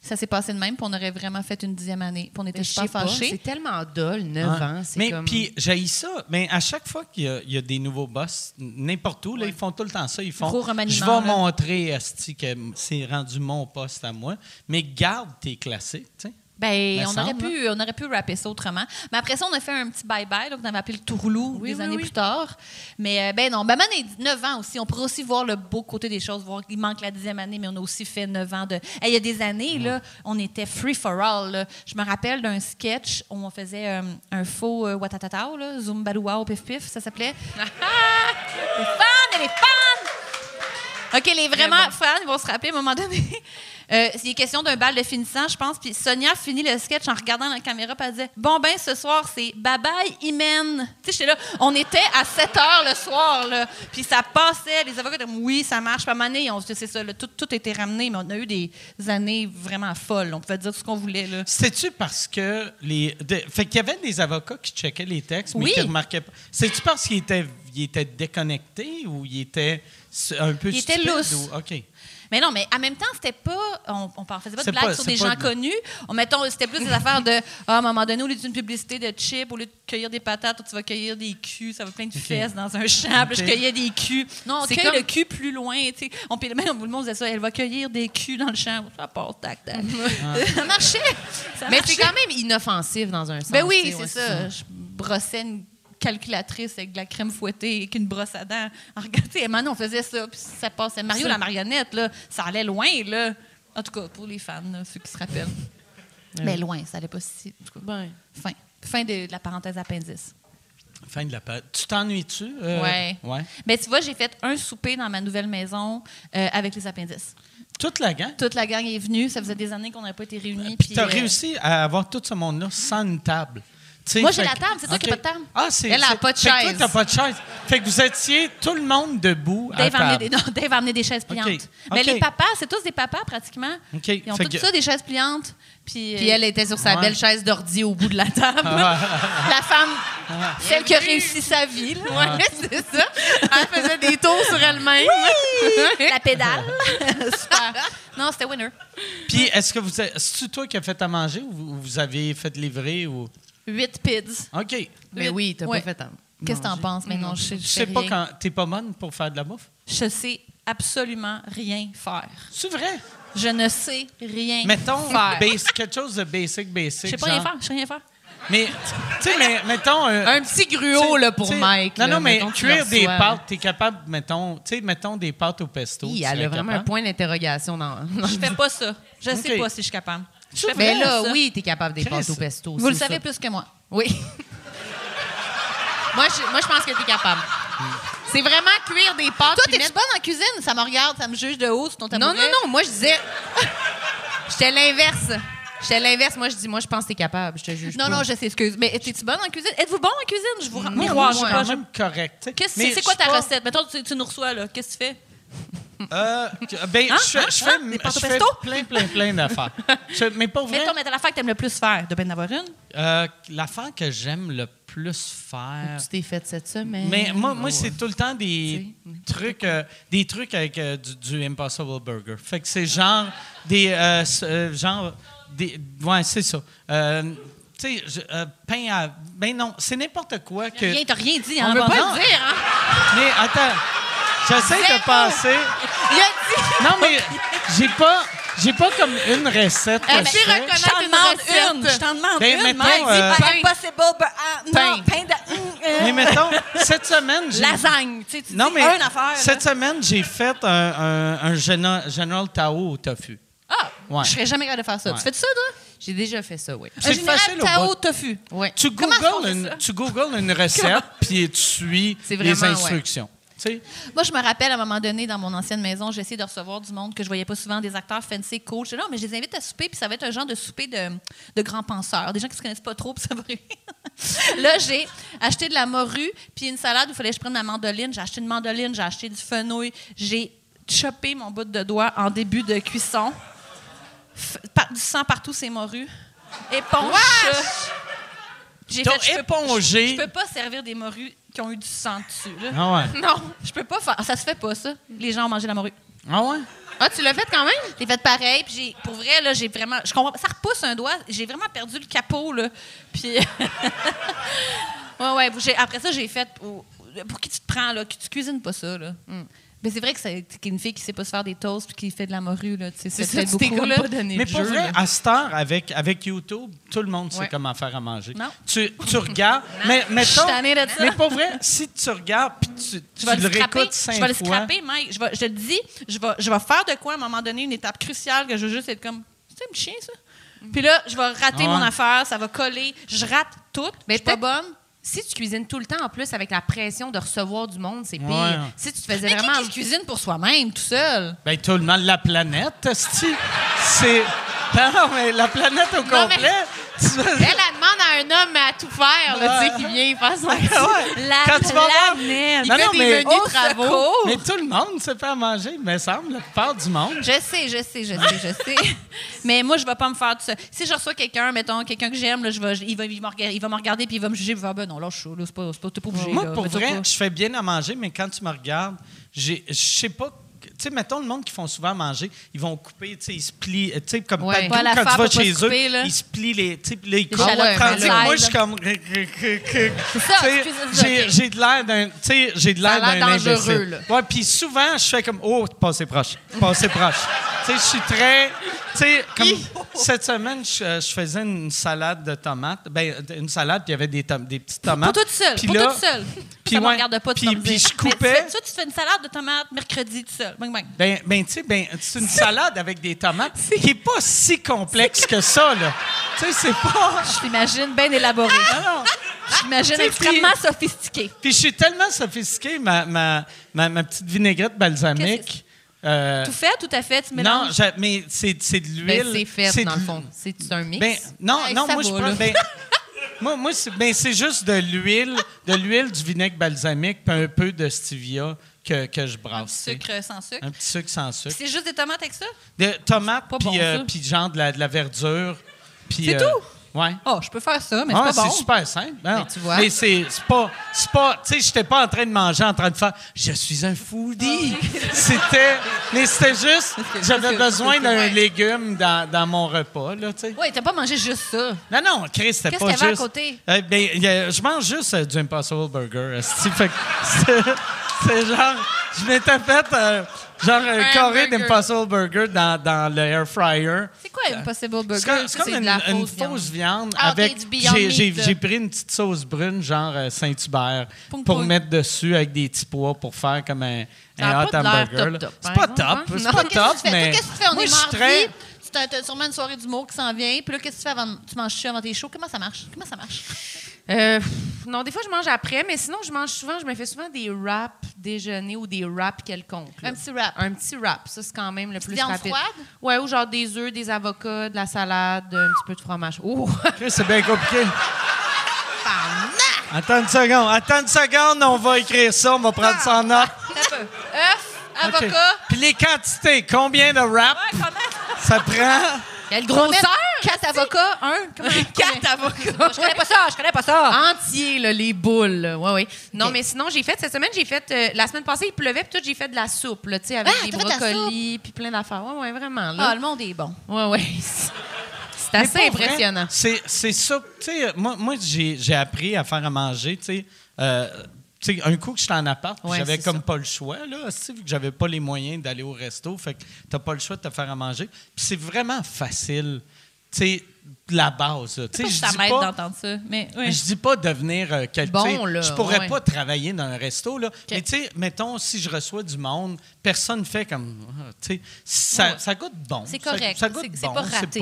F: Ça s'est passé de même, puis on aurait vraiment fait une dixième année. Puis on était
E: Ben, Je sais
F: super
E: pas, c'est
F: fâchés.
E: tellement dole, 9
C: Ouais.
E: ans. c'est
C: Ah. Mais
E: comme-
C: puis, j'ai ça. Mais à chaque fois qu'il y a- il y, a des nouveaux boss, n- n'importe où, là, ils font tout le temps ça. Ils font.
F: Gros remaniement,
C: Je
F: là.
C: vais montrer Asti que m- c'est rendu mon poste à moi. Mais garde tes classiques, tu sais.
F: Ben,
C: Me
F: on, aurait
C: semble,
E: hein.
F: pu, on aurait pu rapper ça autrement. Mais après ça, on a fait un petit bye-bye. Donc, on avait appelé le Tourlou
E: Oui,
F: des
E: oui,
F: années
E: oui.
F: plus tard. Mais euh, ben non, Maman est 9 ans aussi. On pourrait aussi voir le beau côté des choses. Voir, il manque la dixième année, mais on a aussi fait 9 ans de... Hey, Il y a des années, là, on était free for all. là. Je me rappelle d'un sketch où on faisait euh, un faux euh, Watatatao, là, Zoom Balouao Pif Pif, ça s'appelait. les fans, les fans! OK, les vraiment fans vont se rappeler à un moment donné. Euh, c'est question d'un bal de finissant, je pense. Puis Sonia finit le sketch en regardant la caméra, puis elle disait Bon, ben, ce soir, c'est bye bye, Imen. Tu sais, j'étais là, on était à 7 heures le soir, là. Puis ça passait, les avocats étaient comme, Oui, ça marche, pas mané. C'est ça, là, tout, tout était ramené, mais on a eu des années vraiment folles. On pouvait dire tout ce qu'on voulait, là.
C: C'était-tu parce que les. de- fait qu'il y avait des avocats qui checkaient les textes, mais
F: Oui.
C: qui remarquaient pas. C'est-tu parce qu'ils étaient, ils étaient déconnectés ou ils étaient s- un peu
F: Ils étaient
C: stupides
F: lousses.
C: ou- OK.
F: Mais non, mais en même temps, c'était pas. On, on en faisait pas
C: C'est
F: de blagues
C: pas-
F: sur
C: c'est
F: des
C: pas
F: gens
C: de-
F: connus. On, mettons, c'était plus des affaires de. Ah, à un moment donné, au lieu d'une publicité de chips, au lieu de cueillir des patates, tu vas cueillir des culs. Ça va plein de fesses dans un champ. Puis là,
C: Ok.
F: je cueillais des culs. Non, on
E: C'est
F: cueille
E: comme-
F: le cul plus loin. Tu sais. On, puis même, tout le monde disait ça. Elle va cueillir des culs dans le champ. Ça part, tac, tac. ça marchait. Ça
E: Mais
F: marchait.
E: c'est quand même inoffensif dans un sens.
F: Ben oui,
E: tu sais,
F: c'est
E: ouais,
F: ça. Je brossais une calculatrice avec de la crème fouettée et qu'une brosse à dents. En regardant, Manon, on faisait ça, puis ça passait. Mario la marionnette, là, ça allait loin, là. En tout cas, pour les fans, là, ceux qui se rappellent.
C: Ben
F: Mais loin, ça allait pas si... en tout cas.
E: Ben.
F: Fin. Fin de, de la parenthèse appendice.
C: Fin de la pa- Tu t'ennuies-tu? euh,
F: ouais.
C: ouais.
F: Ben, tu vois, j'ai fait un souper dans ma nouvelle maison euh, avec les appendices.
C: Toute la gang.
F: Toute la gang est venue. Ça faisait des années qu'on n'avait pas été réunis.
C: Puis t'as
F: euh,
C: réussi à avoir tout ce monde-là sans une table. Tu sais,
F: Moi, j'ai
C: fait
F: la
C: que-
F: table, c'est toi qui
C: OK.
F: as pas de table.
C: Ah, c'est
E: Elle a
C: c'est-
E: pas de
C: fait que
E: chaise.
C: Toi, t'as pas de chaise. Fait que vous étiez tout le monde debout à
F: Dave a,
C: table.
F: amené des, non, Dave a amené des chaises pliantes.
C: OK.
F: Mais
C: OK.
F: les papas, c'est tous des papas pratiquement.
C: OK.
F: Ils ont
C: Fait
F: tous
C: que-
F: ça, des chaises pliantes. Puis, euh,
E: Puis elle était sur sa
C: Ouais.
E: belle chaise d'ordi au bout de la table.
F: la femme, celle qui a réussi sa vie, là.
C: Ah.
E: Ouais, c'est ça. Elle faisait des tours sur elle-même.
F: la pédale. Super. Non, c'était winner.
C: Puis est-ce que vous. avez- C'est-tu toi qui as fait à manger ou vous- ou vous avez fait livrer ou.
F: Huit pids.
C: OK.
E: Mais oui, t'as
F: Ouais.
E: pas fait un-
F: Qu'est-ce que t'en
E: manger.
F: penses? Mais non, je, je
C: Tu
F: sais
C: sais pas
F: rien.
C: quand. T'es pas bonne pour faire de la bouffe?
F: Je sais absolument rien faire.
C: C'est vrai?
F: Je ne sais rien
C: Mettons
F: faire.
C: bas- quelque chose de basic, basic.
F: Je sais pas
C: genre.
F: rien faire. Je sais rien faire.
C: Mais, tu sais, mais, mettons. euh,
E: Un petit
C: tu sais,
E: gruau là, pour
C: tu sais,
E: Mike.
C: Non,
E: là.
C: non, mais
E: Mettons, tu le
C: cuire des
E: reçois.
C: pâtes, t'es capable, mettons, tu sais, mettons des pâtes au pesto.
E: Hi,
C: tu
E: elle
C: serais
E: a vraiment un
C: capable.
E: point d'interrogation dans. dans-
F: Je fais pas ça. Je
C: OK.
F: sais pas si je suis capable. Je fais
E: Mais
F: pas
E: là,
F: ça.
E: oui, t'es capable des
C: Chris.
E: pâtes au pesto.
F: Vous
E: c'est
F: le
E: ça.
F: savez plus que moi.
E: Oui. moi, je, moi, je pense que t'es capable. C'est vraiment cuire des pâtes.
F: Toi,
E: puis
F: t'es-tu
E: mettre-
F: bonne en cuisine? Ça me regarde, ça me juge de haut sur ton tabouret.
E: Non, non, non. Moi, je disais. J'étais l'inverse. J'étais l'inverse. Moi, je dis, moi, je pense que t'es capable. Je te juge.
F: Non,
E: pas.
F: non, je sais, excuse. Mais es-tu bonne en cuisine? Êtes-vous bonne en cuisine? Je vous rends
C: Moi,
F: miroir,
C: je
F: je
C: suis
F: sais
C: quand
F: pas, je-
C: même correct. tu sais.
F: Ah, Qu'est-ce-
C: Mais
F: C'est c'est quoi
C: je
F: ta
C: suis pas-
F: recette? Mettons, tu, tu nous reçois, là. Qu'est-ce que tu fais?
C: Euh, ben,
F: Hein?
C: je fais, je
F: Hein?
C: fais,
F: Hein? Des
C: je
F: pâtes au
C: fais
F: pesto?
C: plein, plein, plein d'affaires. Je- mais pas vrai,
F: Mettons, mais t'as l'affaire que t'aimes le plus faire. De bien en avoir une.
C: euh, l'affaire que j'aime le plus faire.
E: Tu t'es faite cette semaine.
C: Mais moi, moi c'est tout le temps des trucs, euh, des trucs avec euh, du, du Impossible Burger. Fait que c'est genre des, euh, s- euh, genre des, ouais, c'est ça. Euh, tu sais, je- euh, pain à, ben non, c'est n'importe quoi que.
F: Rien, t'as rien dit.
C: On
F: Hein,
C: veut
F: avant-
C: pas
F: Non.
C: le dire, Mais attends, j'essaie de penser.
F: Il a dit...
C: Non mais j'ai pas, j'ai pas comme une recette. que
F: Eh,
C: je
F: ben,
C: fais.
F: Je t'en demande une. Je t'en demande
C: Ben,
F: une.
C: mettons,
F: Mike.
C: euh,
F: Dis,
C: pain.
F: Impossible. Bur- ah, non,
E: Pain.
F: pain de... hum, euh,
C: Mais mettons, cette semaine, j'ai
F: Lasagne. Tu sais, tu
C: Non,
F: dis
C: mais
F: une affaire.
C: cette
F: là.
C: semaine, j'ai fait un, un, un General, General Tao au tofu.
F: Ah!
C: Ouais.
F: Je serais jamais capable de faire ça.
C: Ouais.
F: Tu fais de ça, toi?
E: J'ai déjà fait ça, oui.
C: C'est
F: Un général
C: facile au
F: Tao
C: bout.
F: tofu.
E: Ouais.
C: Tu
F: Comment est-ce qu'on
C: googles,
F: fait
C: une,
F: ça?
C: tu googles une recette,
F: Comment?
C: puis tu suis
E: C'est
C: les
E: vraiment, ouais.
C: instructions. Tu sais?
F: Moi, je me rappelle à un moment donné dans mon ancienne maison, j'essayais de recevoir du monde que je voyais pas souvent, des acteurs fancy, cool. Je disais, non, mais je les invite à souper, puis ça va être un genre de souper de, de grands penseurs, des gens qui se connaissent pas trop, puis ça va rire. Là, j'ai acheté de la morue, puis une salade où il fallait que je prenne ma mandoline. J'ai acheté une mandoline, j'ai acheté du fenouil, j'ai chopé mon bout de doigt en début de cuisson. F- par- du sang partout, c'est morue. Éponge. J'ai
C: T'as
F: fait, je peux-
C: épongé.
F: Je peux pas servir des morues qui ont eu du sang dessus. là.
C: Ah ouais.
F: Non, je peux pas faire. Ça se fait pas, ça. Les gens ont mangé la morue.
C: Ah ouais?
E: Ah, tu l'as fait quand même?
F: J'ai fait pareil, puis j'ai, pour vrai, là, j'ai vraiment. Je comprends, ça repousse un doigt. J'ai vraiment perdu le capot, là. Puis. ouais, ouais. j'ai- après ça, j'ai fait. Pour, pour qui tu te prends, là? Que tu cuisines pas ça, là.
E: Mm.
F: Mais c'est vrai que c'est qu'il y a une fille qui sait pas se faire des toasts puis qui fait de la morue, là. tu sais,
E: C'est
F: ça,
E: ça,
F: fait
E: tu t'es
F: beaucoup,
E: comme
F: là.
E: pas donné
C: Mais
E: de
C: pour
E: jeu,
C: vrai,
E: là.
C: à cette heure, avec, avec YouTube, tout le monde sait
E: Ouais.
C: comment faire à manger.
F: Non.
C: Tu, tu regardes, mais
F: Je
C: mettons,
F: suis tannée de ça.
C: mais pour vrai, si tu regardes, puis tu, tu
F: Je vais
C: le
F: le scraper.
C: réécoutes cinq
F: Je vais le
C: fois...
F: scraper, Mike. Je, vais- je te le dis, je vais, je vais faire de quoi à un moment donné, une étape cruciale que je veux juste être comme. C'est un petit chien, ça? Puis là, je vais rater
C: Ah Mm. ouais.
F: mon affaire, ça va coller. Je rate tout.
E: Mais
F: je suis pas bonne.
E: Si tu cuisines tout le temps, en plus, avec la pression de recevoir du monde, c'est pire.
C: Ouais.
E: Si tu te faisais
F: Mais qui,
E: vraiment.
F: qui se cuisine pour soi-même, tout seul?
C: Ben, tout le monde, la planète, esti. c'est... Non, non, mais la planète au
E: Non, mais-
C: complet. tu-
E: Elle, elle demande à un homme à tout faire, là, tu sais, qui vient faire son.
C: Ouais.
F: La
C: Quand tu vas voir-
F: planète.
E: Il
C: Non,
E: fait
C: non,
E: des
C: mais-
E: menus
F: Au
E: travaux.
F: secours.
C: Mais tout le monde sait pas manger, il me semble, la plupart du monde.
F: Je sais, je sais, je sais, je sais. Mais moi, je ne vais pas me faire tout ça. Si je reçois quelqu'un, mettons, quelqu'un que j'aime, là, je vais- il, va, il me rega- il va me regarder puis il va me juger. Il va dire, ben non, là, je suis là, c'est pas, c'est pas, t'es pas obligé.
C: Moi,
F: là,
C: pour
F: fais ça
C: vrai,
F: pas.
C: je fais bien à manger, mais quand tu me regardes, j'ai- je sais pas. que- Tu sais, mettons, le monde qui font souvent manger, ils vont couper, tu sais, ils se plient, euh, tu sais, comme
E: Ouais.
C: partout,
F: Ouais, la
C: quand tu
F: affaire
C: vas
F: pour pas
C: chez
F: se couper,
C: eux,
F: là.
C: ils se plient les, tu sais, puis là, ils
F: Les
C: coupent.
F: shallots
C: Tandis que moi, je suis
F: fries,
C: comme... Tu sais,
F: ça, excusez-moi,
C: j'ai-
F: ok.
C: J'ai de l'air d'un, tu sais, j'ai de l'air
E: Ça a
C: d'un
E: l'air dangereux,
C: imbécile. Ouais, puis souvent, je fais comme, oh, passez proche, passez proche. Tu sais, je suis très, tu sais, comme cette semaine, je, euh, je faisais une salade de tomates, ben, une salade, puis il y avait des, tom- des petites tomates.
F: Pour toi tout seul.
C: Puis
F: pour
C: là-
F: toi tout seul.
C: puis
F: ça me
C: ouais,
F: regarde pas, tu
C: puis-
F: vas me
C: puis
F: dire.
C: je
F: Mais
C: coupais.
F: tu fais ça, tu te fais une salade de tomates mercredi tout seul. Bang, bang.
C: Ben, ben tu sais, ben, c'est une salade avec des tomates qui n'est pas si complexe que ça, là. Tu sais, c'est pas.
F: Je t'imagine bien élaboré.
C: Non, non.
F: Je t'imagine
C: Tu sais,
F: extrêmement sophistiqué.
C: Puis je suis tellement sophistiqué, ma, ma, ma, ma petite vinaigrette balsamique. euh,
F: Tout fait, tout à fait, tu
C: non,
F: mélanges.
C: j'a- mais c'est c'est de l'huile.
E: Ben, c'est fait,
C: c'est
E: dans
C: de
E: le
C: l'hu-
E: fond. C'est un mix.
C: Ben, non,
F: Ouais,
C: non,
F: ça
C: moi, je
F: va,
C: pense.
F: là.
C: Ben, moi, moi, c'est ben, c'est juste de l'huile, de l'huile, du vinaigre balsamique, puis un peu de stevia que, que je
F: Un
C: brasse.
F: petit
C: tu sais.
F: sucre sans sucre.
C: Un petit sucre sans
F: Puis
C: sucre.
F: C'est juste des tomates avec ça?
C: De tomates,
F: pas
C: puis
F: bon,
C: euh,
F: ça.
C: puis genre de la, de la verdure. puis,
F: C'est
C: euh,
F: tout?
C: Ouais.
F: Oh, je peux faire ça, mais
C: Ah,
F: c'est pas bon.
C: super simple. Non.
E: Mais tu vois.
C: Mais c'est c'est pas. c'est pas- Tu sais, j'étais pas en train de manger, en train de faire. Je suis un
F: Ah
C: foodie. C'était. Mais c'était juste. J'avais besoin d'un légume dans, dans mon repas, là, tu sais.
F: Oui, t'as pas mangé juste ça.
C: Non, non, Chris, c'était
F: Qu'est-ce
C: pas
F: qu'il y avait à
C: juste-
F: côté?
C: Euh, ben, il y a- je mange juste euh, du Impossible Burger. esti. Fait que C'est c'est genre. Je m'étais fait euh, genre un,
E: Un
C: carré
E: burger.
C: d'Impossible Burger dans, dans le air fryer.
F: C'est quoi Impossible Burger?
C: C'est comme, c'est comme
E: c'est de
C: une,
E: la
C: une
E: fausse viande.
C: fausse viande.
F: Ah, ok,
C: avec
F: du Beyond
C: j'ai- j'ai-
F: Meat.
C: J'ai pris une petite sauce brune, genre euh, Saint-Hubert,
F: Poum,
C: pour
F: poum.
C: mettre dessus avec des petits pois pour faire comme un,
E: a
C: un hot
E: pas de l'air
C: hamburger.
E: top,
C: là.
E: top,
C: C'est
E: par
C: pas
E: exemple, hein?
C: top, c'est pas
E: Non.
F: Toi, qu'est-ce
C: top,
F: que tu fais? Toi,
C: mais.
F: qu'est-ce que tu fais? On
C: Moi,
F: est
C: je suis
F: mardi.
C: très-
F: Tu t'as- t'as sûrement une soirée d'humour qui s'en vient. Puis là, qu'est-ce que tu fais avant? Tu manges-tu avant tes shows? Comment ça marche? Comment ça marche?
E: Euh, pff, non, des fois, je mange après, mais sinon, je mange souvent, je me fais souvent des wraps déjeuner ou des wraps quelconques. là.
F: Un petit wrap.
E: Un petit wrap, ça, c'est quand même le plus
F: viande
E: rapide.
F: froide?
E: Ouais, ou genre des œufs, des avocats, de la salade, un petit peu de fromage. Oh!
C: Chris, C'est bien compliqué. Attends une seconde, attends une seconde, on va écrire ça, on va prendre ça en note.
F: T'as peu. Œuf,
C: OK.
F: avocat.
C: Puis les quantités, combien de wraps
F: Ouais, comment?
C: ça prend?
E: Quelle grosseur!
F: Quatre avocats, un. Comment?
E: Quatre avocats!
F: Je connais pas ça, je connais pas ça.
E: Entier, là, les boules. là. Ouais, ouais. Non,
F: Ok.
E: mais sinon, j'ai fait, cette semaine, j'ai fait, euh, la semaine passée, il pleuvait, puis tout, j'ai fait de la soupe, là, tu sais, avec
F: Ah,
E: des
F: t'as fait de la
E: brocolis, puis plein d'affaires. Ouais, ouais, vraiment,
F: Ah,
E: là.
F: le monde est bon.
E: Ouais, ouais. C'est assez
C: Pour vrai,
E: impressionnant.
C: C'est, c'est ça. Tu sais, moi, moi j'ai, j'ai appris à faire à manger, tu sais. euh, tu sais, un coup que j'étais en appart, puis
E: Ouais,
C: j'avais
E: c'est
C: comme
E: ça.
C: pas le choix, là, aussi, vu que j'avais pas les moyens d'aller au resto. Fait que t'as pas le choix de te faire à manger. Puis c'est vraiment facile, tu sais, la base. là. Tu sais,
F: Je
C: je
F: ça
C: dis
F: m'aide
C: pas...
F: d'entendre ça. Mais oui.
C: Je dis pas devenir euh, quel-
E: Bon,
C: tu sais,
E: là,
C: Je pourrais
E: ouais.
C: pas travailler dans un resto, là. Mais tu sais, mettons, si je reçois du monde, personne fait comme. ah, tu sais, ça, ça goûte bon.
F: C'est
C: Ça-
F: correct.
C: Ça, goûte
F: C'est- c'est
C: bon.
F: pas raté.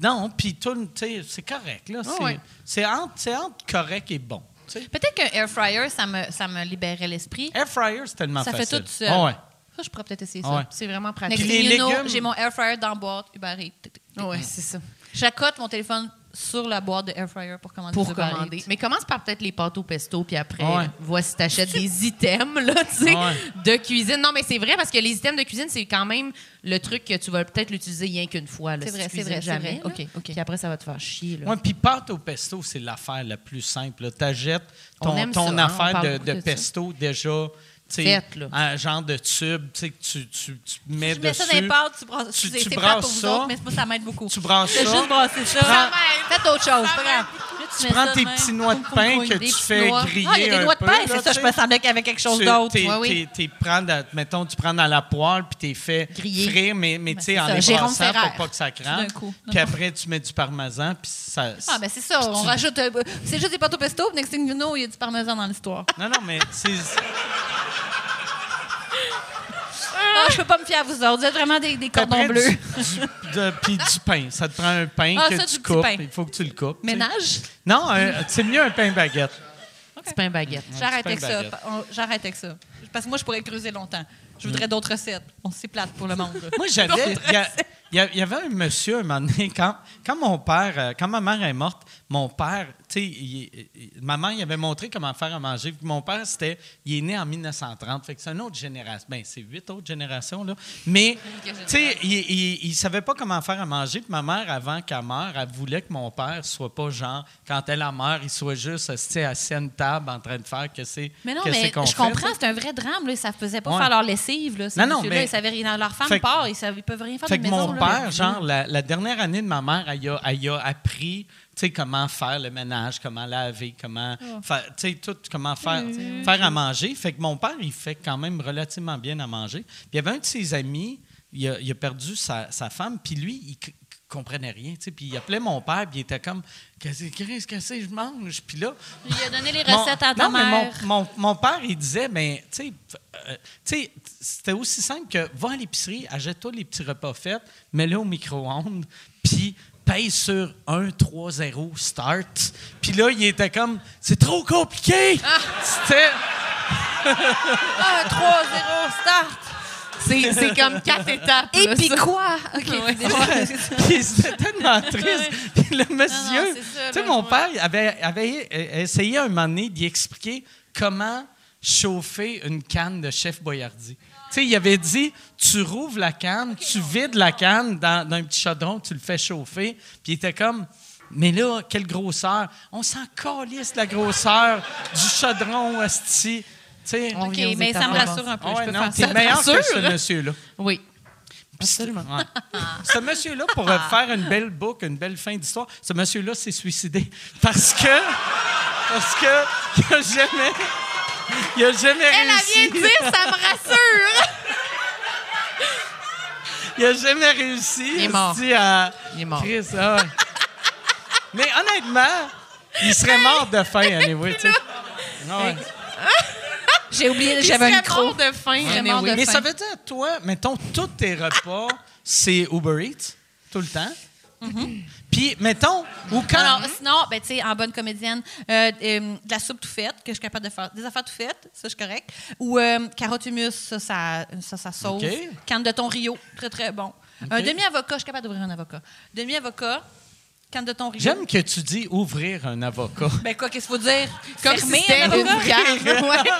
C: non, puis tout, le- tu sais, c'est correct, là. c'est,
E: ouais.
C: c'est entre, c'est entre correct et bon. tu sais.
F: Peut-être qu'un air fryer, ça me, ça me libérait l'esprit.
C: Air fryer, c'est tellement
F: Ça fait
C: facile.
F: tout seul.
C: Ah ouais.
F: Ça, je pourrais peut-être essayer
C: Ah ouais.
F: ça.
E: C'est vraiment
F: Next
E: pratique.
C: Puis les
F: thing you know,
C: légumes.
F: j'ai mon air fryer dans la boîte, Uber Eats. Tic, tic, tic.
E: Ouais, c'est ça.
F: J'accote mon téléphone sur la boîte de air fryer pour commander
E: Pour
F: du Uber
E: commander.
F: Eats.
E: Mais commence par peut-être les pâtes au pesto, puis après,
C: Ouais.
E: voici, t'achètes des items, là, tu sais,
C: Ouais.
E: de cuisine. Non, mais c'est vrai, parce que les items de cuisine, c'est quand même le truc que tu vas peut-être l'utiliser rien qu'une fois, là,
F: C'est
E: si
F: vrai,
E: tu
F: c'est
E: cuisines
F: vrai, c'est vrai.
E: jamais. là.
F: OK, OK.
E: Puis après, ça va te faire chier, là.
C: Ouais, puis pâte au pesto, c'est l'affaire la plus simple. là. T'achètes
E: On
C: ton,
E: aime
C: ton
E: ça, hein, on
C: affaire
E: parle
C: de,
E: beaucoup
C: de
E: de ça.
C: pesto déjà, tu sais,
E: Faite, là.
C: un genre de tube, tu sais, que tu, tu, tu mets
F: Je mets
C: dessus.
F: ça dans les pâtes, tu brasses.
C: Tu-
F: c'est-
C: tu
F: c'est pas
C: brasses
F: pour vous
C: ça.
F: autres, mais moi, ça m'aide beaucoup.
C: Tu brasses
F: Fais
C: ça.
F: juste brasser ça.
C: prends-
F: Faites autre chose, pas grave.
C: Tu prends tes petits noix de pain que tu fais griller
F: Ah, il y a
C: un
F: des noix de
C: peu,
F: pain,
C: là,
F: c'est ça,
C: tu
F: je
C: sais.
F: me semblais qu'il y avait quelque chose
C: Tu-
F: d'autre.
C: t'es-
F: Ouais, oui.
C: t'es- t'es prends dans- mettons, tu prends dans la poêle, puis t'es fait
E: Griller.
C: frire, mais, mais tu sais,
F: Ben, c'est
C: en
F: ça, Jérôme
C: ébrassant pour
F: Ferrer,
C: pas que ça
F: tout
C: crampe.
F: d'un coup.
C: Puis après, tu mets du parmesan, puis ça...
F: Ah, ben c'est ça, on rajoute. euh, c'est juste des pâtes au pesto, puis next thing you know, il y a du parmesan dans l'histoire.
C: Non, non, mais c'est...
F: Ah, je peux pas me fier à vous autres, vous êtes vraiment des, des cordons
C: Après,
F: bleus.
C: du- du- de- Puis du pain. Ça te prend un pain
F: Ah,
C: que
F: ça, du
C: tu
F: petit
C: coupes.
F: pain.
C: Il faut que tu le coupes. tu sais.
F: Ménage?
C: Non, un- c'est mieux un pain baguette.
E: Petit pain baguette.
F: J'arrête
C: pain
F: avec ça.
C: baguette.
F: Pa- on- J'arrête avec ça. Parce que moi, je pourrais creuser longtemps. Je voudrais d'autres recettes. On s'est plate pour le monde. là.
C: Moi, j'avais. Il y a- il y, a- il y avait un monsieur, un moment donné, quand, quand mon père, euh, quand ma mère est morte, mon père, tu sais, il- il- maman, il avait montré comment faire à manger. Puis mon père, c'était, il est né en 1930, fait que c'est une autre génération. Ben, c'est huit autres générations, là. Mais, tu sais, il, il, il savait pas comment faire à manger. Puis ma mère, avant qu'elle meure, elle voulait que mon père soit pas genre, quand elle a meurt, il soit juste, assis à une table en train de faire que c'est.
F: Mais non,
C: que
F: mais
C: c'est qu'on
F: je
C: fait,
F: comprends, c'est un vrai drame. Là. Ils ne faisaient pas
C: Ouais.
F: faire leur lessive. Là, ces
C: Non, non,
F: messieurs-là.
C: mais-
F: Ils savaient rien. Leur femme
C: Fait que-
F: part, ils ne peuvent rien faire
C: Fait
F: de
C: que
F: maison.
C: mon
F: là.
C: père, genre, la, la dernière année de ma mère, elle y a, elle y a appris, tu sais, comment faire le ménage, comment laver, comment
F: Oh.
C: faire, tu sais, tout, comment faire,
F: Mm.
C: faire à manger. Fait que mon père, il fait quand même relativement bien à manger. Puis il y avait un de ses amis, il a, il a perdu sa, sa femme, puis lui, il c- comprenait rien, tu sais. Puis il appelait mon père, puis il était comme, qu'est-ce qu'est-ce que c'est, je mange? Puis là,
F: Il a donné les
C: mon-
F: recettes à ta
C: non, mais
F: mère.
C: mon- mon, mon père, il disait, mais tu sais, euh, tu sais, c'était aussi simple que va à l'épicerie, achète-toi les petits repas faits, mets-les au micro-ondes, puis paye sur 1, 3, 0, start. Puis là, il était comme, c'est trop compliqué!
F: Ah!
C: C'était.
F: 1, 3, 0, start!
E: C'est c'est comme quatre étapes.
F: Et
E: là,
F: puis
E: ça.
F: quoi? OK.
C: Puis c'était tellement triste. Puis le
F: Non, non,
C: monsieur,
F: c'est
C: tu
F: ça,
C: sais,
F: là,
C: mon
F: ouais.
C: père avait, avait euh, essayé un moment donné d'y expliquer comment chauffer une canne de chef Boyardi. Tu sais, il avait dit, tu rouvres la canne, tu vides la canne dans, dans un petit chaudron, tu le fais chauffer. Puis il était comme, mais là, quelle grosseur. On s'en calisse la grosseur du chaudron, asti. Tu sais,
F: OK,
E: On revient aux
F: mais ça
E: étapes
F: me
E: avant.
F: rassure un peu.
C: Ah ouais,
F: je peux
C: non,
F: faire
C: t'es
F: ça.
C: meilleur que
F: Rassure,
C: ce
F: là.
C: monsieur-là.
E: Oui.
C: Ouais. Ce monsieur-là, pour euh, faire une belle boucle, une belle fin d'histoire, ce monsieur-là s'est suicidé parce que. Parce que. Il n'a jamais. Il a jamais
E: Elle a
C: réussi.
E: vient de dire, ça me rassure.
C: Il a jamais réussi.
E: Il est mort.
C: hostie, à-
E: Il est mort.
C: Chris, ah ouais. Mais honnêtement, il serait mort de faim, anyway, tu sais. Ah ouais.
F: J'ai oublié,
E: Il
F: j'avais un
E: serait
F: micro.
E: mort de faim.
F: J'étais
E: mais
F: mort
E: oui.
F: de
C: Mais
F: faim.
C: ça veut dire, toi, mettons, tous tes repas, c'est Uber Eats, tout le temps.
E: Mm-hmm.
C: Puis, mettons, ou quand.
F: Alors, sinon, ben, tu sais, en bonne comédienne, euh, euh, de la soupe tout faite, que je suis capable de faire. Des affaires tout faites, ça, je suis correct. Ou euh, carottes humus, ça, ça, ça, ça sauve.
C: OK.
F: Canne de thon Rio, très, très bon. Un demi-avocat, je suis capable d'ouvrir un avocat. Demi-avocat, canne de thon Rio.
C: J'aime que tu dis ouvrir un avocat.
F: Ben quoi, qu'est-ce qu'il faut dire?
E: Comme si
F: Fermer
E: c'était
F: un
E: une
F: avocat?
E: carte. Ouais.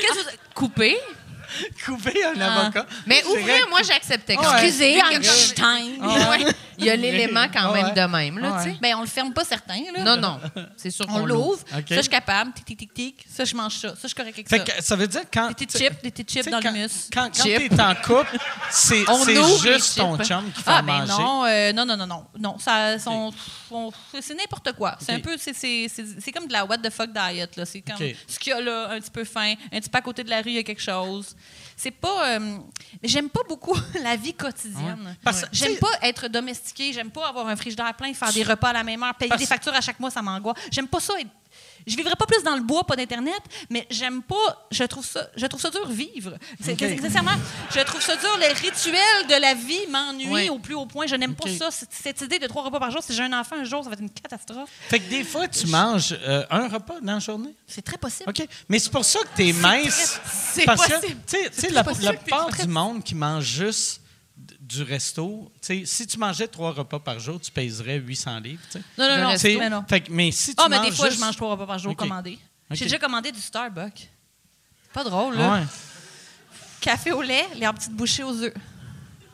F: Qu'est-ce que vous-
E: Coupé.
C: Couper un
F: Ah.
C: avocat.
E: Mais
C: C'est vrai.
E: ouvrir, moi, j'acceptais.
C: Ah ouais.
F: Excusez,
E: Mais comme-
F: Einstein.
E: Ah Ouais. Il y a l'élément quand
C: Ah
E: même
C: ouais.
E: de même, là,
C: Ah
E: tu
C: ouais.
E: sais.
F: Ah. Ben, on le ferme pas certains, là.
E: Non, non. C'est sûr
F: On
E: qu'on l'ouvre.
F: l'ouvre.
C: OK.
F: Ça, je suis capable. Tic, tic, tic, tic. Ça, je mange ça. Ça, je suis correct avec
C: Fait
F: ça.
C: que ça veut dire quand.
F: Des petits chips, des petits chips dans
C: quand,
F: le mus.
C: Quand, quand
E: Chips.
C: t'es en couple, c'est
E: On
C: c'est
E: ouvre les
C: juste ton
E: chips.
C: chum qui fait
F: Ah,
C: à
F: ben
C: manger.
F: non, euh, non, non, non, non, non. Ça, sont- on- c'est n'importe quoi. C'est un peu, c'est- c'est c'est- c'est comme de la what the fuck diet là. C'est comme
C: OK.
F: ce qu'il y a là, un petit peu faim, un petit peu à côté de la rue, il y a quelque chose. C'est pas, euh, j'aime pas beaucoup la vie quotidienne.
C: Parce que,
F: J'aime
C: tu sais-
F: pas être domestiquée. J'aime pas avoir un frigidaire plein, faire des repas à la même heure, payer
C: Parce-
F: des factures à chaque mois, ça m'angoisse. J'aime pas ça. être- Je vivrais pas plus dans le bois, pas d'internet, mais j'aime pas. Je trouve ça, je trouve ça dur vivre. C'est
C: OK.
F: c'est- sincèrement, je trouve ça dur. Les rituels de la vie m'ennuient
E: Ouais.
F: au plus haut point. Je n'aime
C: OK.
F: pas ça. Cette- Cette idée de trois repas par jour, si j'ai un enfant un jour, ça va être une catastrophe.
C: Fait que des fois, tu manges euh, un repas dans la journée.
F: C'est très possible.
C: OK. Mais c'est pour ça que t'es mince.
E: c'est
C: parce
E: possible.
C: que, tu sais- tu sais,
E: très
C: la,
E: possible
C: la
E: que t'es
C: plupart
E: très-
C: du monde qui mange juste d- du resto, tu sais, si tu mangeais trois repas par jour, tu pèserais 800 livres, tu sais.
F: Non, non,
E: Le
F: non.
C: Tu sais,
F: Mais non.
C: Fait que, mais si tu
F: Ah, mais des
C: manges
F: fois,
C: juste-
F: je mange trois repas par jour
C: OK.
F: commandé.
C: OK.
F: J'ai déjà commandé du Starbucks. Pas drôle, là.
C: Ouais.
F: Café au lait, les petites bouchées aux œufs.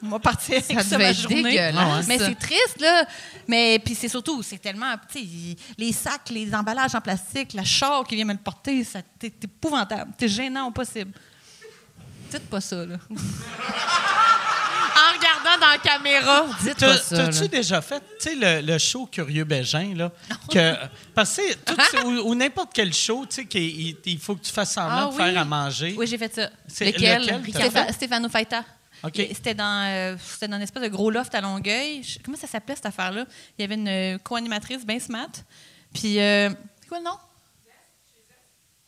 F: On va partir avec
E: Ça
F: ça,
E: devait
F: ma
E: être
F: journée.
E: dégueulasse.
F: Mais c'est triste, là. Mais puis c'est surtout, c'est tellement, tu sais, il- les sacs, les emballages en plastique, la char qui vient me le porter, ça- t'es t'es épouvantable. T'es gênant au possible. Dites pas ça, là.
E: En regardant dans la caméra. Dites
C: T'as-
E: pas ça.
C: T'as-tu
E: là.
C: déjà fait, tu sais, le, le show Curieux Bégin, là?
F: Ah
C: Que, euh, parce que, tout ce- ou, ou n'importe quel show, tu sais, qu'il il- il faut que tu fasses semblant
E: Ah
C: de
E: oui.
C: faire à manger.
F: Oui, j'ai fait ça.
C: C'est
E: Lequel?
C: lequel t'as
E: Ricardo?
C: fait?
F: Stépha- Stéphano Faita.
C: OK.
F: Il- C'était dans, euh, c'était dans une espèce de gros loft à Longueuil. Je- comment ça s'appelait cette affaire-là? Il y avait une euh, co-animatrice, bien smart. Puis, euh, c'est quoi le nom?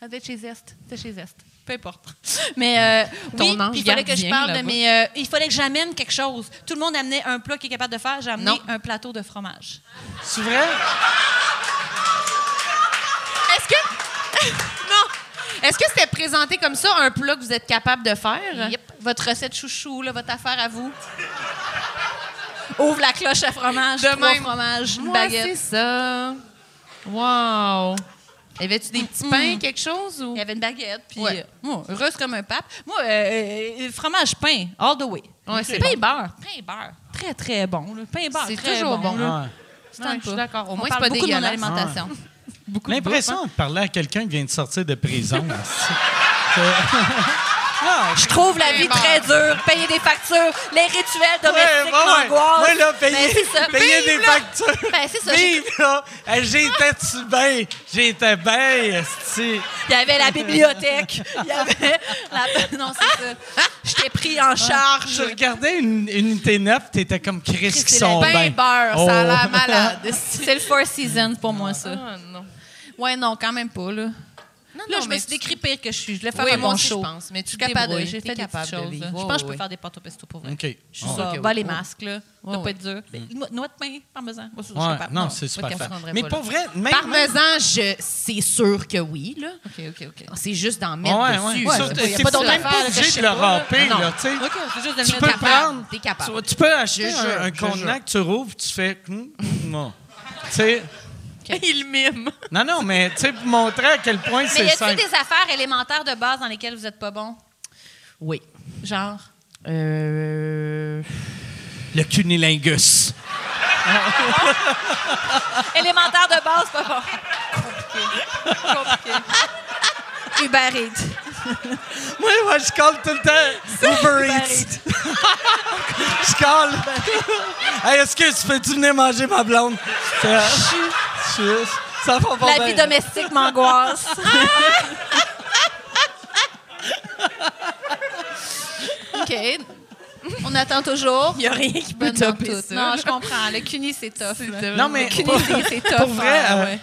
F: Ah, C'était chez Zest. C'était chez Zest. Peu importe. Mais euh,
E: Ton
F: oui,
E: ange
F: puis il fallait que je
E: gardien,
F: parle de
E: là-bas.
F: mes. euh, il fallait que j'amène quelque chose. Tout le monde amenait un plat qu'il est capable de faire. J'ai amené
E: Non.
F: un plateau de fromage.
C: C'est vrai?
E: Est-ce que non! Est-ce que c'était présenté comme ça, un plat que vous êtes capable de faire?
F: Yep. Votre recette chouchou, là, votre affaire à vous. Ouvre la cloche à fromage,
E: De
F: trois
E: même.
F: fromages, une
E: Moi, c'est
F: baguette.
E: ça. Wow! Avais-tu des petits pains, quelque chose? Ou...
F: Il y avait une baguette, puis
E: Ouais.
F: euh, moi, heureuse comme un pape. Moi, euh, euh, fromage pain, all the way.
E: Ouais, c'est
F: pain et beurre, pain et beurre. Très, très bon. là. Pain et beurre,
E: C'est
F: très
E: toujours bon.
F: là.
C: Ouais.
F: Je tente
E: Ouais, je suis
F: pas.
E: d'accord. Au
F: On
E: moins, c'est
F: parle
E: pas
F: beaucoup de mon
E: dégueulasse. hein.
F: alimentation.
C: L'impression de parler à quelqu'un qui vient de sortir de prison.
F: Je trouve la
E: Pain
F: vie
E: et beurre.
F: très dure. Payer des factures, les rituels domestiques, l'angoisse.
C: Moi, là,
F: Ben,
C: payer,
F: c'est ça.
C: payer
F: Vive,
C: des
F: là.
C: factures.
F: Ben, c'est ça. j'ai-
C: Vive, là. Hey, J'étais-tu bien? J'étais bien, esti.
F: Il y avait la bibliothèque. Il y avait la... Non, c'est ça. Je t'ai pris en charge.
C: Je regardais une une unité 9, t'étais comme Chris qui
F: C'est le
C: sont bien.
F: pain beurre, ça a l'air
C: Oh.
F: malade. C'est le Four Seasons pour moi, ça.
E: non.
F: Ouais, Ah, non, quand même pas, là. là,
E: non,
F: je me
E: mais
F: suis
E: tu-
F: décrit pire que je suis. Je voulais faire
E: Oui,
F: un
E: moi
F: bon
E: aussi,
F: show.
E: je pense, mais tu
F: je suis
E: te
F: capable de,
E: débrouilles,
F: j'ai
E: t'es
F: fait des
E: capable
F: petites
E: de
F: choses.
E: vivre.
F: là. je
E: Ouais,
F: pense que je peux
E: ouais.
F: faire des pâtes au pesto pour vrai.
C: OK. Ouais,
F: Je suis sûre.
E: ok,
F: Bas
E: ouais,
F: les
E: ouais.
F: masques, là. Ça doit
E: Ouais,
F: pas être dur. Mais no- Noix de pain, parmesan. Moi, ça, je suis capable.
C: non, c'est super
E: qu'est-ce
C: fun.
E: qu'on rendrait
C: Mais
E: pas
C: pour
E: là?
C: vrai, même...
E: Parmesan, je... c'est sûr que oui, là.
F: Ah.
E: Ah,
F: OK, OK, OK.
E: C'est juste d'en
C: Ouais,
E: mettre
C: ouais.
E: dessus.
C: Ça,
E: là.
C: t'es-
F: pas- y a
C: t'es
F: pas d'autre
C: même
F: affaire,
C: pas
F: là, que je
C: obligé
F: sais
C: de le
F: pas, là.
C: râper,
E: Non,
C: là, tu sais.
F: OK, c'est juste de
C: Tu
F: le
C: peux
F: mettre
C: le
F: capable.
C: prendre.
E: T'es capable.
C: Tu, tu peux acheter
E: Je
C: un, un
E: jure, je
C: contenant que tu rouvres, tu fais... Hum, hum, non. Tu sais...
F: Il mime.
C: Non, non, mais tu sais, pour montrer à quel point
F: Mais
C: c'est
F: y a-t-il
C: simple.
F: des affaires élémentaires de base dans lesquelles vous êtes pas bon?
E: Oui.
F: Genre?
E: Euh...
C: Le cunilingus.
F: Élémentaire de base, pas bon. Compliqué. Compliqué. Uber Eats.
C: Moi, moi, je colle tout le temps Uber Eats. je colle. hey, excuse, peux-tu venir manger ma blonde? C'est- Juste, ça va pas
F: La vie
C: bien.
F: domestique m'angoisse. OK. On attend toujours. Il n'y a rien qui peut
E: topper ça.
F: Non, je comprends. Le CUNY, c'est tough. là.
C: Non, mais
F: Le CUNY,
C: pour,
F: c'est- c'est tough.
C: pour vrai,
F: hein,
C: euh,
F: ouais.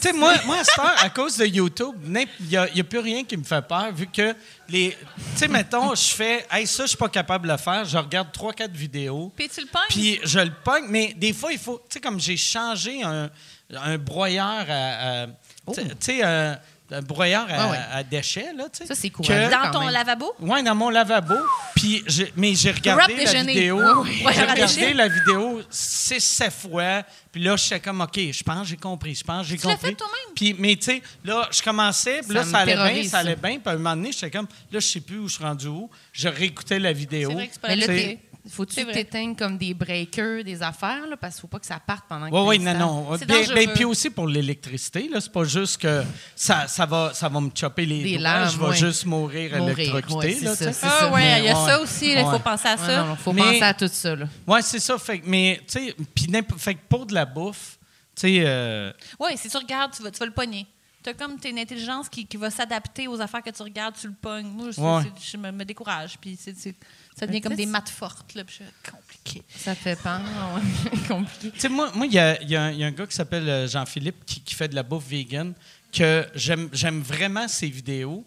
C: tu sais, moi, moi, à cette heure, à cause de YouTube, il n'y a, y a plus rien qui me fait peur, vu que les. Tu sais, mettons, je fais, hey, ça, je suis pas capable de le faire, je regarde 3-4 vidéos.
F: Puis tu le pognes?
C: Puis je le pogne, mais des fois, il faut. Tu sais, comme j'ai changé un, un broyeur à. à-
F: Oh.
C: tu sais- tu sais, un, un broyeur à,
E: Ah ouais.
C: à déchets, là, tu sais.
E: Ça, c'est
C: cool.
E: courageux.
F: dans
E: quand
F: ton
E: même.
F: lavabo?
C: Ouais, dans mon lavabo. Puis, j'ai- mais j'ai regardé
F: Wrap
C: la
F: déjeuner.
C: vidéo.
F: Ouais, ouais.
C: J'ai
F: Ouais,
C: regardé
F: déjeuner.
C: la vidéo six, sept fois. Puis là, j'étais comme, OK, je pense que j'ai compris. Je pense que j'ai
F: l'as
C: compris.
F: fait toi-même?
C: Puis, mais tu sais, là, je commençais. Puis là,
E: Ça me
C: ça allait bien,
E: terrorise,
C: ça allait
E: ça.
C: bien. Puis à un moment donné, j'étais comme, là, je sais plus où je suis rendu où. Je réécoutais la vidéo.
F: C'est vrai que c'est pas
E: Mais là,
F: la
C: Tu sais,
F: vérité.
E: t'es- faut-tu
F: C'est
E: que
F: vrai.
E: t'éteignes comme des breakers, des affaires, là, parce qu'il faut pas que ça parte pendant que
C: Oui, oui, non,
E: t'installes.
C: non.
F: C'est
C: Bien-
F: dangereux.
C: bien, puis aussi pour l'électricité, là, c'est pas juste que ça, ça, va, ça va me chopper les
E: Des
C: doigts,
E: lames,
C: je vais
E: ouais.
C: juste mourir,
E: Mourir,
C: électrocuté.
E: ouais, c'est
C: là,
E: ça,
C: tu sais.
E: c'est
F: Ah
E: ça.
F: ouais, il y
C: Mais
F: a ça
C: ouais.
F: aussi. Il faut
C: Ouais.
F: penser à ça.
E: Ouais, non, non, faut
C: Mais-
E: penser à tout ça, là.
C: Oui, c'est ça. Fait, que- mais, tu sais, puis n'importe- fait que pour de la bouffe, tu sais, euh,
F: Oui, si tu regardes, tu vas, tu vas le pogner. Tu as comme t'as une intelligence qui, qui va s'adapter aux affaires que tu regardes, tu le pognes. Moi, je,
C: Ouais.
F: c'est- je me, me décourage. Puis c'est- c'est- ça devient comme des maths fortes. Là, puis je suis compliqué.
E: Ça fait peur, ouais. compliqué.
C: tu sais, moi, moi, il y a, il y a un- il y a un gars qui s'appelle euh, Jean-Philippe qui, qui fait de la bouffe vegan, que j'aime j'aime vraiment ses vidéos.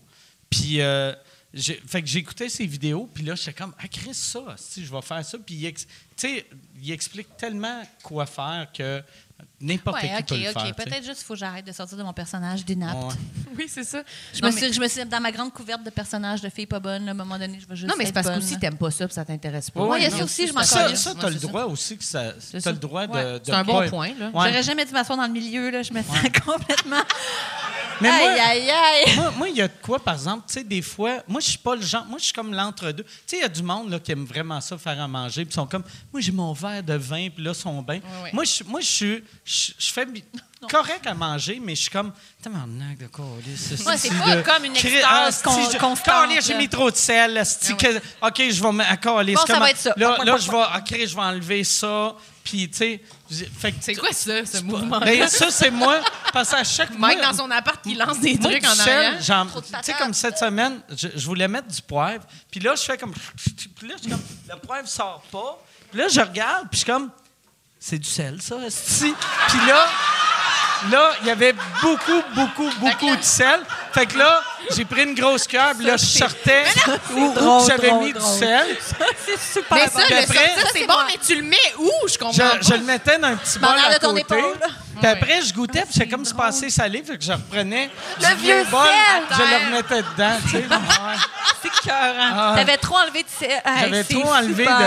C: Puis, euh, j'ai- fait que j'écoutais ses vidéos, puis là, j'étais comme, ah, Chris, ça, si je vais faire ça. Puis, il ex- tu sais, il explique tellement quoi faire que n'importe qui
F: Ouais,
C: peut le
F: OK,
C: faire.
F: OK.
C: tu sais.
F: Peut-être juste faut que j'arrête de sortir de mon personnage d'inapte.
C: Ouais.
E: Oui, c'est ça.
F: Je,
E: Non,
F: me
E: mais-
F: suis, je me suis dans ma grande couverte de personnages de filles pas bonnes. là, à un moment donné, je vais juste.
E: Non, mais c'est
F: être
E: parce
F: bonne,
E: qu'aussi,
F: là.
E: t'aimes pas ça, puis ça t'intéresse pas.
C: Ouais,
F: Ouais, il y a
C: non,
F: ça aussi, je m'en
C: Ça,
F: calisse.
C: ça
E: Moi,
C: t'as le
E: c'est ça.
C: droit aussi que ça. T'as
E: ça.
C: le droit de.
E: Ouais.
C: de
E: C'est un bon
C: pas-
E: point, là.
C: Ouais.
F: J'aurais jamais dû m'asseoir dans le milieu. Là, je me sens complètement.
C: Mais moi-
F: aïe, aïe, aïe.
C: Moi, moi, il y a de quoi, par exemple, tu sais, des fois, moi, je suis pas le genre, moi, je suis comme l'entre-deux. Tu sais, il y a du monde là, qui aime vraiment ça, faire à manger, puis ils sont comme, moi, j'ai mon verre de vin, puis là, ils sont bien.
E: ouais.
C: Moi, je suis- moi, je suis, je je fais bi- correct à manger, mais je suis comme, t'as mon acte de colis,
F: Ouais, c'est pas comme une
C: Ah,
F: extase con- constante,
C: j'ai
F: là. Ah,
C: mis trop de sel, asti, que- OK, je vais me. à colis,
F: Bon, ça
C: comment-
F: va être ça.
C: Là,
F: Point,
C: là,
F: point,
C: je vais, OK, je vais enlever ça, puis, tu sais, j'ai- fait que-
E: C'est quoi ça, ce mouvement?
C: Ben, ça, c'est moi, parce qu'à chaque
E: Mike,
C: moi-
E: dans son appart, qui lance des
C: moi,
E: trucs
C: tout
E: en
C: seul,
E: arrière.
C: j'en-
F: Trop de
C: Tu sais,
F: patates.
C: comme cette semaine, je, je voulais mettre du poivre. Puis là, je fais comme. Puis là, je suis comme. Le poivre sort pas. Puis là, je regarde, puis je suis comme. C'est du sel, ça, esti. Puis là, là, il y avait beaucoup, beaucoup, beaucoup de sel. Fait que là, j'ai pris une grosse cuillère, puis là, je sortais où, où
F: drôle,
C: j'avais
F: drôle,
C: mis
F: drôle.
C: du sel.
F: c'est super.
E: Mais ça,
C: Puis
E: le
C: après-
E: sortir,
F: Ça, c'est
E: c'est bon,
F: moi.
E: mais tu le mets où? Je comprends
C: Je,
E: pas.
C: je le mettais dans un petit bol
F: Dans l'air
C: à
F: de ton
C: côté.
F: épaule.
C: Puis après, je goûtais, puis c'est comme se passer salé, fait que je reprenais
F: Le
C: du
F: vieux
C: bol,
F: sel!
C: je le remettais dedans, tu sais. Ah, Ouais.
F: C'est écœurant. T'avais trop enlevé de. Hey,
C: J'avais
F: c'est
C: trop enlevé
F: super.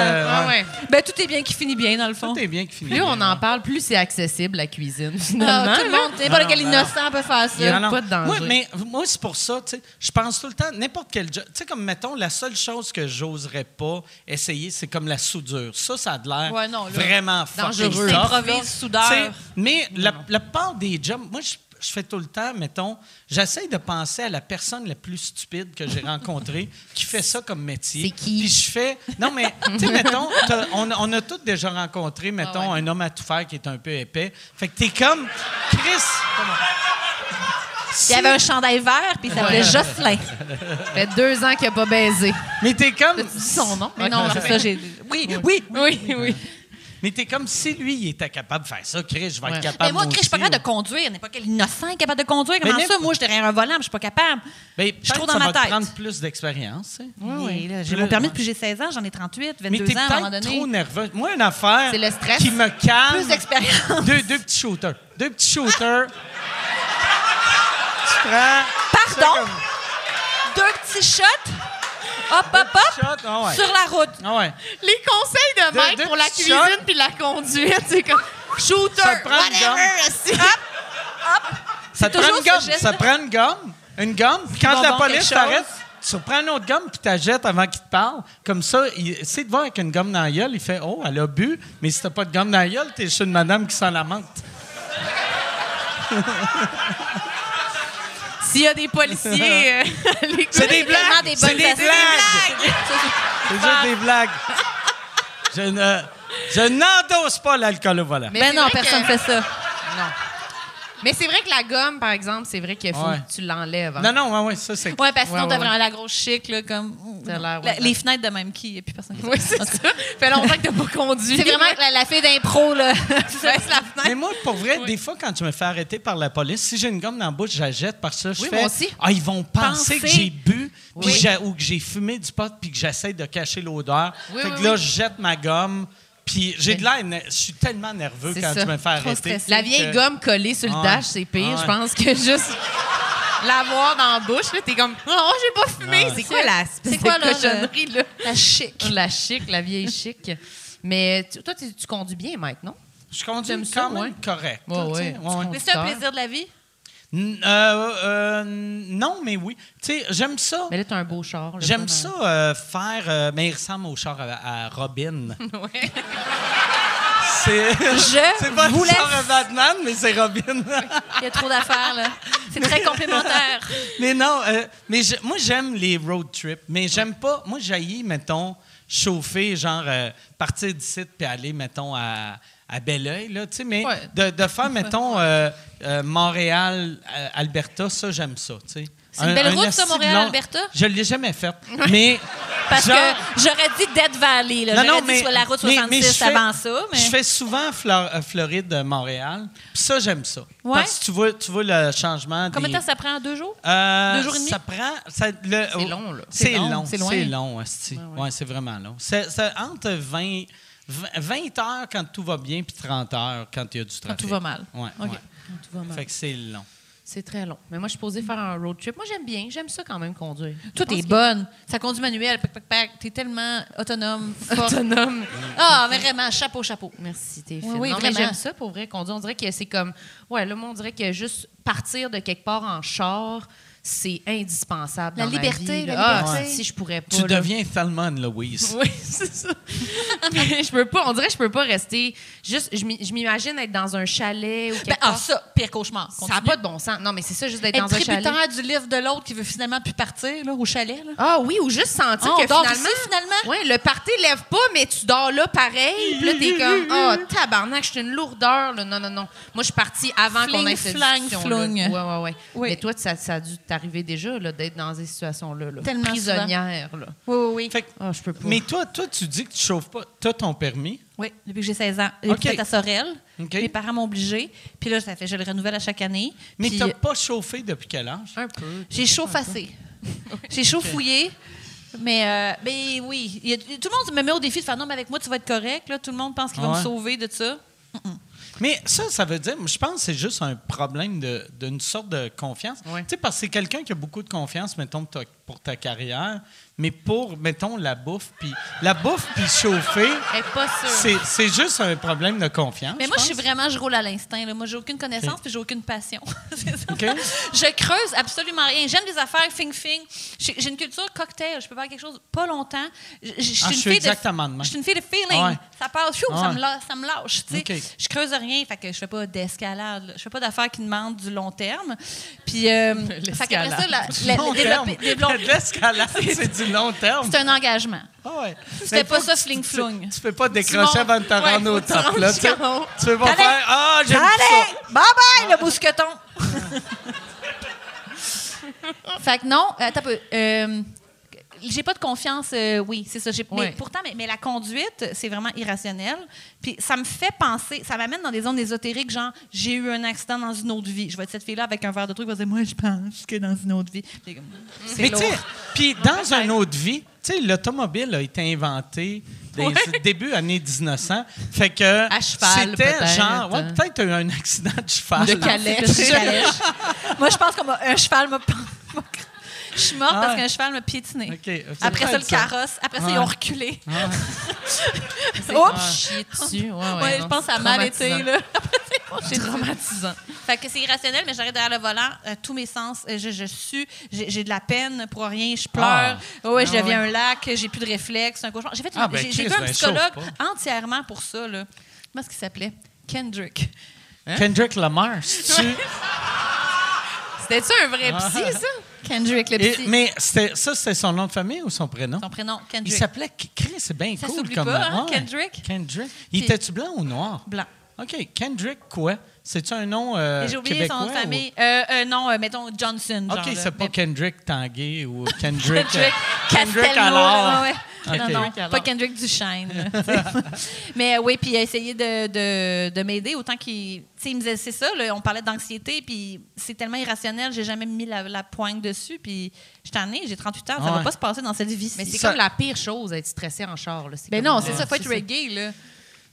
C: de... ouais.
E: ouais.
F: Ben, tout est bien qui finit bien, dans le fond.
C: Tout est bien qui finit.
E: Plus
C: bien.
E: on en parle, plus c'est accessible la cuisine,
F: Ah,
E: finalement.
F: tout le
E: là.
F: monde, n'importe quel
C: Ah non, non.
F: innocent peut faire ça.
E: Il y a
C: Non, non.
E: pas de danger.
C: Moi, mais moi, c'est pour ça, tu sais, je pense tout le temps, n'importe quel job. Tu sais, comme, mettons, la seule chose que j'oserais pas essayer, c'est comme la soudure. Ça, ça a de l'air
F: Ouais, non, là,
C: vraiment fucking
F: dangereux.
C: tough,
F: T'improvises
C: là.
F: soudeur.
C: Tu sais, Mais la, la part des jobs, moi, je, je fais tout le temps, mettons, j'essaie de penser à la personne la plus stupide que j'ai rencontrée qui fait ça comme métier.
E: C'est qui?
C: Puis je fais. Non, mais, tu sais, mettons, t'as- on, on a tous déjà
F: Ah
C: rencontré, mettons, un homme à tout faire qui est un peu épais. Fait que t'es comme. Chris.
F: Il y avait un chandail vert, puis il s'appelait Jocelyn.
E: Ça fait deux ans qu'il n'a pas baisé.
C: Mais t'es comme.
E: Dis son nom.
F: Mais non, c'est ça, j'ai. Oui, oui.
E: Oui, oui.
C: Mais t'es comme si lui, il était capable de faire ça, Chris, je vais être
E: Ouais.
C: capable.
F: Mais moi, Chris, je suis pas
C: aussi,
F: capable de conduire. N'importe quel innocent est capable de conduire.
C: Mais
F: Comment
C: n'im-
F: ça, moi, je suis derrière un volant, puis je suis pas
C: Ben,
F: capable. je suis
C: peut-être
F: trop
C: que
F: dans
C: ça
F: ma
C: va te
F: tête.
C: prendre plus d'expérience. tu sais.
F: Oui, là, J'ai
C: Plus-
F: mon permis
C: ouais.
F: depuis que j'ai 16 ans, j'en ai 38,
C: Mais
F: 22
C: t'es
F: ans à un moment
C: peut-être
F: donné.
C: trop nerveux. Moi, une affaire
E: C'est le stress.
C: qui me calme.
F: Plus d'expérience.
C: Deux, deux petits shooters. Deux petits shooters. tu prends.
F: Pardon?
C: ça comme-
F: Deux petits shots, hop, hop,
C: petits
F: hop,
C: shots, ah ouais.
F: sur la route.
C: Ah ouais.
E: Les conseils de
C: De-
E: Mike
C: de
E: pour la
C: petits
E: cuisine
C: chocs.
E: puis la conduite, c'est comme shooter,
C: Ça te prend une gomme.
E: whatever. esti.
C: Ça te prend
F: toujours
C: une
F: ce
C: gomme.
F: geste.
C: Ça prend une gomme. Une gomme. Puis quand
F: va
C: la
F: vendre
C: police
F: quelque
C: t'arrête, tu prends une autre gomme puis t'ajettes avant qu'il te parle. Comme ça, il- s'il te voit avec une gomme dans la gueule, il fait Oh, elle a bu. Mais si t'as pas de gomme dans la gueule, t'es chez une madame qui s'en lamente.
E: S'il y a des policiers, euh, à l'écoute,
C: C'est des blagues.
F: Tellement des
C: C'est
F: bonnes
C: des
F: façons.
C: blagues.
F: Ça, c'est-
C: C'est juste des blagues. Je ne. Je n'endosse pas l'alcool au volant.
E: Mais
F: Ben
E: c'est
F: non,
E: vrai
F: personne
E: que-
F: fait ça.
E: Mais c'est vrai que la gomme, par exemple, c'est vrai qu'il faut
C: Ouais.
E: que tu l'enlèves. hein.
C: Non, non, ouais, ouais, ça, c'est.
F: Ouais, parce que sinon,
E: Ouais,
F: t'as
E: ouais.
F: vraiment la grosse chic, là, comme.
E: T'as l'air, ouais,
F: La-
E: ouais.
F: les fenêtres de même qui, et puis personne qui
E: Oui, c'est
F: En
E: ça.
F: tout cas,
E: fait longtemps que t'as pas conduit.
F: C'est vraiment la, la fille d'impro, là. C'est la fenêtre.
C: Mais moi, pour vrai, des fois, quand je me fais arrêter par la police, si j'ai une gomme dans la bouche, j'ajette par ça. Je
E: Oui,
C: fais,
E: moi aussi.
C: Ah, ils vont penser,
F: Penser.
C: que j'ai bu puis
E: Oui.
C: j'ai- ou que j'ai fumé du pot puis que j'essaie de cacher l'odeur.
E: Oui,
C: fait
E: oui,
C: que là,
E: oui.
C: je jette ma gomme. Puis j'ai de l'air, ne- je suis tellement nerveux
E: C'est
C: quand
E: ça.
C: je me fais
F: Trop
C: arrêter.
F: stressé.
E: La vieille
C: que-
E: gomme collée sur le
C: Ouais.
E: dash, c'est pire,
C: Ouais.
E: je pense, que juste l'avoir dans la bouche. là, T'es comme, oh, j'ai pas fumé. C'est quoi la
F: C'est quoi, là, le-
E: cochonnerie, là?
F: La chic.
E: La chic, la vieille chic. Mais tu- toi, tu, tu conduis bien, Mike, non?
C: Je conduis
E: J'aime
C: quand
E: ça,
C: même
E: ouais.
C: correct.
E: Ouais,
C: là, tu sais,
E: ouais.
C: ouais,
E: Tu
C: ouais.
F: Mais c'est un plaisir de la vie.
C: N- euh, euh, non, mais oui. Tu sais, j'aime ça.
E: Mais là, t'as un beau char. là,
C: J'aime
E: pas
C: ça
E: mal.
C: euh, faire. euh, mais il ressemble au char à, à Robin.
E: Ouais.
C: C'est. C'est pas
F: Je vous
C: le char à
F: laisse.
C: Batman, mais c'est Robin.
F: Il y a trop d'affaires, là. C'est très complémentaire.
C: mais non, euh, mais je- moi, j'aime les road trips, mais j'aime pas. Moi, j'haïs, mettons, chauffer, genre, euh, partir d'ici puis aller, mettons, à, à Belleuil, là, tu sais, mais
E: Ouais.
C: de, de faire, mettons, euh, euh, Montréal, euh, Alberta, ça, j'aime ça, tu sais.
F: C'est une belle route,
C: asti
F: ça,
C: de
F: Montréal,
C: long-
F: Alberta?
C: Je l'ai jamais faite, mais.
F: Parce
C: genre-
F: que j'aurais dit Dead Valley, là. J'aurais dit sur la route
C: mais-
F: 66
C: mais je fais-
F: avant ça, mais...
C: Je fais souvent Flo- euh, Floride, euh, Montréal. Puis ça, j'aime ça.
F: Ouais.
C: Parce que tu vois, tu vois le changement.
F: Combien de
C: des-
F: temps ça prend? Deux jours?
C: Euh,
F: Deux jours et demi?
C: Ça prend. ça- le- oh,
E: long, là.
C: C'est
E: C'est long,
C: long.
E: c'est
C: C'est
E: loin.
C: long, asti. Ouais, c'est vraiment long. C'est c'est entre 20, 20 heures quand tout va bien, puis 30 heures quand il y a du trafic.
F: tout va mal.
C: Ouais,
F: OK.
C: ouais.
E: Tout va mal.
C: Fait que c'est long.
E: C'est très long. Mais moi, je suis posée faire un road trip. Moi, j'aime bien. J'aime ça quand même conduire.
F: Toi,
E: Je pense
F: t'es
E: que-
F: bonne. Ça conduit manuel, pac, pac, pac. T'es tellement autonome, forte.
E: Autonome.
F: Ah, mais vraiment, chapeau, chapeau.
E: Merci, t'es
F: Oui,
E: fine.
F: oui,
E: non, mais
F: vraiment.
E: j'aime ça pour vrai conduire. On dirait que c'est comme. Ouais, là, moi, on dirait que juste partir de quelque part en char, c'est indispensable.
F: La
E: dans ma
F: liberté,
E: vie,
F: la
E: là.
F: liberté.
E: Ah, si je pourrais pas.
C: Tu
E: là.
C: deviens Thelma Louise.
E: Oui, c'est ça. Mais je peux pas. On dirait que je peux pas rester. Juste, je m'y- je m'imagine être dans un chalet ou quelque
F: Ben, ah,
E: part.
F: ça, pire cauchemar.
E: ça n'a
F: Continue.
E: pas de bon sens. Non, mais c'est ça, juste d'être
F: Être
E: dans un chalet.
F: tributaire du livre de l'autre qui veut finalement plus partir, là, au chalet, là.
E: Ah oui, ou juste sentir
F: Ah, on
E: que
F: dort
E: finalement.
F: ici, finalement?
E: Ouais, le party lève pas, mais tu dors là pareil. Puis là,
F: Mm-hmm,
E: t'es comme, ah, tabarnak, je suis une lourdeur. Là. Non, non, non. Moi, je suis partie avant
F: Fling,
E: qu'on ait cette
F: flang,
E: discussion-là.
F: flung.
E: Ouais, ouais, ouais.
F: Oui.
E: Mais toi, ça, ça a dû t'arriver déjà, là, d'être dans ces situations-là. là.
F: Tellement
E: Prisonnière, là.
F: Oui, oui, oui.
C: Fait que-
E: Ah, je peux pas.
C: mais toi, toi, tu dis que tu chauffes pas. T'as ton permis.
F: Oui, depuis que j'ai 16 ans.
C: OK.
F: J'étais à Sorel.
C: OK.
F: Mes parents m'ont obligée. Puis là, ça fait, je le renouvelle à chaque année.
C: Mais
F: Puis,
C: t'as
F: euh,
C: pas chauffé depuis quel âge?
E: un peu.
F: j'ai chauffacé. j'ai chauffouillé. Mais, euh, mais oui, Il y a- tout le monde me met au défi de faire non, mais avec moi, tu vas être correct. Là. Tout le monde pense qu'il va
C: Ouais.
F: me sauver de ça.
C: Mais ça, ça veut dire, je pense que c'est juste un problème de- d'une sorte de confiance.
G: Ouais.
C: Tu sais, parce que c'est quelqu'un qui a beaucoup de confiance, mettons, pour ta- pour ta carrière, mais pour, mettons, la bouffe, puis la bouffe, puis chauffer,
G: Elle est pas sûre.
C: c'est c'est juste un problème de confiance.
F: Mais moi, je
C: Ah, pense.
F: suis vraiment, je roule à l'instinct. là. Moi, j'ai aucune connaissance puis j'ai aucune passion. C'est ça.
C: OK.
F: Je creuse absolument rien. J'aime les affaires fing-fing. J'ai j'ai une culture cocktail. Je peux faire quelque chose pas longtemps. Je je- je suis
C: Ah, je
F: une
C: suis
F: fille
C: exactement de
F: de,
C: même.
F: Je suis une fille de feeling.
C: Ah ouais.
F: Ça passe, chou,
C: Ah
F: ça,
C: ouais.
F: me lâche, ça me lâche. tu sais.
C: OK.
F: Je creuse rien. Fait que je fais pas d'escalade. là. Je fais pas d'affaires qui demandent du long terme. Puis, euh, fait qu'après ça, la- la-
C: Long terme.
F: développer- développer-
C: De l'escalade, c'est du long terme.
F: c'est un engagement.
C: Ah ouais.
F: C'était
C: Mais
F: pas
C: faut
F: ça,
C: que tu-
F: fling-flung.
C: Tu, tu peux pas
F: montes.
C: décrocher avant de te
F: Ouais,
C: rendre au
F: faut que tu
C: top.
F: rentres
C: Là, tu,
F: jusqu'en haut.
C: tu peux pas
F: T'allais-
C: faire Ah, j'ai vu ça.
F: Allez, bye bye le bousqueton. fait que non, attends un peu. Euh, j'ai pas de confiance, euh, oui, c'est ça. J'ai- Mais
G: Ouais.
F: pourtant, mais, mais la conduite, c'est vraiment irrationnel. Puis ça me fait penser, ça m'amène dans des zones ésotériques, genre j'ai eu un accident dans une autre vie. Je vais être cette fille-là avec un verre de truc, elle va dire moi je pense que dans une autre vie. Puis comme, C'est
C: Mais tu
F: lourd.
C: sais, puis dans une autre vie, tu sais, l'automobile a été inventée des début années 1900. Fait que
G: À cheval,
C: c'était
G: peut-être.
C: genre ouais, peut-être t'as eu un accident de cheval.
G: De calèche.
F: C'est une calèche. moi je pense qu'un cheval m'a je suis morte
C: Ah
F: parce
C: ouais.
F: qu'un cheval m'a piétiné.
C: OK, OK.
F: Après ça, le
C: Ça.
F: carrosse. Après ça, ils
C: Ouais.
F: ont reculé.
G: C'est
E: Ah,
F: Oups!
G: chier dessus. Ouais, ouais,
F: Ouais,
G: non,
F: je pense
G: c'est
F: à mal été,
G: traumatisant.
F: là. C'est
G: Traumatisant.
F: Fait que c'est irrationnel, mais j'arrive derrière le volant, euh, tous mes sens, euh, je, je sue, j'ai j'ai de la peine pour rien, je pleure, Ouais, ouais, je deviens un lac, j'ai plus de réflexes, c'est un cauchemar. J'ai fait, une-
C: Ah, ben,
F: j'ai- j'ai
C: Chris,
F: vu un
C: ben,
F: psychologue
C: chauffe
F: entièrement pour ça, là. Comment est-ce qu'il s'appelait? Kendrick. Hein?
C: Kendrick Lamar, c'est-tu-
G: C'était-tu un vrai psy, ça?
F: Kendrick, le
C: Ah. Et-
F: petit.
C: mais c'était- ça, c'était son nom de famille ou son prénom?
F: Son prénom,
C: Il
F: Kendrick.
C: s'appelait K- Chris, c'est bien
F: Ça
C: cool
F: s'oublie
C: comme
F: pas, hein,
C: ouais.
F: Kendrick.
C: Kendrick. Il
F: Puis-
C: était-tu blanc ou noir?
F: Blanc.
C: OK, Kendrick quoi? C'est-tu un nom euh,
F: Et J'ai oublié
C: québécois
F: son nom de
C: ou-
F: famille. Euh, euh, non, euh, mettons Johnson. genre,
C: OK,
F: là.
C: c'est pas
F: Mais-
C: Kendrick Tanguay ou Kendrick...
F: Kendrick
C: euh,
F: Castelnau. là, ouais, ouais.
C: OK.
F: Non, non, pas Kendrick Duchesne. là, tu sais. Mais euh, oui, puis il a essayé de, de- de m'aider autant qu'il... Tu sais, il me disait, c'est ça, là, on parlait d'anxiété, puis c'est tellement irrationnel, j'ai jamais mis la, la poigne dessus, puis je t'en ai, j'ai 38 ans, ça
C: Ouais.
F: va pas se passer dans cette vie
G: Mais c'est
C: Ça-
G: comme la pire chose, être stressé en char. Là.
F: Ben
G: comme-
F: non, c'est
G: Ouais,
F: ça, faut être reggae, là.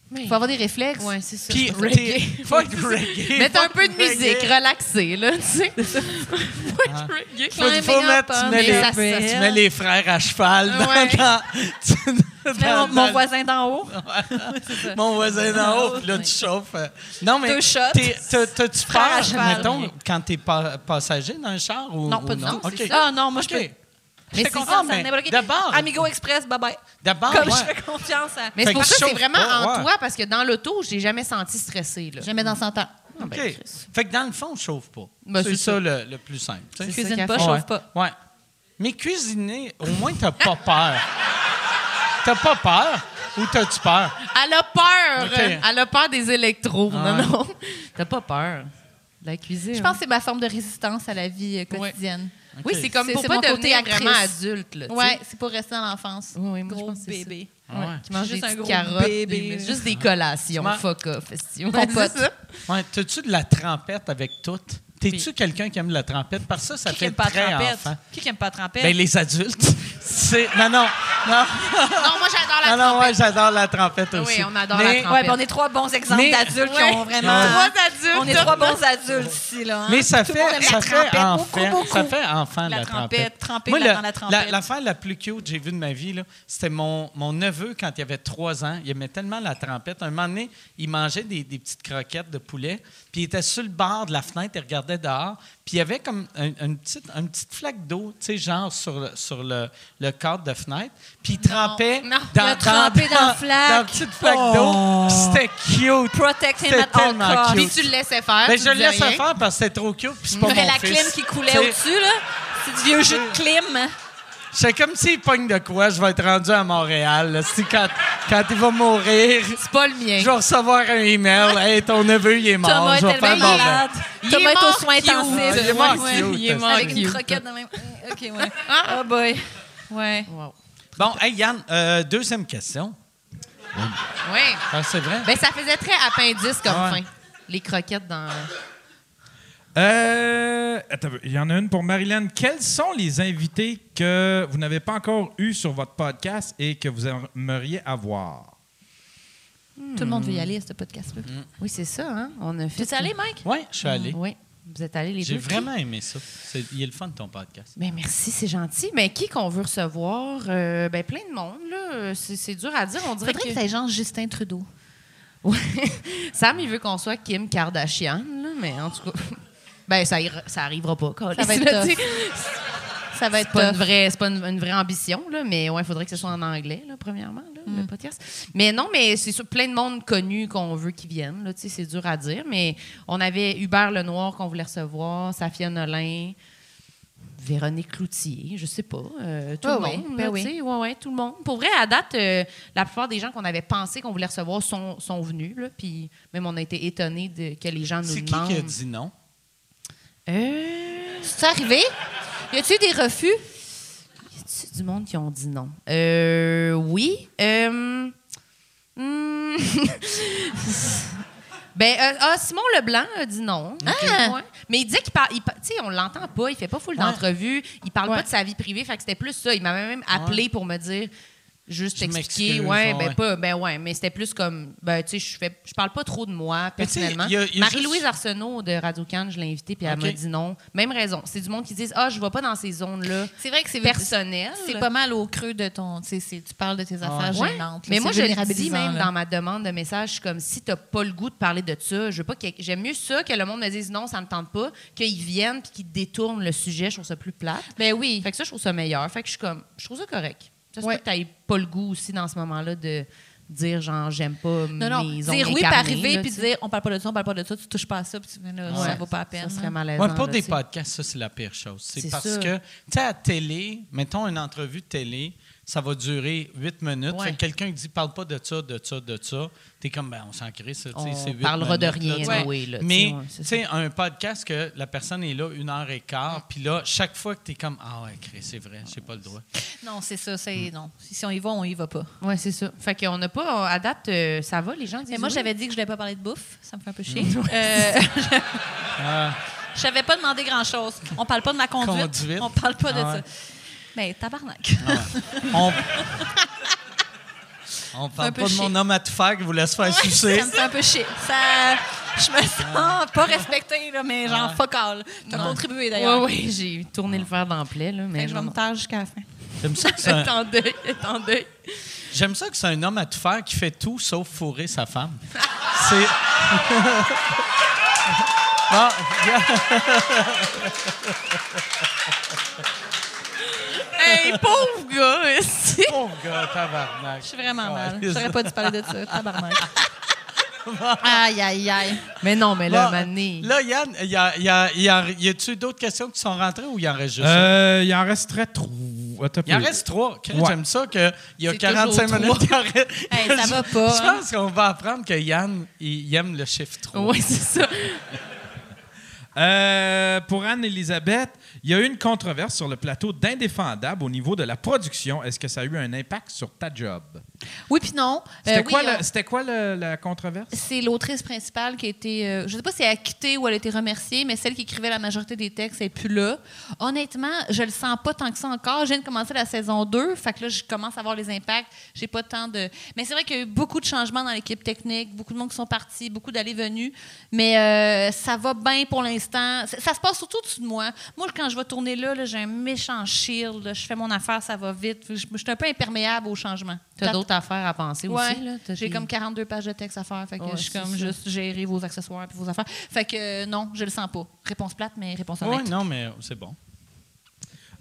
G: Mais-
F: Faut avoir des réflexes.
G: Ouais, c'est ça.
C: Puis,
G: Faut
C: t'es- faut être reggae.
G: Mettre un
C: faut
G: peu de
C: être reggae.
G: musique, relaxer, là, tu sais. Faut être reggae. hein.
C: Faut, faut
F: Climbing
C: mettre,
F: up hein,
C: tu
F: on
C: mets,
F: the
C: les,
F: hill.
C: tu mets les frères à cheval dans,
G: Ouais.
C: dans- tu-
F: Tu mets mon,
C: dans-
F: mon
C: dans-
F: voisin d'en haut.
C: Mon voisin d'en haut, puis là,
F: Ouais.
C: tu chauffes. euh. Non, mais.
F: Deux shots.
C: t'es- t'as- T'as-tu
F: Frère à
C: peur,
F: cheval.
C: mettons, quand t'es pa- passager dans un char ou.
F: Non, pas
C: ou
F: du tout.
C: OK.
F: c'est ça. Ah non, moi, je
C: OK.
F: peux... Je fais
G: c'est
F: confiance
C: ça,
F: à
C: mais
F: n'importe qui.
C: d'abord-
F: Amigo Express, bye-bye.
C: D'abord,
F: Comme je
C: ouais.
F: fais confiance à...
G: Mais
C: Fait
G: c'est
C: que
G: pour ça que
C: chauffe
G: c'est vraiment
C: pas, ouais.
G: en toi, parce que dans l'auto, je l'ai jamais senti stressé. Là.
F: Jamais dans 100 ans.
C: OK. Fait que dans le fond, je chauffe pas.
G: Ben,
C: c'est
G: c'est
C: ça
G: ça.
C: le, le plus simple. tu sais.
G: C'est
F: Cuisine
G: ça
F: pas,
G: qu'elle fait.
F: chauffe pas.
C: Ouais. Mais cuisiner, au moins, t'as pas peur. T'as pas peur ou t'as-tu peur?
G: Elle a peur!
C: Ok.
G: Elle a peur des électros.
C: Ah ouais.
G: Non, non. T'as pas peur. La cuisine.
F: Je pense que c'est ma forme de résistance à la vie euh, quotidienne.
G: Oui, c'est comme
F: C'est-
G: pour
F: c'est
G: pas
F: mon côté
G: devenir
F: actrice.
G: vraiment adulte. Là, tu sais.
F: Ouais, c'est pour rester dans l'enfance.
G: Oui, oui, moi, je
F: gros
G: pense que c'est
F: bébé.
C: Ouais.
G: Qui mange
F: Juste
G: juste
F: un
G: des petites
F: gros
G: carottes,
F: bébé,
G: des-
F: là.
G: juste des collations,
C: Ouais.
G: fuck off, esti.
F: Compote.
G: C'est ça.
C: Ouais, t'as-tu de la trempette avec tout? T'es-tu quelqu'un qui aime la trempette? Parce que ça, ça
F: Qui qui
C: fait
F: aime pas
C: très
F: trempette?
C: enfant.
F: Qui qui aime pas trempette?
C: Ben, les adultes, c'est... Non, non, non.
G: Non, moi j'adore la
C: Ah non, ouais,
G: trompette.
C: j'adore la trempette
G: Oui,
C: aussi.
G: on adore
C: mais,
G: la trempette.
F: ouais, ben, on est trois bons exemples
C: Mais-
F: d'adultes qui ont vraiment.
G: Trois adultes.
F: On est trois bons adultes ici, là. hein.
C: Mais ça
F: Tout le monde
C: fait,
F: aime
C: ça
F: la
C: fait
F: trempette,
C: enfant.
F: beaucoup, beaucoup.
C: Ça fait enfant, la,
F: La
C: trempette.
F: trempette, tremper
C: Moi,
F: la-
C: la-
F: dans la trempette.
C: la- L'affaire la plus cute que j'ai vue de ma vie, là, c'était mon, mon neveu quand il avait trois ans. Il aimait tellement la trempette. Un moment donné, il mangeait des, des petites croquettes de poulet, puis il était sur le bord de la fenêtre, il regardait dehors, puis il y avait comme un- une, petite, une petite flaque d'eau, tu sais, genre sur, le- sur le, le cadre de fenêtre, puis il trempait
F: non, il a trempé dans la flaque.
C: dans une petite flaque d'eau, puis c'était cute.
F: Protect him
C: C'était
F: at all
C: tellement
F: costs.
C: cute.
G: Puis tu le laissais faire.
C: Ben,
G: tu
C: je le
G: dis
C: laisse
G: rien.
C: faire parce que c'était trop cute, puis c'est pas
F: Mais
C: mon
F: la
C: fils.
F: clim qui coulait
C: Tu sais,
F: au-dessus, là. C'est du vieux jeu de clim. hein.
C: C'est comme s'il pogne de quoi, je vais être rendu à Montréal. là. Si quand, quand il va mourir,
G: C'est pas le mien.
C: je vais recevoir un email. Hey, ton neveu, il est mort.
F: Thomas est
C: je vais
F: tellement
C: faire bon ben.
F: malade.
G: Il
F: Thomas
G: est
F: est aux
G: mort
F: soins
G: cute.
F: intensifs.
C: Il est mort
F: Ouais,
C: cute.
F: ouais, il est mort Avec une
G: cute.
F: croquette de même. OK, ouais. Oh boy. Ouais.
G: Wow.
C: Bon, hey, Yann, euh, deuxième question.
G: Oui.
C: Ah, c'est vrai?
G: Ben, ça faisait très appendice comme
C: Ouais.
G: fin. Les croquettes dans.
D: Euh, attends, il y en a une pour Marilyn. Quels sont les invités que vous n'avez pas encore eus sur votre podcast et que vous aimeriez avoir?
F: Tout le monde veut y aller à ce podcast-là.
G: Mm.
E: Oui, c'est ça, hein? On a fait.
F: T'es allé, Mike?
C: Oui, je suis allé.
E: Oui. Vous êtes allés les deux.
C: J'ai vraiment aimé ça. C'est- Il est le fun de ton podcast.
E: Mais merci, c'est gentil. Mais qui qu'on veut recevoir? Euh, ben, plein de monde, là. C'est c'est dur à dire. On dirait
F: Faudrait que
E: que...
F: t'aies genre Justin Trudeau.
E: Ouais. Sam, il veut qu'on soit Kim Kardashian, là, mais en tout cas... Ben, ça, ira- ça arrivera pas, Colin.
F: va être
E: Là,
F: tough.
E: tu sais,
F: Ça va
E: C'est
F: être
E: pas, une
F: tough.
E: vraie, c'est pas une, une vraie ambition, là, mais ouais, il faudrait que ce soit en anglais, là, premièrement, là, le
F: Mm.
E: podcast. Mais non, mais c'est sûr, plein de monde connu qu'on veut qui viennent. là, tu sais, C'est dur à dire, mais on avait Hubert Lenoir qu'on voulait recevoir, Safia Nolin, Véronique Cloutier, je sais pas, euh, tout
F: Ouais,
E: le
F: ouais,
E: monde.
F: ben
E: là,
F: oui.
E: tu sais, ouais, ouais, tout le monde. Pour vrai, à date, euh, la plupart des gens qu'on avait pensé qu'on voulait recevoir sont, sont venus. là, Puis même, on a été étonnés de, que les gens nous
C: C'est qui qui
E: demandent.
C: a dit non?
E: Euh,
F: C'est arrivé? Y a-tu eu des refus?
E: C'est du monde qui ont dit non. Euh, oui. Euh, hmm. ben, euh, ah, Simon Leblanc a dit non.
F: Ah!
E: Ouais. Mais il disait qu'il parle. il par- Tu sais, on l'entend pas, il fait pas full d'entrevues, il parle
F: Ouais.
E: pas de sa vie privée, fait que c'était plus ça. Il m'avait même appelé pour me dire. Juste
C: Je
E: expliquer,
C: m'excuse, ouais.
E: ouais, ben pas, ben ouais, mais c'était plus comme, ben tu sais, je fais, je parle pas trop de moi
C: Mais tu sais,
E: personnellement.
C: il y a- il y a
E: Marie-Louise
C: juste-
E: Arsenault de Radio Can, je l'ai invitée puis elle
C: Ok.
E: m'a dit non. Même raison, c'est du monde qui dit, ah, je vais pas dans ces zones là
F: C'est vrai que c'est
E: personnel.
F: C'est pas mal au creux de ton. tu sais, c'est- tu parles de tes affaires
E: Ouais.
F: gênantes. là,
E: Mais moi,
F: c'est
E: je le dis
F: vulnérabilisant,
E: même
F: là.
E: dans ma demande de message, je suis comme si t'as pas le goût de parler de ça. Je veux pas que j'aime mieux ça que le monde me dise non, ça me tente pas, qu'ils viennent puis qu'ils détournent le sujet. Je trouve ça plus plate.
F: Ben oui.
E: Fait que ça, je trouve ça meilleur. Fait que je suis comme, je trouve ça correct. Ça se
F: Ouais.
E: peut que t'aies pas le goût aussi dans ce moment-là de dire genre j'aime pas
F: Non, non.
E: mes
F: Dire
E: ongles
F: oui, puis
E: incarnés,
F: arriver,
E: là,
F: puis
E: tu sais.
F: dire on parle pas de ça, on parle pas de ça, tu touches pas à ça, puis tu mais là, ça
E: Ouais.
F: vaut pas la peine. hein.
E: Ça
F: là.
E: serait malaisant.
C: Moi, pour
E: là,
C: des
E: tu sais.
C: podcasts, ça, c'est la pire chose. C'est
E: C'est
C: parce
E: ça.
C: que, tu sais, à télé, mettons une entrevue de télé, ça va durer huit minutes.
E: Ouais.
C: Fait que quelqu'un dit parle pas de ça, de ça, de ça. T'es comme, ben, on s'en crée, ça. tu sais,
E: On
C: c'est huit
E: parlera de
C: minutes, là,
E: rien,
C: tu sais.
E: anyway, là, tu sais,
C: Mais,
E: ouais, c'est
C: tu
E: ça.
C: sais, un podcast que la personne est là une heure et quart, puis là, chaque fois que t'es comme, ah ouais, crée, c'est vrai, j'ai pas le droit.
F: Non, c'est ça, c'est non. Si si on y va, on y va pas.
E: Ouais, c'est ça. Fait qu'on n'a pas à date euh, ça va les gens disent
F: Mais moi,
E: oui.
F: j'avais dit que je voulais pas parler de bouffe. Ça me fait un peu chier. Euh, Je n'avais pas demandé grand-chose. On parle pas de ma conduite.
C: Conduite.
F: On parle pas de
C: Ah ouais.
F: ça. Mais tabarnak.
C: On, on parle
F: Un peu
C: pas de
F: chier.
C: mon homme à tout faire qui vous laisse faire sucer.
F: ça me fait un peu chier. Ça, je me sens pas respectée, là, mais genre focal. Tu as contribué d'ailleurs.
E: Ouais, ouais, j'ai tourné le fer dans le plaie,
F: Fait
E: là, mais
F: que Ben, je vais
E: non,
F: me taire jusqu'à la fin.
C: J'aime ça que c'est un-
E: Tant deuil, tant deuil.
C: J'aime ça que c'est un homme à tout faire qui fait tout sauf fourrer sa femme. C'est. Ah, regarde.
E: Hey, pauvre gars! esti.
C: Mon gars, tabarnak. Oh,
F: Je suis vraiment mal.
C: Ouais.
F: J'aurais pas dû parler de ça. Tabarnak. aïe, aïe, aïe.
E: Mais non, mais là,
C: Bon,
E: Mané.
C: Là, Yann, y, a, y, a- y a- y a-tu d'autres questions qui sont rentrées ou il en reste juste ça?
D: Euh, il en resterait trop.
C: Il en reste trois. Chris,
D: Ouais.
C: J'aime ça qu'il y a
E: C'est
C: 45
E: toujours
C: minutes. qu'il en reste-
F: Hey, ça va pas,
C: Je
F: hein?
C: pense qu'on va apprendre que Yann, il, il aime le chiffre 3.
E: Oui, c'est ça.
D: Euh, pour Anne-Elisabeth, il y a eu une controverse sur le plateau d'Indéfendable au niveau de la production. Est-ce que ça a eu un impact sur ta job?
C: Euh,
F: Oui, puis non. Euh,
D: C'était
F: oui,
D: quoi, le-
F: on-
D: c'était quoi le- la controverse?
F: C'est l'autrice principale qui a été, euh, je ne sais pas si elle a quitté ou elle a été remerciée, mais celle qui écrivait la majorité des textes n'est plus là. Honnêtement, je le sens pas tant que ça encore. Je viens de commencer la saison 2, fait que là, je commence à voir les impacts. J'ai pas tant de. Mais c'est vrai qu'il y a eu beaucoup de changements dans l'équipe technique, beaucoup de monde qui sont partis, beaucoup d'allées-venues, mais euh, ça va bien pour l'instant. Ça, ça se passe surtout au-dessus de moi. Moi, quand je vais tourner là, là, j'ai un méchant shield. là. Je fais mon affaire, ça va vite. Je, je suis un peu imperméable aux changements.
E: T'as d'autres affaires à penser
F: Ouais.
E: aussi, là. T'as
F: J'ai
E: des-
F: comme 42 pages de texte à faire. Fait que
E: Ouais,
F: je suis
E: c'est
F: comme
E: ça.
F: juste gérer vos accessoires puis vos affaires. Fait que euh, non, je le sens pas. Réponse plate, mais réponse
C: Oui,
F: honnête.
C: non, mais c'est bon.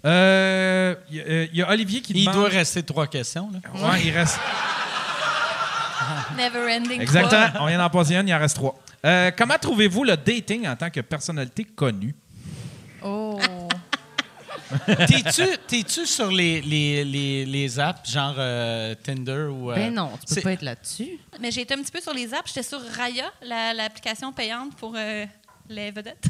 D: Euh, Il y a- euh, il y, a Olivier qui
C: Il
D: demande...
C: doit rester trois questions. Là.
D: Ouais, il reste...
F: Never ending.
D: Exactement. On vient d'en passer une, il en reste trois. Euh, comment trouvez-vous le dating en tant que personnalité connue?
F: Oh.
C: T'es-tu, t'es-tu sur les, les, les, les apps, genre euh, Tinder ou. euh,
E: Ben non, tu peux
C: c'est-
E: pas être là-dessus.
F: mais j'ai été un petit peu sur les apps. J'étais sur Raya, la- l'application payante pour euh, les vedettes.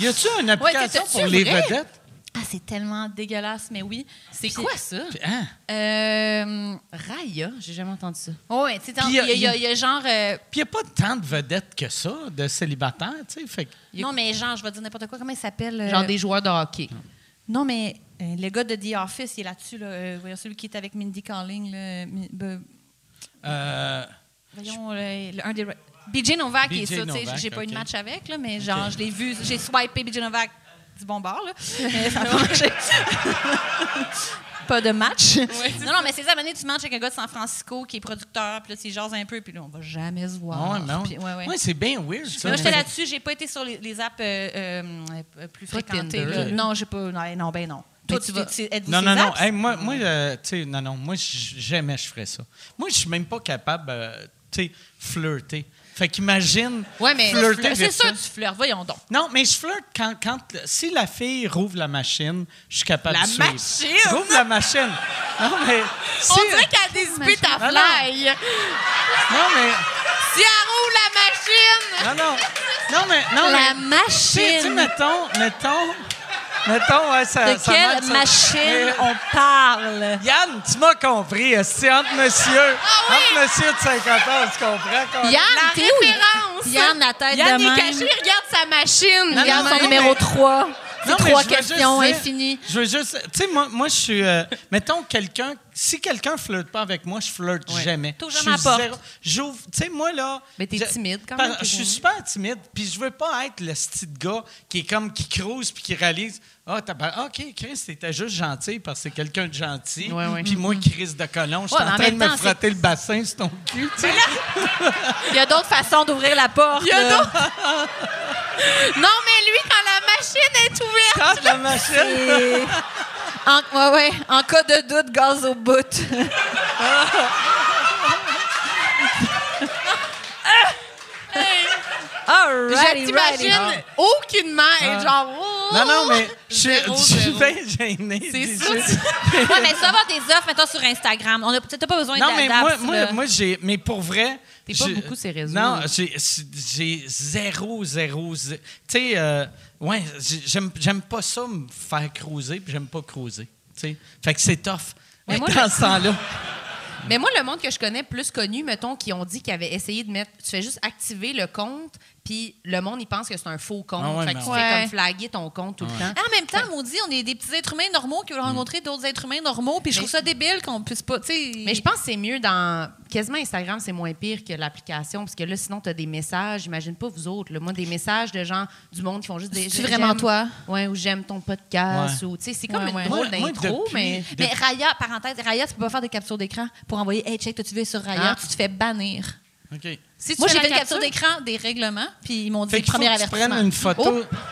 C: Y a-tu une application
F: t'es-tu
C: pour les
F: vrai?
C: vedettes?
F: ah, c'est tellement dégueulasse, mais oui.
E: C'est quoi ça?
C: Hein?
F: Euh,
E: Raya, j'ai jamais entendu ça.
F: oh, ouais, tu sais, dans-
C: Puis,
F: il y, a-
C: euh,
F: il y a- il y a genre. euh,
C: Puis il n'y a pas tant de vedettes que ça, de célibataires, tu sais. Fait que-
F: non, mais genre, je vais dire n'importe quoi. Comment il s'appelle? euh,
E: Genre des joueurs de hockey.
F: Non, mais euh, le gars de The Office, il est là-dessus. Là, euh, voyons, celui qui est avec Mindy Kaling. Là, mi- ben,
C: euh,
F: voyons, le- le- un des. BJ Novak est
C: BJ
F: ça, tu sais,
C: Novak,
F: j'ai pas eu de
C: ok.
F: match avec, là, mais genre, je l'ai vu, j'ai swipé BJ Novak du bon bord, là. Mais ça a pas marché. pas de match. non, non, mais c'est ça, à un moment donné, tu manges avec un gars de San Francisco qui est producteur, puis là, tu jases un peu, puis là, on va jamais se voir.
C: Ouais, non.
F: Ah, Puis- ouais, ouais.
C: Ouais, c'est bien weird, ça.
F: Mais moi, j'étais là-dessus, j'ai pas été sur les, les apps euh, euh, euh, plus fréquentées.
E: Tinder,
F: là.
E: là.
F: Non, j'ai pas. Non, non, ben non. Toi,
E: tu
F: tu
E: vas-
F: vas. Êtes-vous
C: Non,
F: ces
C: non, non.
F: apps?
C: Hey, moi, moi euh, tu sais, non, non. Moi, j- jamais je ferais ça. Moi, je suis même pas capable, euh, tu sais, flirter. Fait qu'imagine
E: Ouais, mais-
C: flirter avec
F: C'est
C: ça.
F: sûr, tu flirtes, voyons donc.
C: Non, mais je flirte quand, quand... Si la fille rouvre la machine, je suis capable
F: La
C: de suivre.
F: machine?
C: Rouvre la machine! Non, mais... Si,
F: On dirait qu'elle a des buts à
C: Non, non.
F: fly.
C: Non, mais...
F: Si elle roule
C: Non, non. Non, mais... Non,
F: la
C: mais- Tu sais, tu sais,
F: machine! La machine!
C: mettons, mettons, mettons, ouais, ça,
F: De
C: ça
F: quelle
C: marche, ça-
F: machine
C: Mais-
F: on parle?
C: Yann, tu m'as compris, c'est entre monsieur,
F: Ah oui!
C: entre monsieur de 50 ans, tu comprends? qu'on-
E: Yann,
F: La
E: t'es où?
F: référence.
E: Yann, la tête
F: Yann,
E: de
F: il est
E: même.
F: caché, il
E: regarde sa machine.
C: non,
E: regarde
C: mais
E: son
C: non,
E: numéro
C: mais-
E: 3. C'est
C: Non, mais
E: trois
C: je veux juste
E: questions
C: dire-
E: infinies.
C: Je veux juste, tu sais, moi, moi, je suis, euh, mettons, quelqu'un, si quelqu'un flirte pas avec moi, je flirte jamais.
F: T'ouvres
C: Je
F: jamais
C: suis
F: la porte.
C: zéro- J'ouvre, tu sais, moi, là.
E: Mais t'es
C: je-
E: timide quand
C: par-
E: même, t'es
C: Je suis
E: timide.
C: super timide, puis je veux pas être le petit gars qui est comme, qui crouse, puis qui réalise, ah, t'as pas- ah, OK, Chris, t'étais juste gentil parce que c'est quelqu'un de gentil.
E: Ouais, ouais.
C: Puis moi, Chris de colon, je suis
E: Ouais, mais
C: en
E: en
C: train de
E: même
C: me
E: temps,
C: frotter le bassin sur ton cul, tu sais.
F: Il y a d'autres façons d'ouvrir la porte.
E: Il y a
F: là.
E: Non, mais lui, quand la machine est ouverte.
C: Ah, la machine!
F: Et- En, ouais, ouais, en cas de doute, gaz au bout. All
E: Je
F: right,
E: t'imagine aucunement être genre. oh,
C: Non, non, mais je suis-
E: Zéro,
C: je suis
E: zéro.
C: bien gêné.
E: C'est
C: déjà.
E: ça.
F: Ouais, mais tu vas avoir des offres, mettons, sur Instagram. On a- T'as pas besoin
C: Non, mais
F: d'adapter,
C: moi, moi,
F: là.
C: moi j'ai. Mais pour vrai.
E: T'es pas
C: je-
E: beaucoup ces réseaux.
C: Non, j'ai j'ai zéro, zéro, zé- Tu sais, euh, ouais, j'ai- j'aime j'aime pas ça me faire cruiser, puis j'aime pas cruiser. Tu sais, fait que c'est tough.
E: Mais
C: Être
E: moi,
C: dans
E: le-
C: ce temps-là.
E: Mais moi, le monde que je connais plus connu, mettons, qui ont dit qu'ils avaient essayé de mettre. Tu fais juste activer le compte, puis le monde, il pense que c'est un faux compte.
C: Ah ouais,
E: fait que
C: mais
E: tu
C: on-
F: Ouais.
E: fais comme flaguer ton compte tout le temps.
F: Ah, En même temps, maudit, on est des petits êtres humains normaux qui veulent
C: Mm.
F: rencontrer d'autres êtres humains normaux, puis je
E: Mais-
F: trouve ça débile qu'on puisse pas, tu sais...
E: Mais je pense que c'est mieux dans. Quasiment Instagram, c'est moins pire que l'application, parce que là, sinon, tu as des messages. Imagine pas vous autres. là. Moi, des messages de gens du monde qui font juste des.
F: C'est vraiment toi?
E: Oui, ou j'aime ton podcast.
C: Ouais.
E: Ou, tu sais, c'est comme
F: Ouais,
E: une
F: ouais.
E: drôle
C: Moi- moi,
E: d'intro,
C: depuis-
E: mais.
F: Mais Raya, parenthèse, Raya, tu peux pas faire des captures d'écran pour envoyer Hey, check, t'as-tu vu sur Raya
C: Hein?
E: Ah.
F: Tu te fais bannir.
C: OK.
E: Si tu
F: Moi, j'ai
E: fais la
F: fait une capture d'écran des règlements, puis ils m'ont dit
C: Fait qu'il faut
F: premier
C: que tu
F: avertissement. Oh,
C: prennes une photo.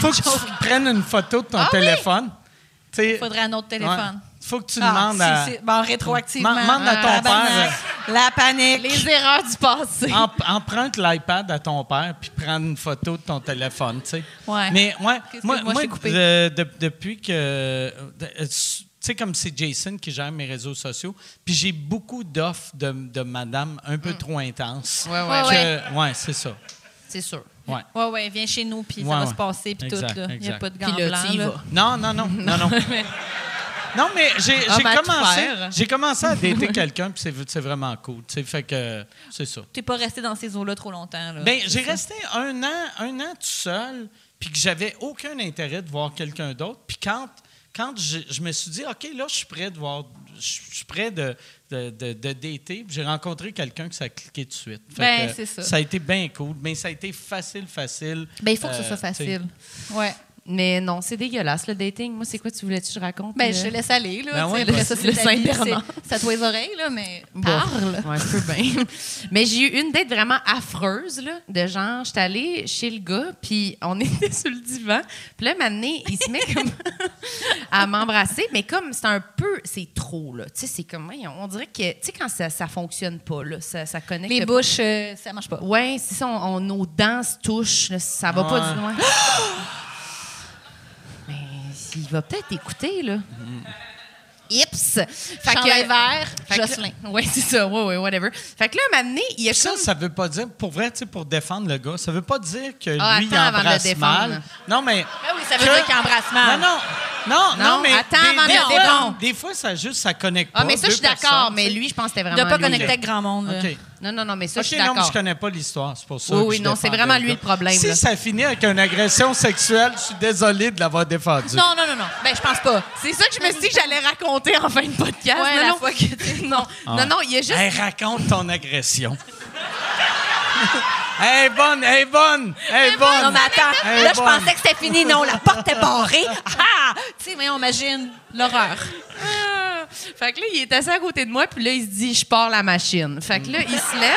C: Faut que tu prennes une photo de ton
F: Ah oui!
C: téléphone. Tu sais,
F: Il faudrait un autre téléphone.
C: ouais. Faut que tu
F: Ah,
C: demandes
F: si,
C: à.
F: si. Bon, rétroactivement.
C: Man- demande à ton
F: Ah,
C: père, euh,
F: tabarnak. La panique.
E: Les erreurs du passé.
C: Em- emprunte l'iPad à ton père puis prends une photo de ton téléphone, tu sais.
F: Ouais.
C: Mais ouais,
F: Qu'est-ce que
C: moi,
F: moi,
C: moi,
F: j'ai coupé?
C: de- de- depuis que euh, de- euh, tu sais comme c'est Jason qui gère mes réseaux sociaux, puis j'ai beaucoup d'offres de, de madame un peu trop intense.
E: Ouais,
F: Mm. ouais.
C: Que-
F: Ouais,
C: ouais, c'est ça.
E: C'est sûr.
C: Ouais.
F: Ouais, ouais, viens chez nous, puis ça
C: Ouais,
F: va
C: ouais.
F: se passer, puis tout.
C: Exact,
F: là. Il n'y a
C: exact.
F: pas de
E: Puis
F: gants
E: là,
F: blancs.
E: tu y
F: là.
E: vas.
C: Non, non, non, non, non. non, mais j'ai
F: Ah,
C: j'ai
E: Homme à tout
C: commencé,
E: faire.
C: j'ai commencé à dater quelqu'un puis c'est c'est vraiment cool, tu sais, fait que c'est ça.
F: T'es pas resté dans ces eaux-là trop longtemps. Là.
C: Ben, j'ai resté un an, un an tout seul, puis que j'avais aucun intérêt de voir quelqu'un d'autre. Puis quand, quand je, je me suis dit, OK, là, je suis prêt de voir, je je suis prêt de, de, de, de dater, puis j'ai rencontré quelqu'un que ça a cliqué tout de suite. Fait
F: Ben,
C: que,
F: c'est ça.
C: Ça a été bien cool, mais ça a été facile, facile.
F: Ben, il faut que
C: Euh,
F: ce soit
C: t'sais.
F: facile. Ouais.
E: Mais non, c'est dégueulasse, le dating. Moi, c'est quoi, tu voulais que je raconte?
F: Ben,
E: euh?
F: je te laisse aller. Là,
C: Ben
F: tu sais,
C: ouais,
F: là,
C: ben,
F: ça, c'est
E: le
F: ta vie,
E: Saint-Bernard.
F: c'est- Ça te les oreilles, là, mais
E: Bof.
F: parle.
E: Ouais, un peu bien. Mais j'ai eu une date vraiment affreuse, là, de genre, j'étais allée chez le gars, puis on était sur le divan. Puis là, maintenant, il se met comme à m'embrasser, mais comme c'est un peu, c'est trop, là. Tu sais, c'est comme, voyons, on dirait que, tu sais, quand ça, ça fonctionne pas, là, ça, ça connecte.
F: Les
E: pas.
F: bouches, euh, ça marche pas.
E: Ouais, c'est ça, on, on- nos dents se touchent, là, ça va pas du loin. Mais il va peut-être écouter, là. Ips! Fait
F: Chandail vert,
E: fait que là-
F: Jocelyn.
E: Ouais, c'est ça, ouais, ouais, whatever. Fait que là, à un moment donné, il y a
C: Ça,
E: comme-
C: ça veut pas dire, pour vrai, tu sais, pour défendre le gars, ça veut pas dire que
E: Ah,
C: lui, il
E: attends avant de le
C: embrasse
E: défendre.
C: mal. Non, mais.
F: Ben oui, ça
C: que-
F: veut dire qu'il embrasse mal.
C: Non, non. Non, non,
E: Non,
C: mais.
E: attends
C: des- des,
E: avant de-
C: fois,
E: c'est bon.
C: des fois, ça juste, ça connecte pas.
E: Ah, mais ça, je suis
C: deux
E: d'accord,
C: personnes,
E: mais
C: tu sais.
E: lui, je pense que c'était vraiment.
F: De pas
E: lui,
F: connecter
E: là.
F: avec grand monde. là.
C: OK.
E: Non, non, non, mais ça,
C: Ok,
E: je suis
C: non, mais
E: d'accord.
C: je connais pas l'histoire, c'est pour ça.
E: Oui,
C: que
E: oui,
C: je
E: non, c'est
C: défendais
E: vraiment
C: le
E: lui
C: gars.
E: le problème,
C: Si
E: là.
C: ça finit avec une agression sexuelle, je suis désolé de l'avoir défendu.
F: Non, non, non, non.
E: Ben, je pense pas. C'est ça que je me suis dit que j'allais raconter en fin de podcast.
F: Ouais,
E: non,
F: la
E: non.
F: fois que-
E: non. non, non, il y a juste.
C: Ah. Hey, raconte ton agression. hey, bonne, hey, bonne, hey, bonne.
F: Non, mais attends,
C: Hey,
F: là, je
C: bonne.
F: pensais que c'était fini. Non, la porte est barrée. Ah! Tu sais, mais on imagine l'horreur.
E: Ah! Fait que là, il est assis à côté de moi, puis là, il se dit, je pars la machine. Fait que là, il se lève.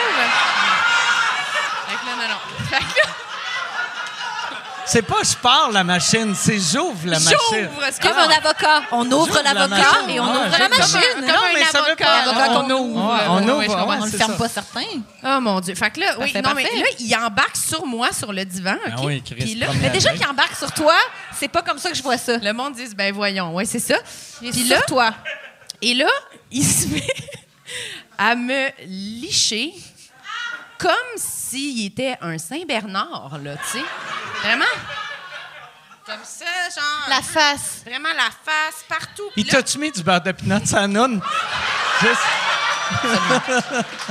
E: fait que là, non, non. Fait que là,
C: C'est pas je pars la machine, c'est j'ouvre la machine.
E: j'ouvre.
F: Comme un avocat. On ouvre
C: J'ouvre la
F: l'avocat
C: machine.
F: et on
C: Ouais,
F: ouvre la
C: j'ouvre.
F: machine.
E: Comme,
C: Ah, Non,
E: un
C: mais ça veut pas-
E: avocat. là,
F: on-
E: qu'on
C: Ouais,
E: ouvre.
C: on
E: Ouais, ouais,
C: ouvre, hein.
E: je comprends.
C: ouais,
F: On ne
C: c'est
F: ferme
C: ça.
F: pas certains.
E: Oh mon Dieu. Fait que là, oui,
F: fait
E: non, mais
F: parfait.
E: là, il embarque sur moi, sur le divan. OK?
C: Ah oui, Chris,
E: Puis là,
C: promenade.
F: Mais
C: Ben
F: déjà
C: oui.
F: qu'il embarque sur toi, c'est pas comme ça que je vois ça.
E: le monde dit, ben voyons, ouais, c'est ça.
F: Il est
E: Puis
F: sur
E: là,
F: toi.
E: et là, il se met à me licher comme s'il était un Saint-Bernard, là, tu sais. Vraiment? Comme ça, genre.
F: La face.
E: Vraiment la face, partout. Puis
C: Il
E: là-
C: t'a-tu mis du beurre de pinot sur la noune? Juste-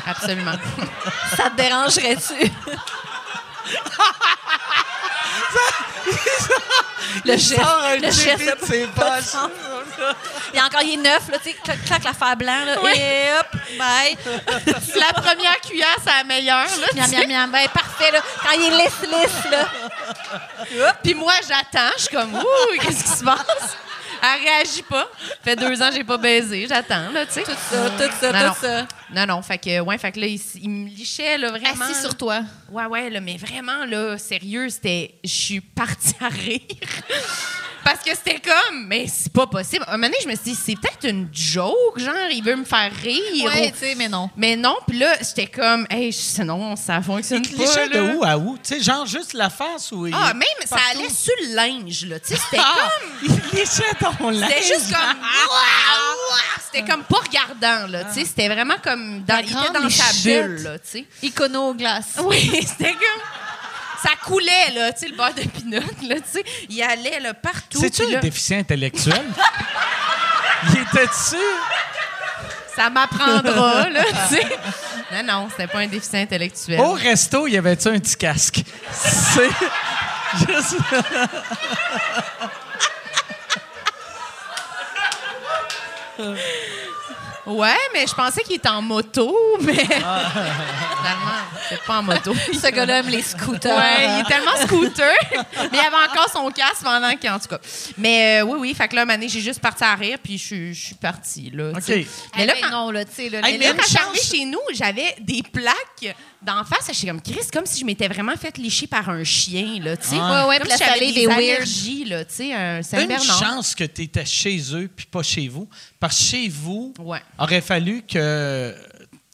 E: Absolument.
F: Ça te dérangerait-tu? le geste.
C: sort un
F: le
C: TV
F: geste.
C: de ses
F: pas de
C: poches.
F: sens. Il y a encore, il est neuf, là, tu sais, clac, clac, l'affaire blanc, là, et hop, bye.
E: la première cuillère, c'est la meilleure, là.
F: miam, miam, miam, ben, parfait, là. Quand il est lisse, lisse, là.
E: Puis moi, j'attends. Je suis comme, ouh, qu'est-ce qui se passe? Elle réagit pas. Fait deux ans, j'ai pas baisé. J'attends, là, tu sais. Tout
F: ça, tout ça,
E: non,
F: tout
E: non.
F: ça.
E: Non, non. Fait que, ouais, fait que là, il, s- il me lichait, là, vraiment.
F: Assis
E: là.
F: sur toi.
E: Ouais, ouais, là, mais vraiment, là, sérieux, c'était. Je suis partie à rire. Parce que c'était comme, mais c'est pas possible. À un moment donné, je me suis dit, c'est peut-être une joke, genre, il veut me faire rire.
F: Ouais,
E: Ou-
F: tu sais, mais non.
E: Mais non, puis là, j'étais comme, hey, je- non, ça fonctionne
C: Il te
E: pas.
C: lichait de
E: là.
C: où à où? Tu sais, genre juste la face ou... il-
E: Ah, même, ça
C: partout?
E: allait sur le linge, là. Tu sais, c'était
C: Ah!
E: comme.
C: Il lichait ton linge.
E: C'était juste comme. Ouah, ouah. C'était comme pas regardant, là. Tu sais, c'était vraiment comme. Dans,
F: La
E: il
F: grande
E: était dans sa
F: lichette.
E: bulle, là, tu sais.
F: Iconoglace.
E: Oui, c'était comme. Ça coulait, là, tu sais, le beurre de pinot, là, tu sais. Il allait, là, partout.
C: C'est-tu
E: puis
C: un
E: là,
C: déficient intellectuel? il était-tu...
E: Euh, Ça m'apprendra, là, tu sais. Non, non, c'était pas un déficit intellectuel.
C: Au resto, il y avait-tu un petit casque? C'est... Juste...
E: Ouais, mais je pensais qu'il était en moto, mais. Finalement,
C: Ah.
E: c'était pas en moto.
F: Ce gars-là aime les scooters.
E: Ouais,
C: Euh.
E: il est tellement scooter, mais il avait encore son casque pendant qu'il en tout cas. Mais euh, oui, oui, fait que là, une année, j'ai juste parti à rire, puis je suis- je suis partie, là. tu sais.
C: OK.
E: Mais là, quand-
F: Eh ben non, là, tu sais, là,
C: Hey,
F: les-
E: Mais là,
C: Une
E: quand je suis
C: chance.
E: arrivée chez nous, j'avais des plaques d'en face. J'étais comme, Chris, comme si je m'étais vraiment fait lécher par un chien, là, tu sais.
F: Ouais, ouais,
E: Comme
F: puis
E: si
F: la
E: j'avais
F: salée
E: des
F: des weird.
E: allergies, là, tu sais, un
C: Une
E: Saint-Bernard.
C: chance que tu étais chez eux puis pas chez vous. Parce que chez vous,
E: Ouais.
C: aurait fallu que.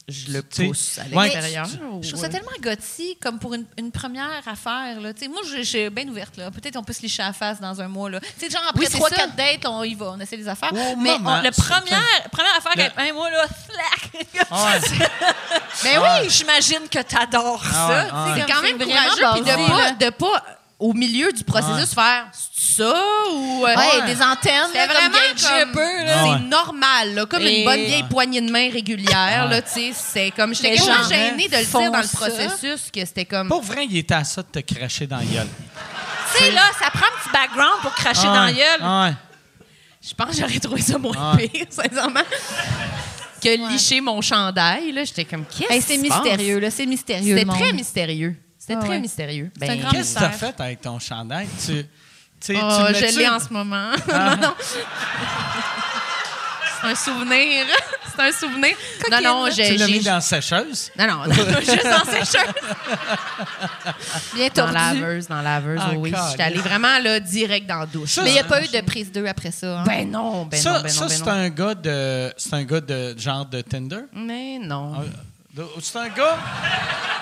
E: Je le
C: Tu sais,
E: pousse à
C: ouais,
E: l'extérieur.
F: Je trouve ça tellement gothique, comme pour une, une première affaire. Là. Tu sais, Moi, je je suis bien ouverte. Là. Peut-être on peut se licher à la face dans un mois. Là. Tu sais, genre, après
E: Oui, c'est
F: trois,
E: ça.
F: quatre dates, on y va, on essaie les affaires.
C: Au
F: mais
C: moment,
F: on- la
C: c'est
F: première, première affaire,
C: Le-
F: qu'elle- un mois, là, slack!
E: Mais oui,
F: oui, j'imagine que t'adores ça.
C: Ah
F: Tu sais,
E: c'est
F: comme
E: quand même
F: vraiment
E: courageux, puis de
F: basé,
E: pas,
F: là.
E: de pas, au milieu du processus, faire C'est ça ou. euh,
F: Ouais, des antennes, là,
E: C'était
F: comme
E: vraiment
F: Gage
E: comme,
F: Shepard, là.
C: Ah ouais.
E: c'est normal, là, comme
F: Et-
E: une bonne vieille poignée de main régulière, là, tu sais, c'est comme, j'étais
F: Les
E: tellement
F: gens hein,
E: gênée de le
F: font
E: dire dans le
F: ça.
E: processus que c'était comme,
C: Pour vrai, il était à ça de te cracher dans la gueule.
F: Tu sais, là, ça prend un petit background pour cracher dans la gueule.
C: Ah ouais.
E: je pense que j'aurais trouvé ça moins pire, sincèrement, que licher mon chandail, là, j'étais comme, qu'est-ce
F: Hey,
E: qui
F: c'est
E: se passe?
F: mystérieux, là, c'est mystérieux.
E: C'était
F: le monde.
E: très mystérieux. C'était
F: Ah
E: très
F: ouais.
E: mystérieux. Ben,
F: C'est un grand
C: Qu'est-ce que tu as
F: mystère.
C: fait avec ton chandail? Tu, tu, sais, tu Ah.
E: Oh,
C: le mets-tu-
E: je l'ai en ce moment. non, non. C'est un souvenir. C'est un souvenir.
F: Coquine.
E: Non, non,
F: Tu
C: Tu
E: j'ai.
C: l'as
E: j'ai-
C: mis dans la sécheuse?
E: Non, non, non, juste en sécheuse.
F: Bien
E: Dans
F: tordu.
E: la laveuse, dans la laveuse,
C: Ah,
E: oui.
C: calme.
E: Je suis allée vraiment là, direct dans la douche.
C: Ça,
F: Mais il n'y a pas eu de prise 2 après ça. hein.
E: Ben non, ben
C: ça,
E: non, ben
C: ça,
E: non, ben
C: c'est
E: non.
C: un gars de. C'est un gars de genre de Tinder?
E: Mais non,
C: De- C'est un gars. Ah.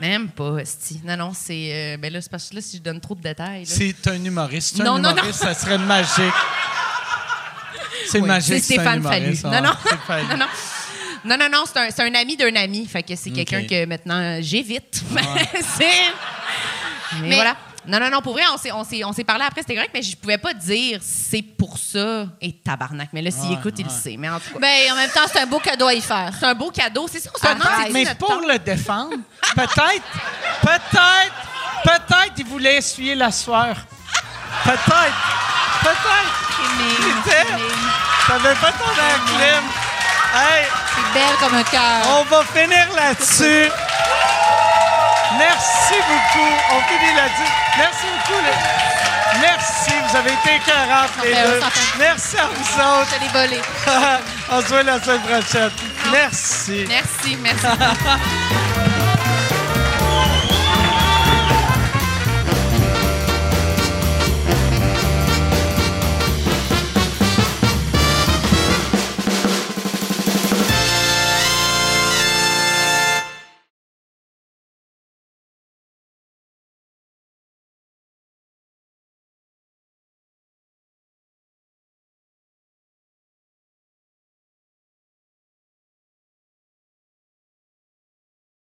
E: même pas, esti. Non, non, c'est... euh, ben là, c'est parce que là, si je donne trop de détails... là-
C: C'est un humoriste. C'est
E: Non,
C: un
E: non, non.
C: humoriste, ça serait magique. C'est
E: Oui,
C: magique.
E: C'est
C: un
E: Stéphane Fallu.
C: humoriste,
E: Non,
C: ouais,
E: non,
C: c'est Fallu.
E: non, non. Non, non, non, c'est un, c'est un ami d'un ami. Fait que c'est quelqu'un
C: Ok.
E: que maintenant euh, j'évite. C'est- Mais, voilà. Non, non, non, pour vrai, on s'est- on s'est on s'est parlé après, c'était correct, mais je pouvais pas dire c'est pour ça et tabarnak. Mais là, s'il écoute, il le sait. Mais en tout cas,
F: Ben, en même temps, c'est un beau cadeau à y faire.
E: c'est un beau cadeau. C'est ça, on se
F: Arrête.
E: demande, c'est-tu
C: Ah, Mais
E: notre
C: pour le défendre, peut-être, peut-être, peut-être il voulait essuyer la sueur. Peut-être, peut-être.
F: Kimmy,
C: C'était-
F: Kimmy.
C: T'avais pas ton air clim. Hey,
F: C'est belle comme un cœur.
C: on va finir là-dessus. Merci beaucoup. On finit là-dessus. Merci beaucoup. les- Merci, vous avez été écœurants
D: Ah,
C: les
D: ben,
F: fait-
C: deux.
F: ça fait-
C: Merci à vous autres.
F: Je l'ai volé.
C: on se voit la semaine prochaine. Merci.
E: Merci, merci.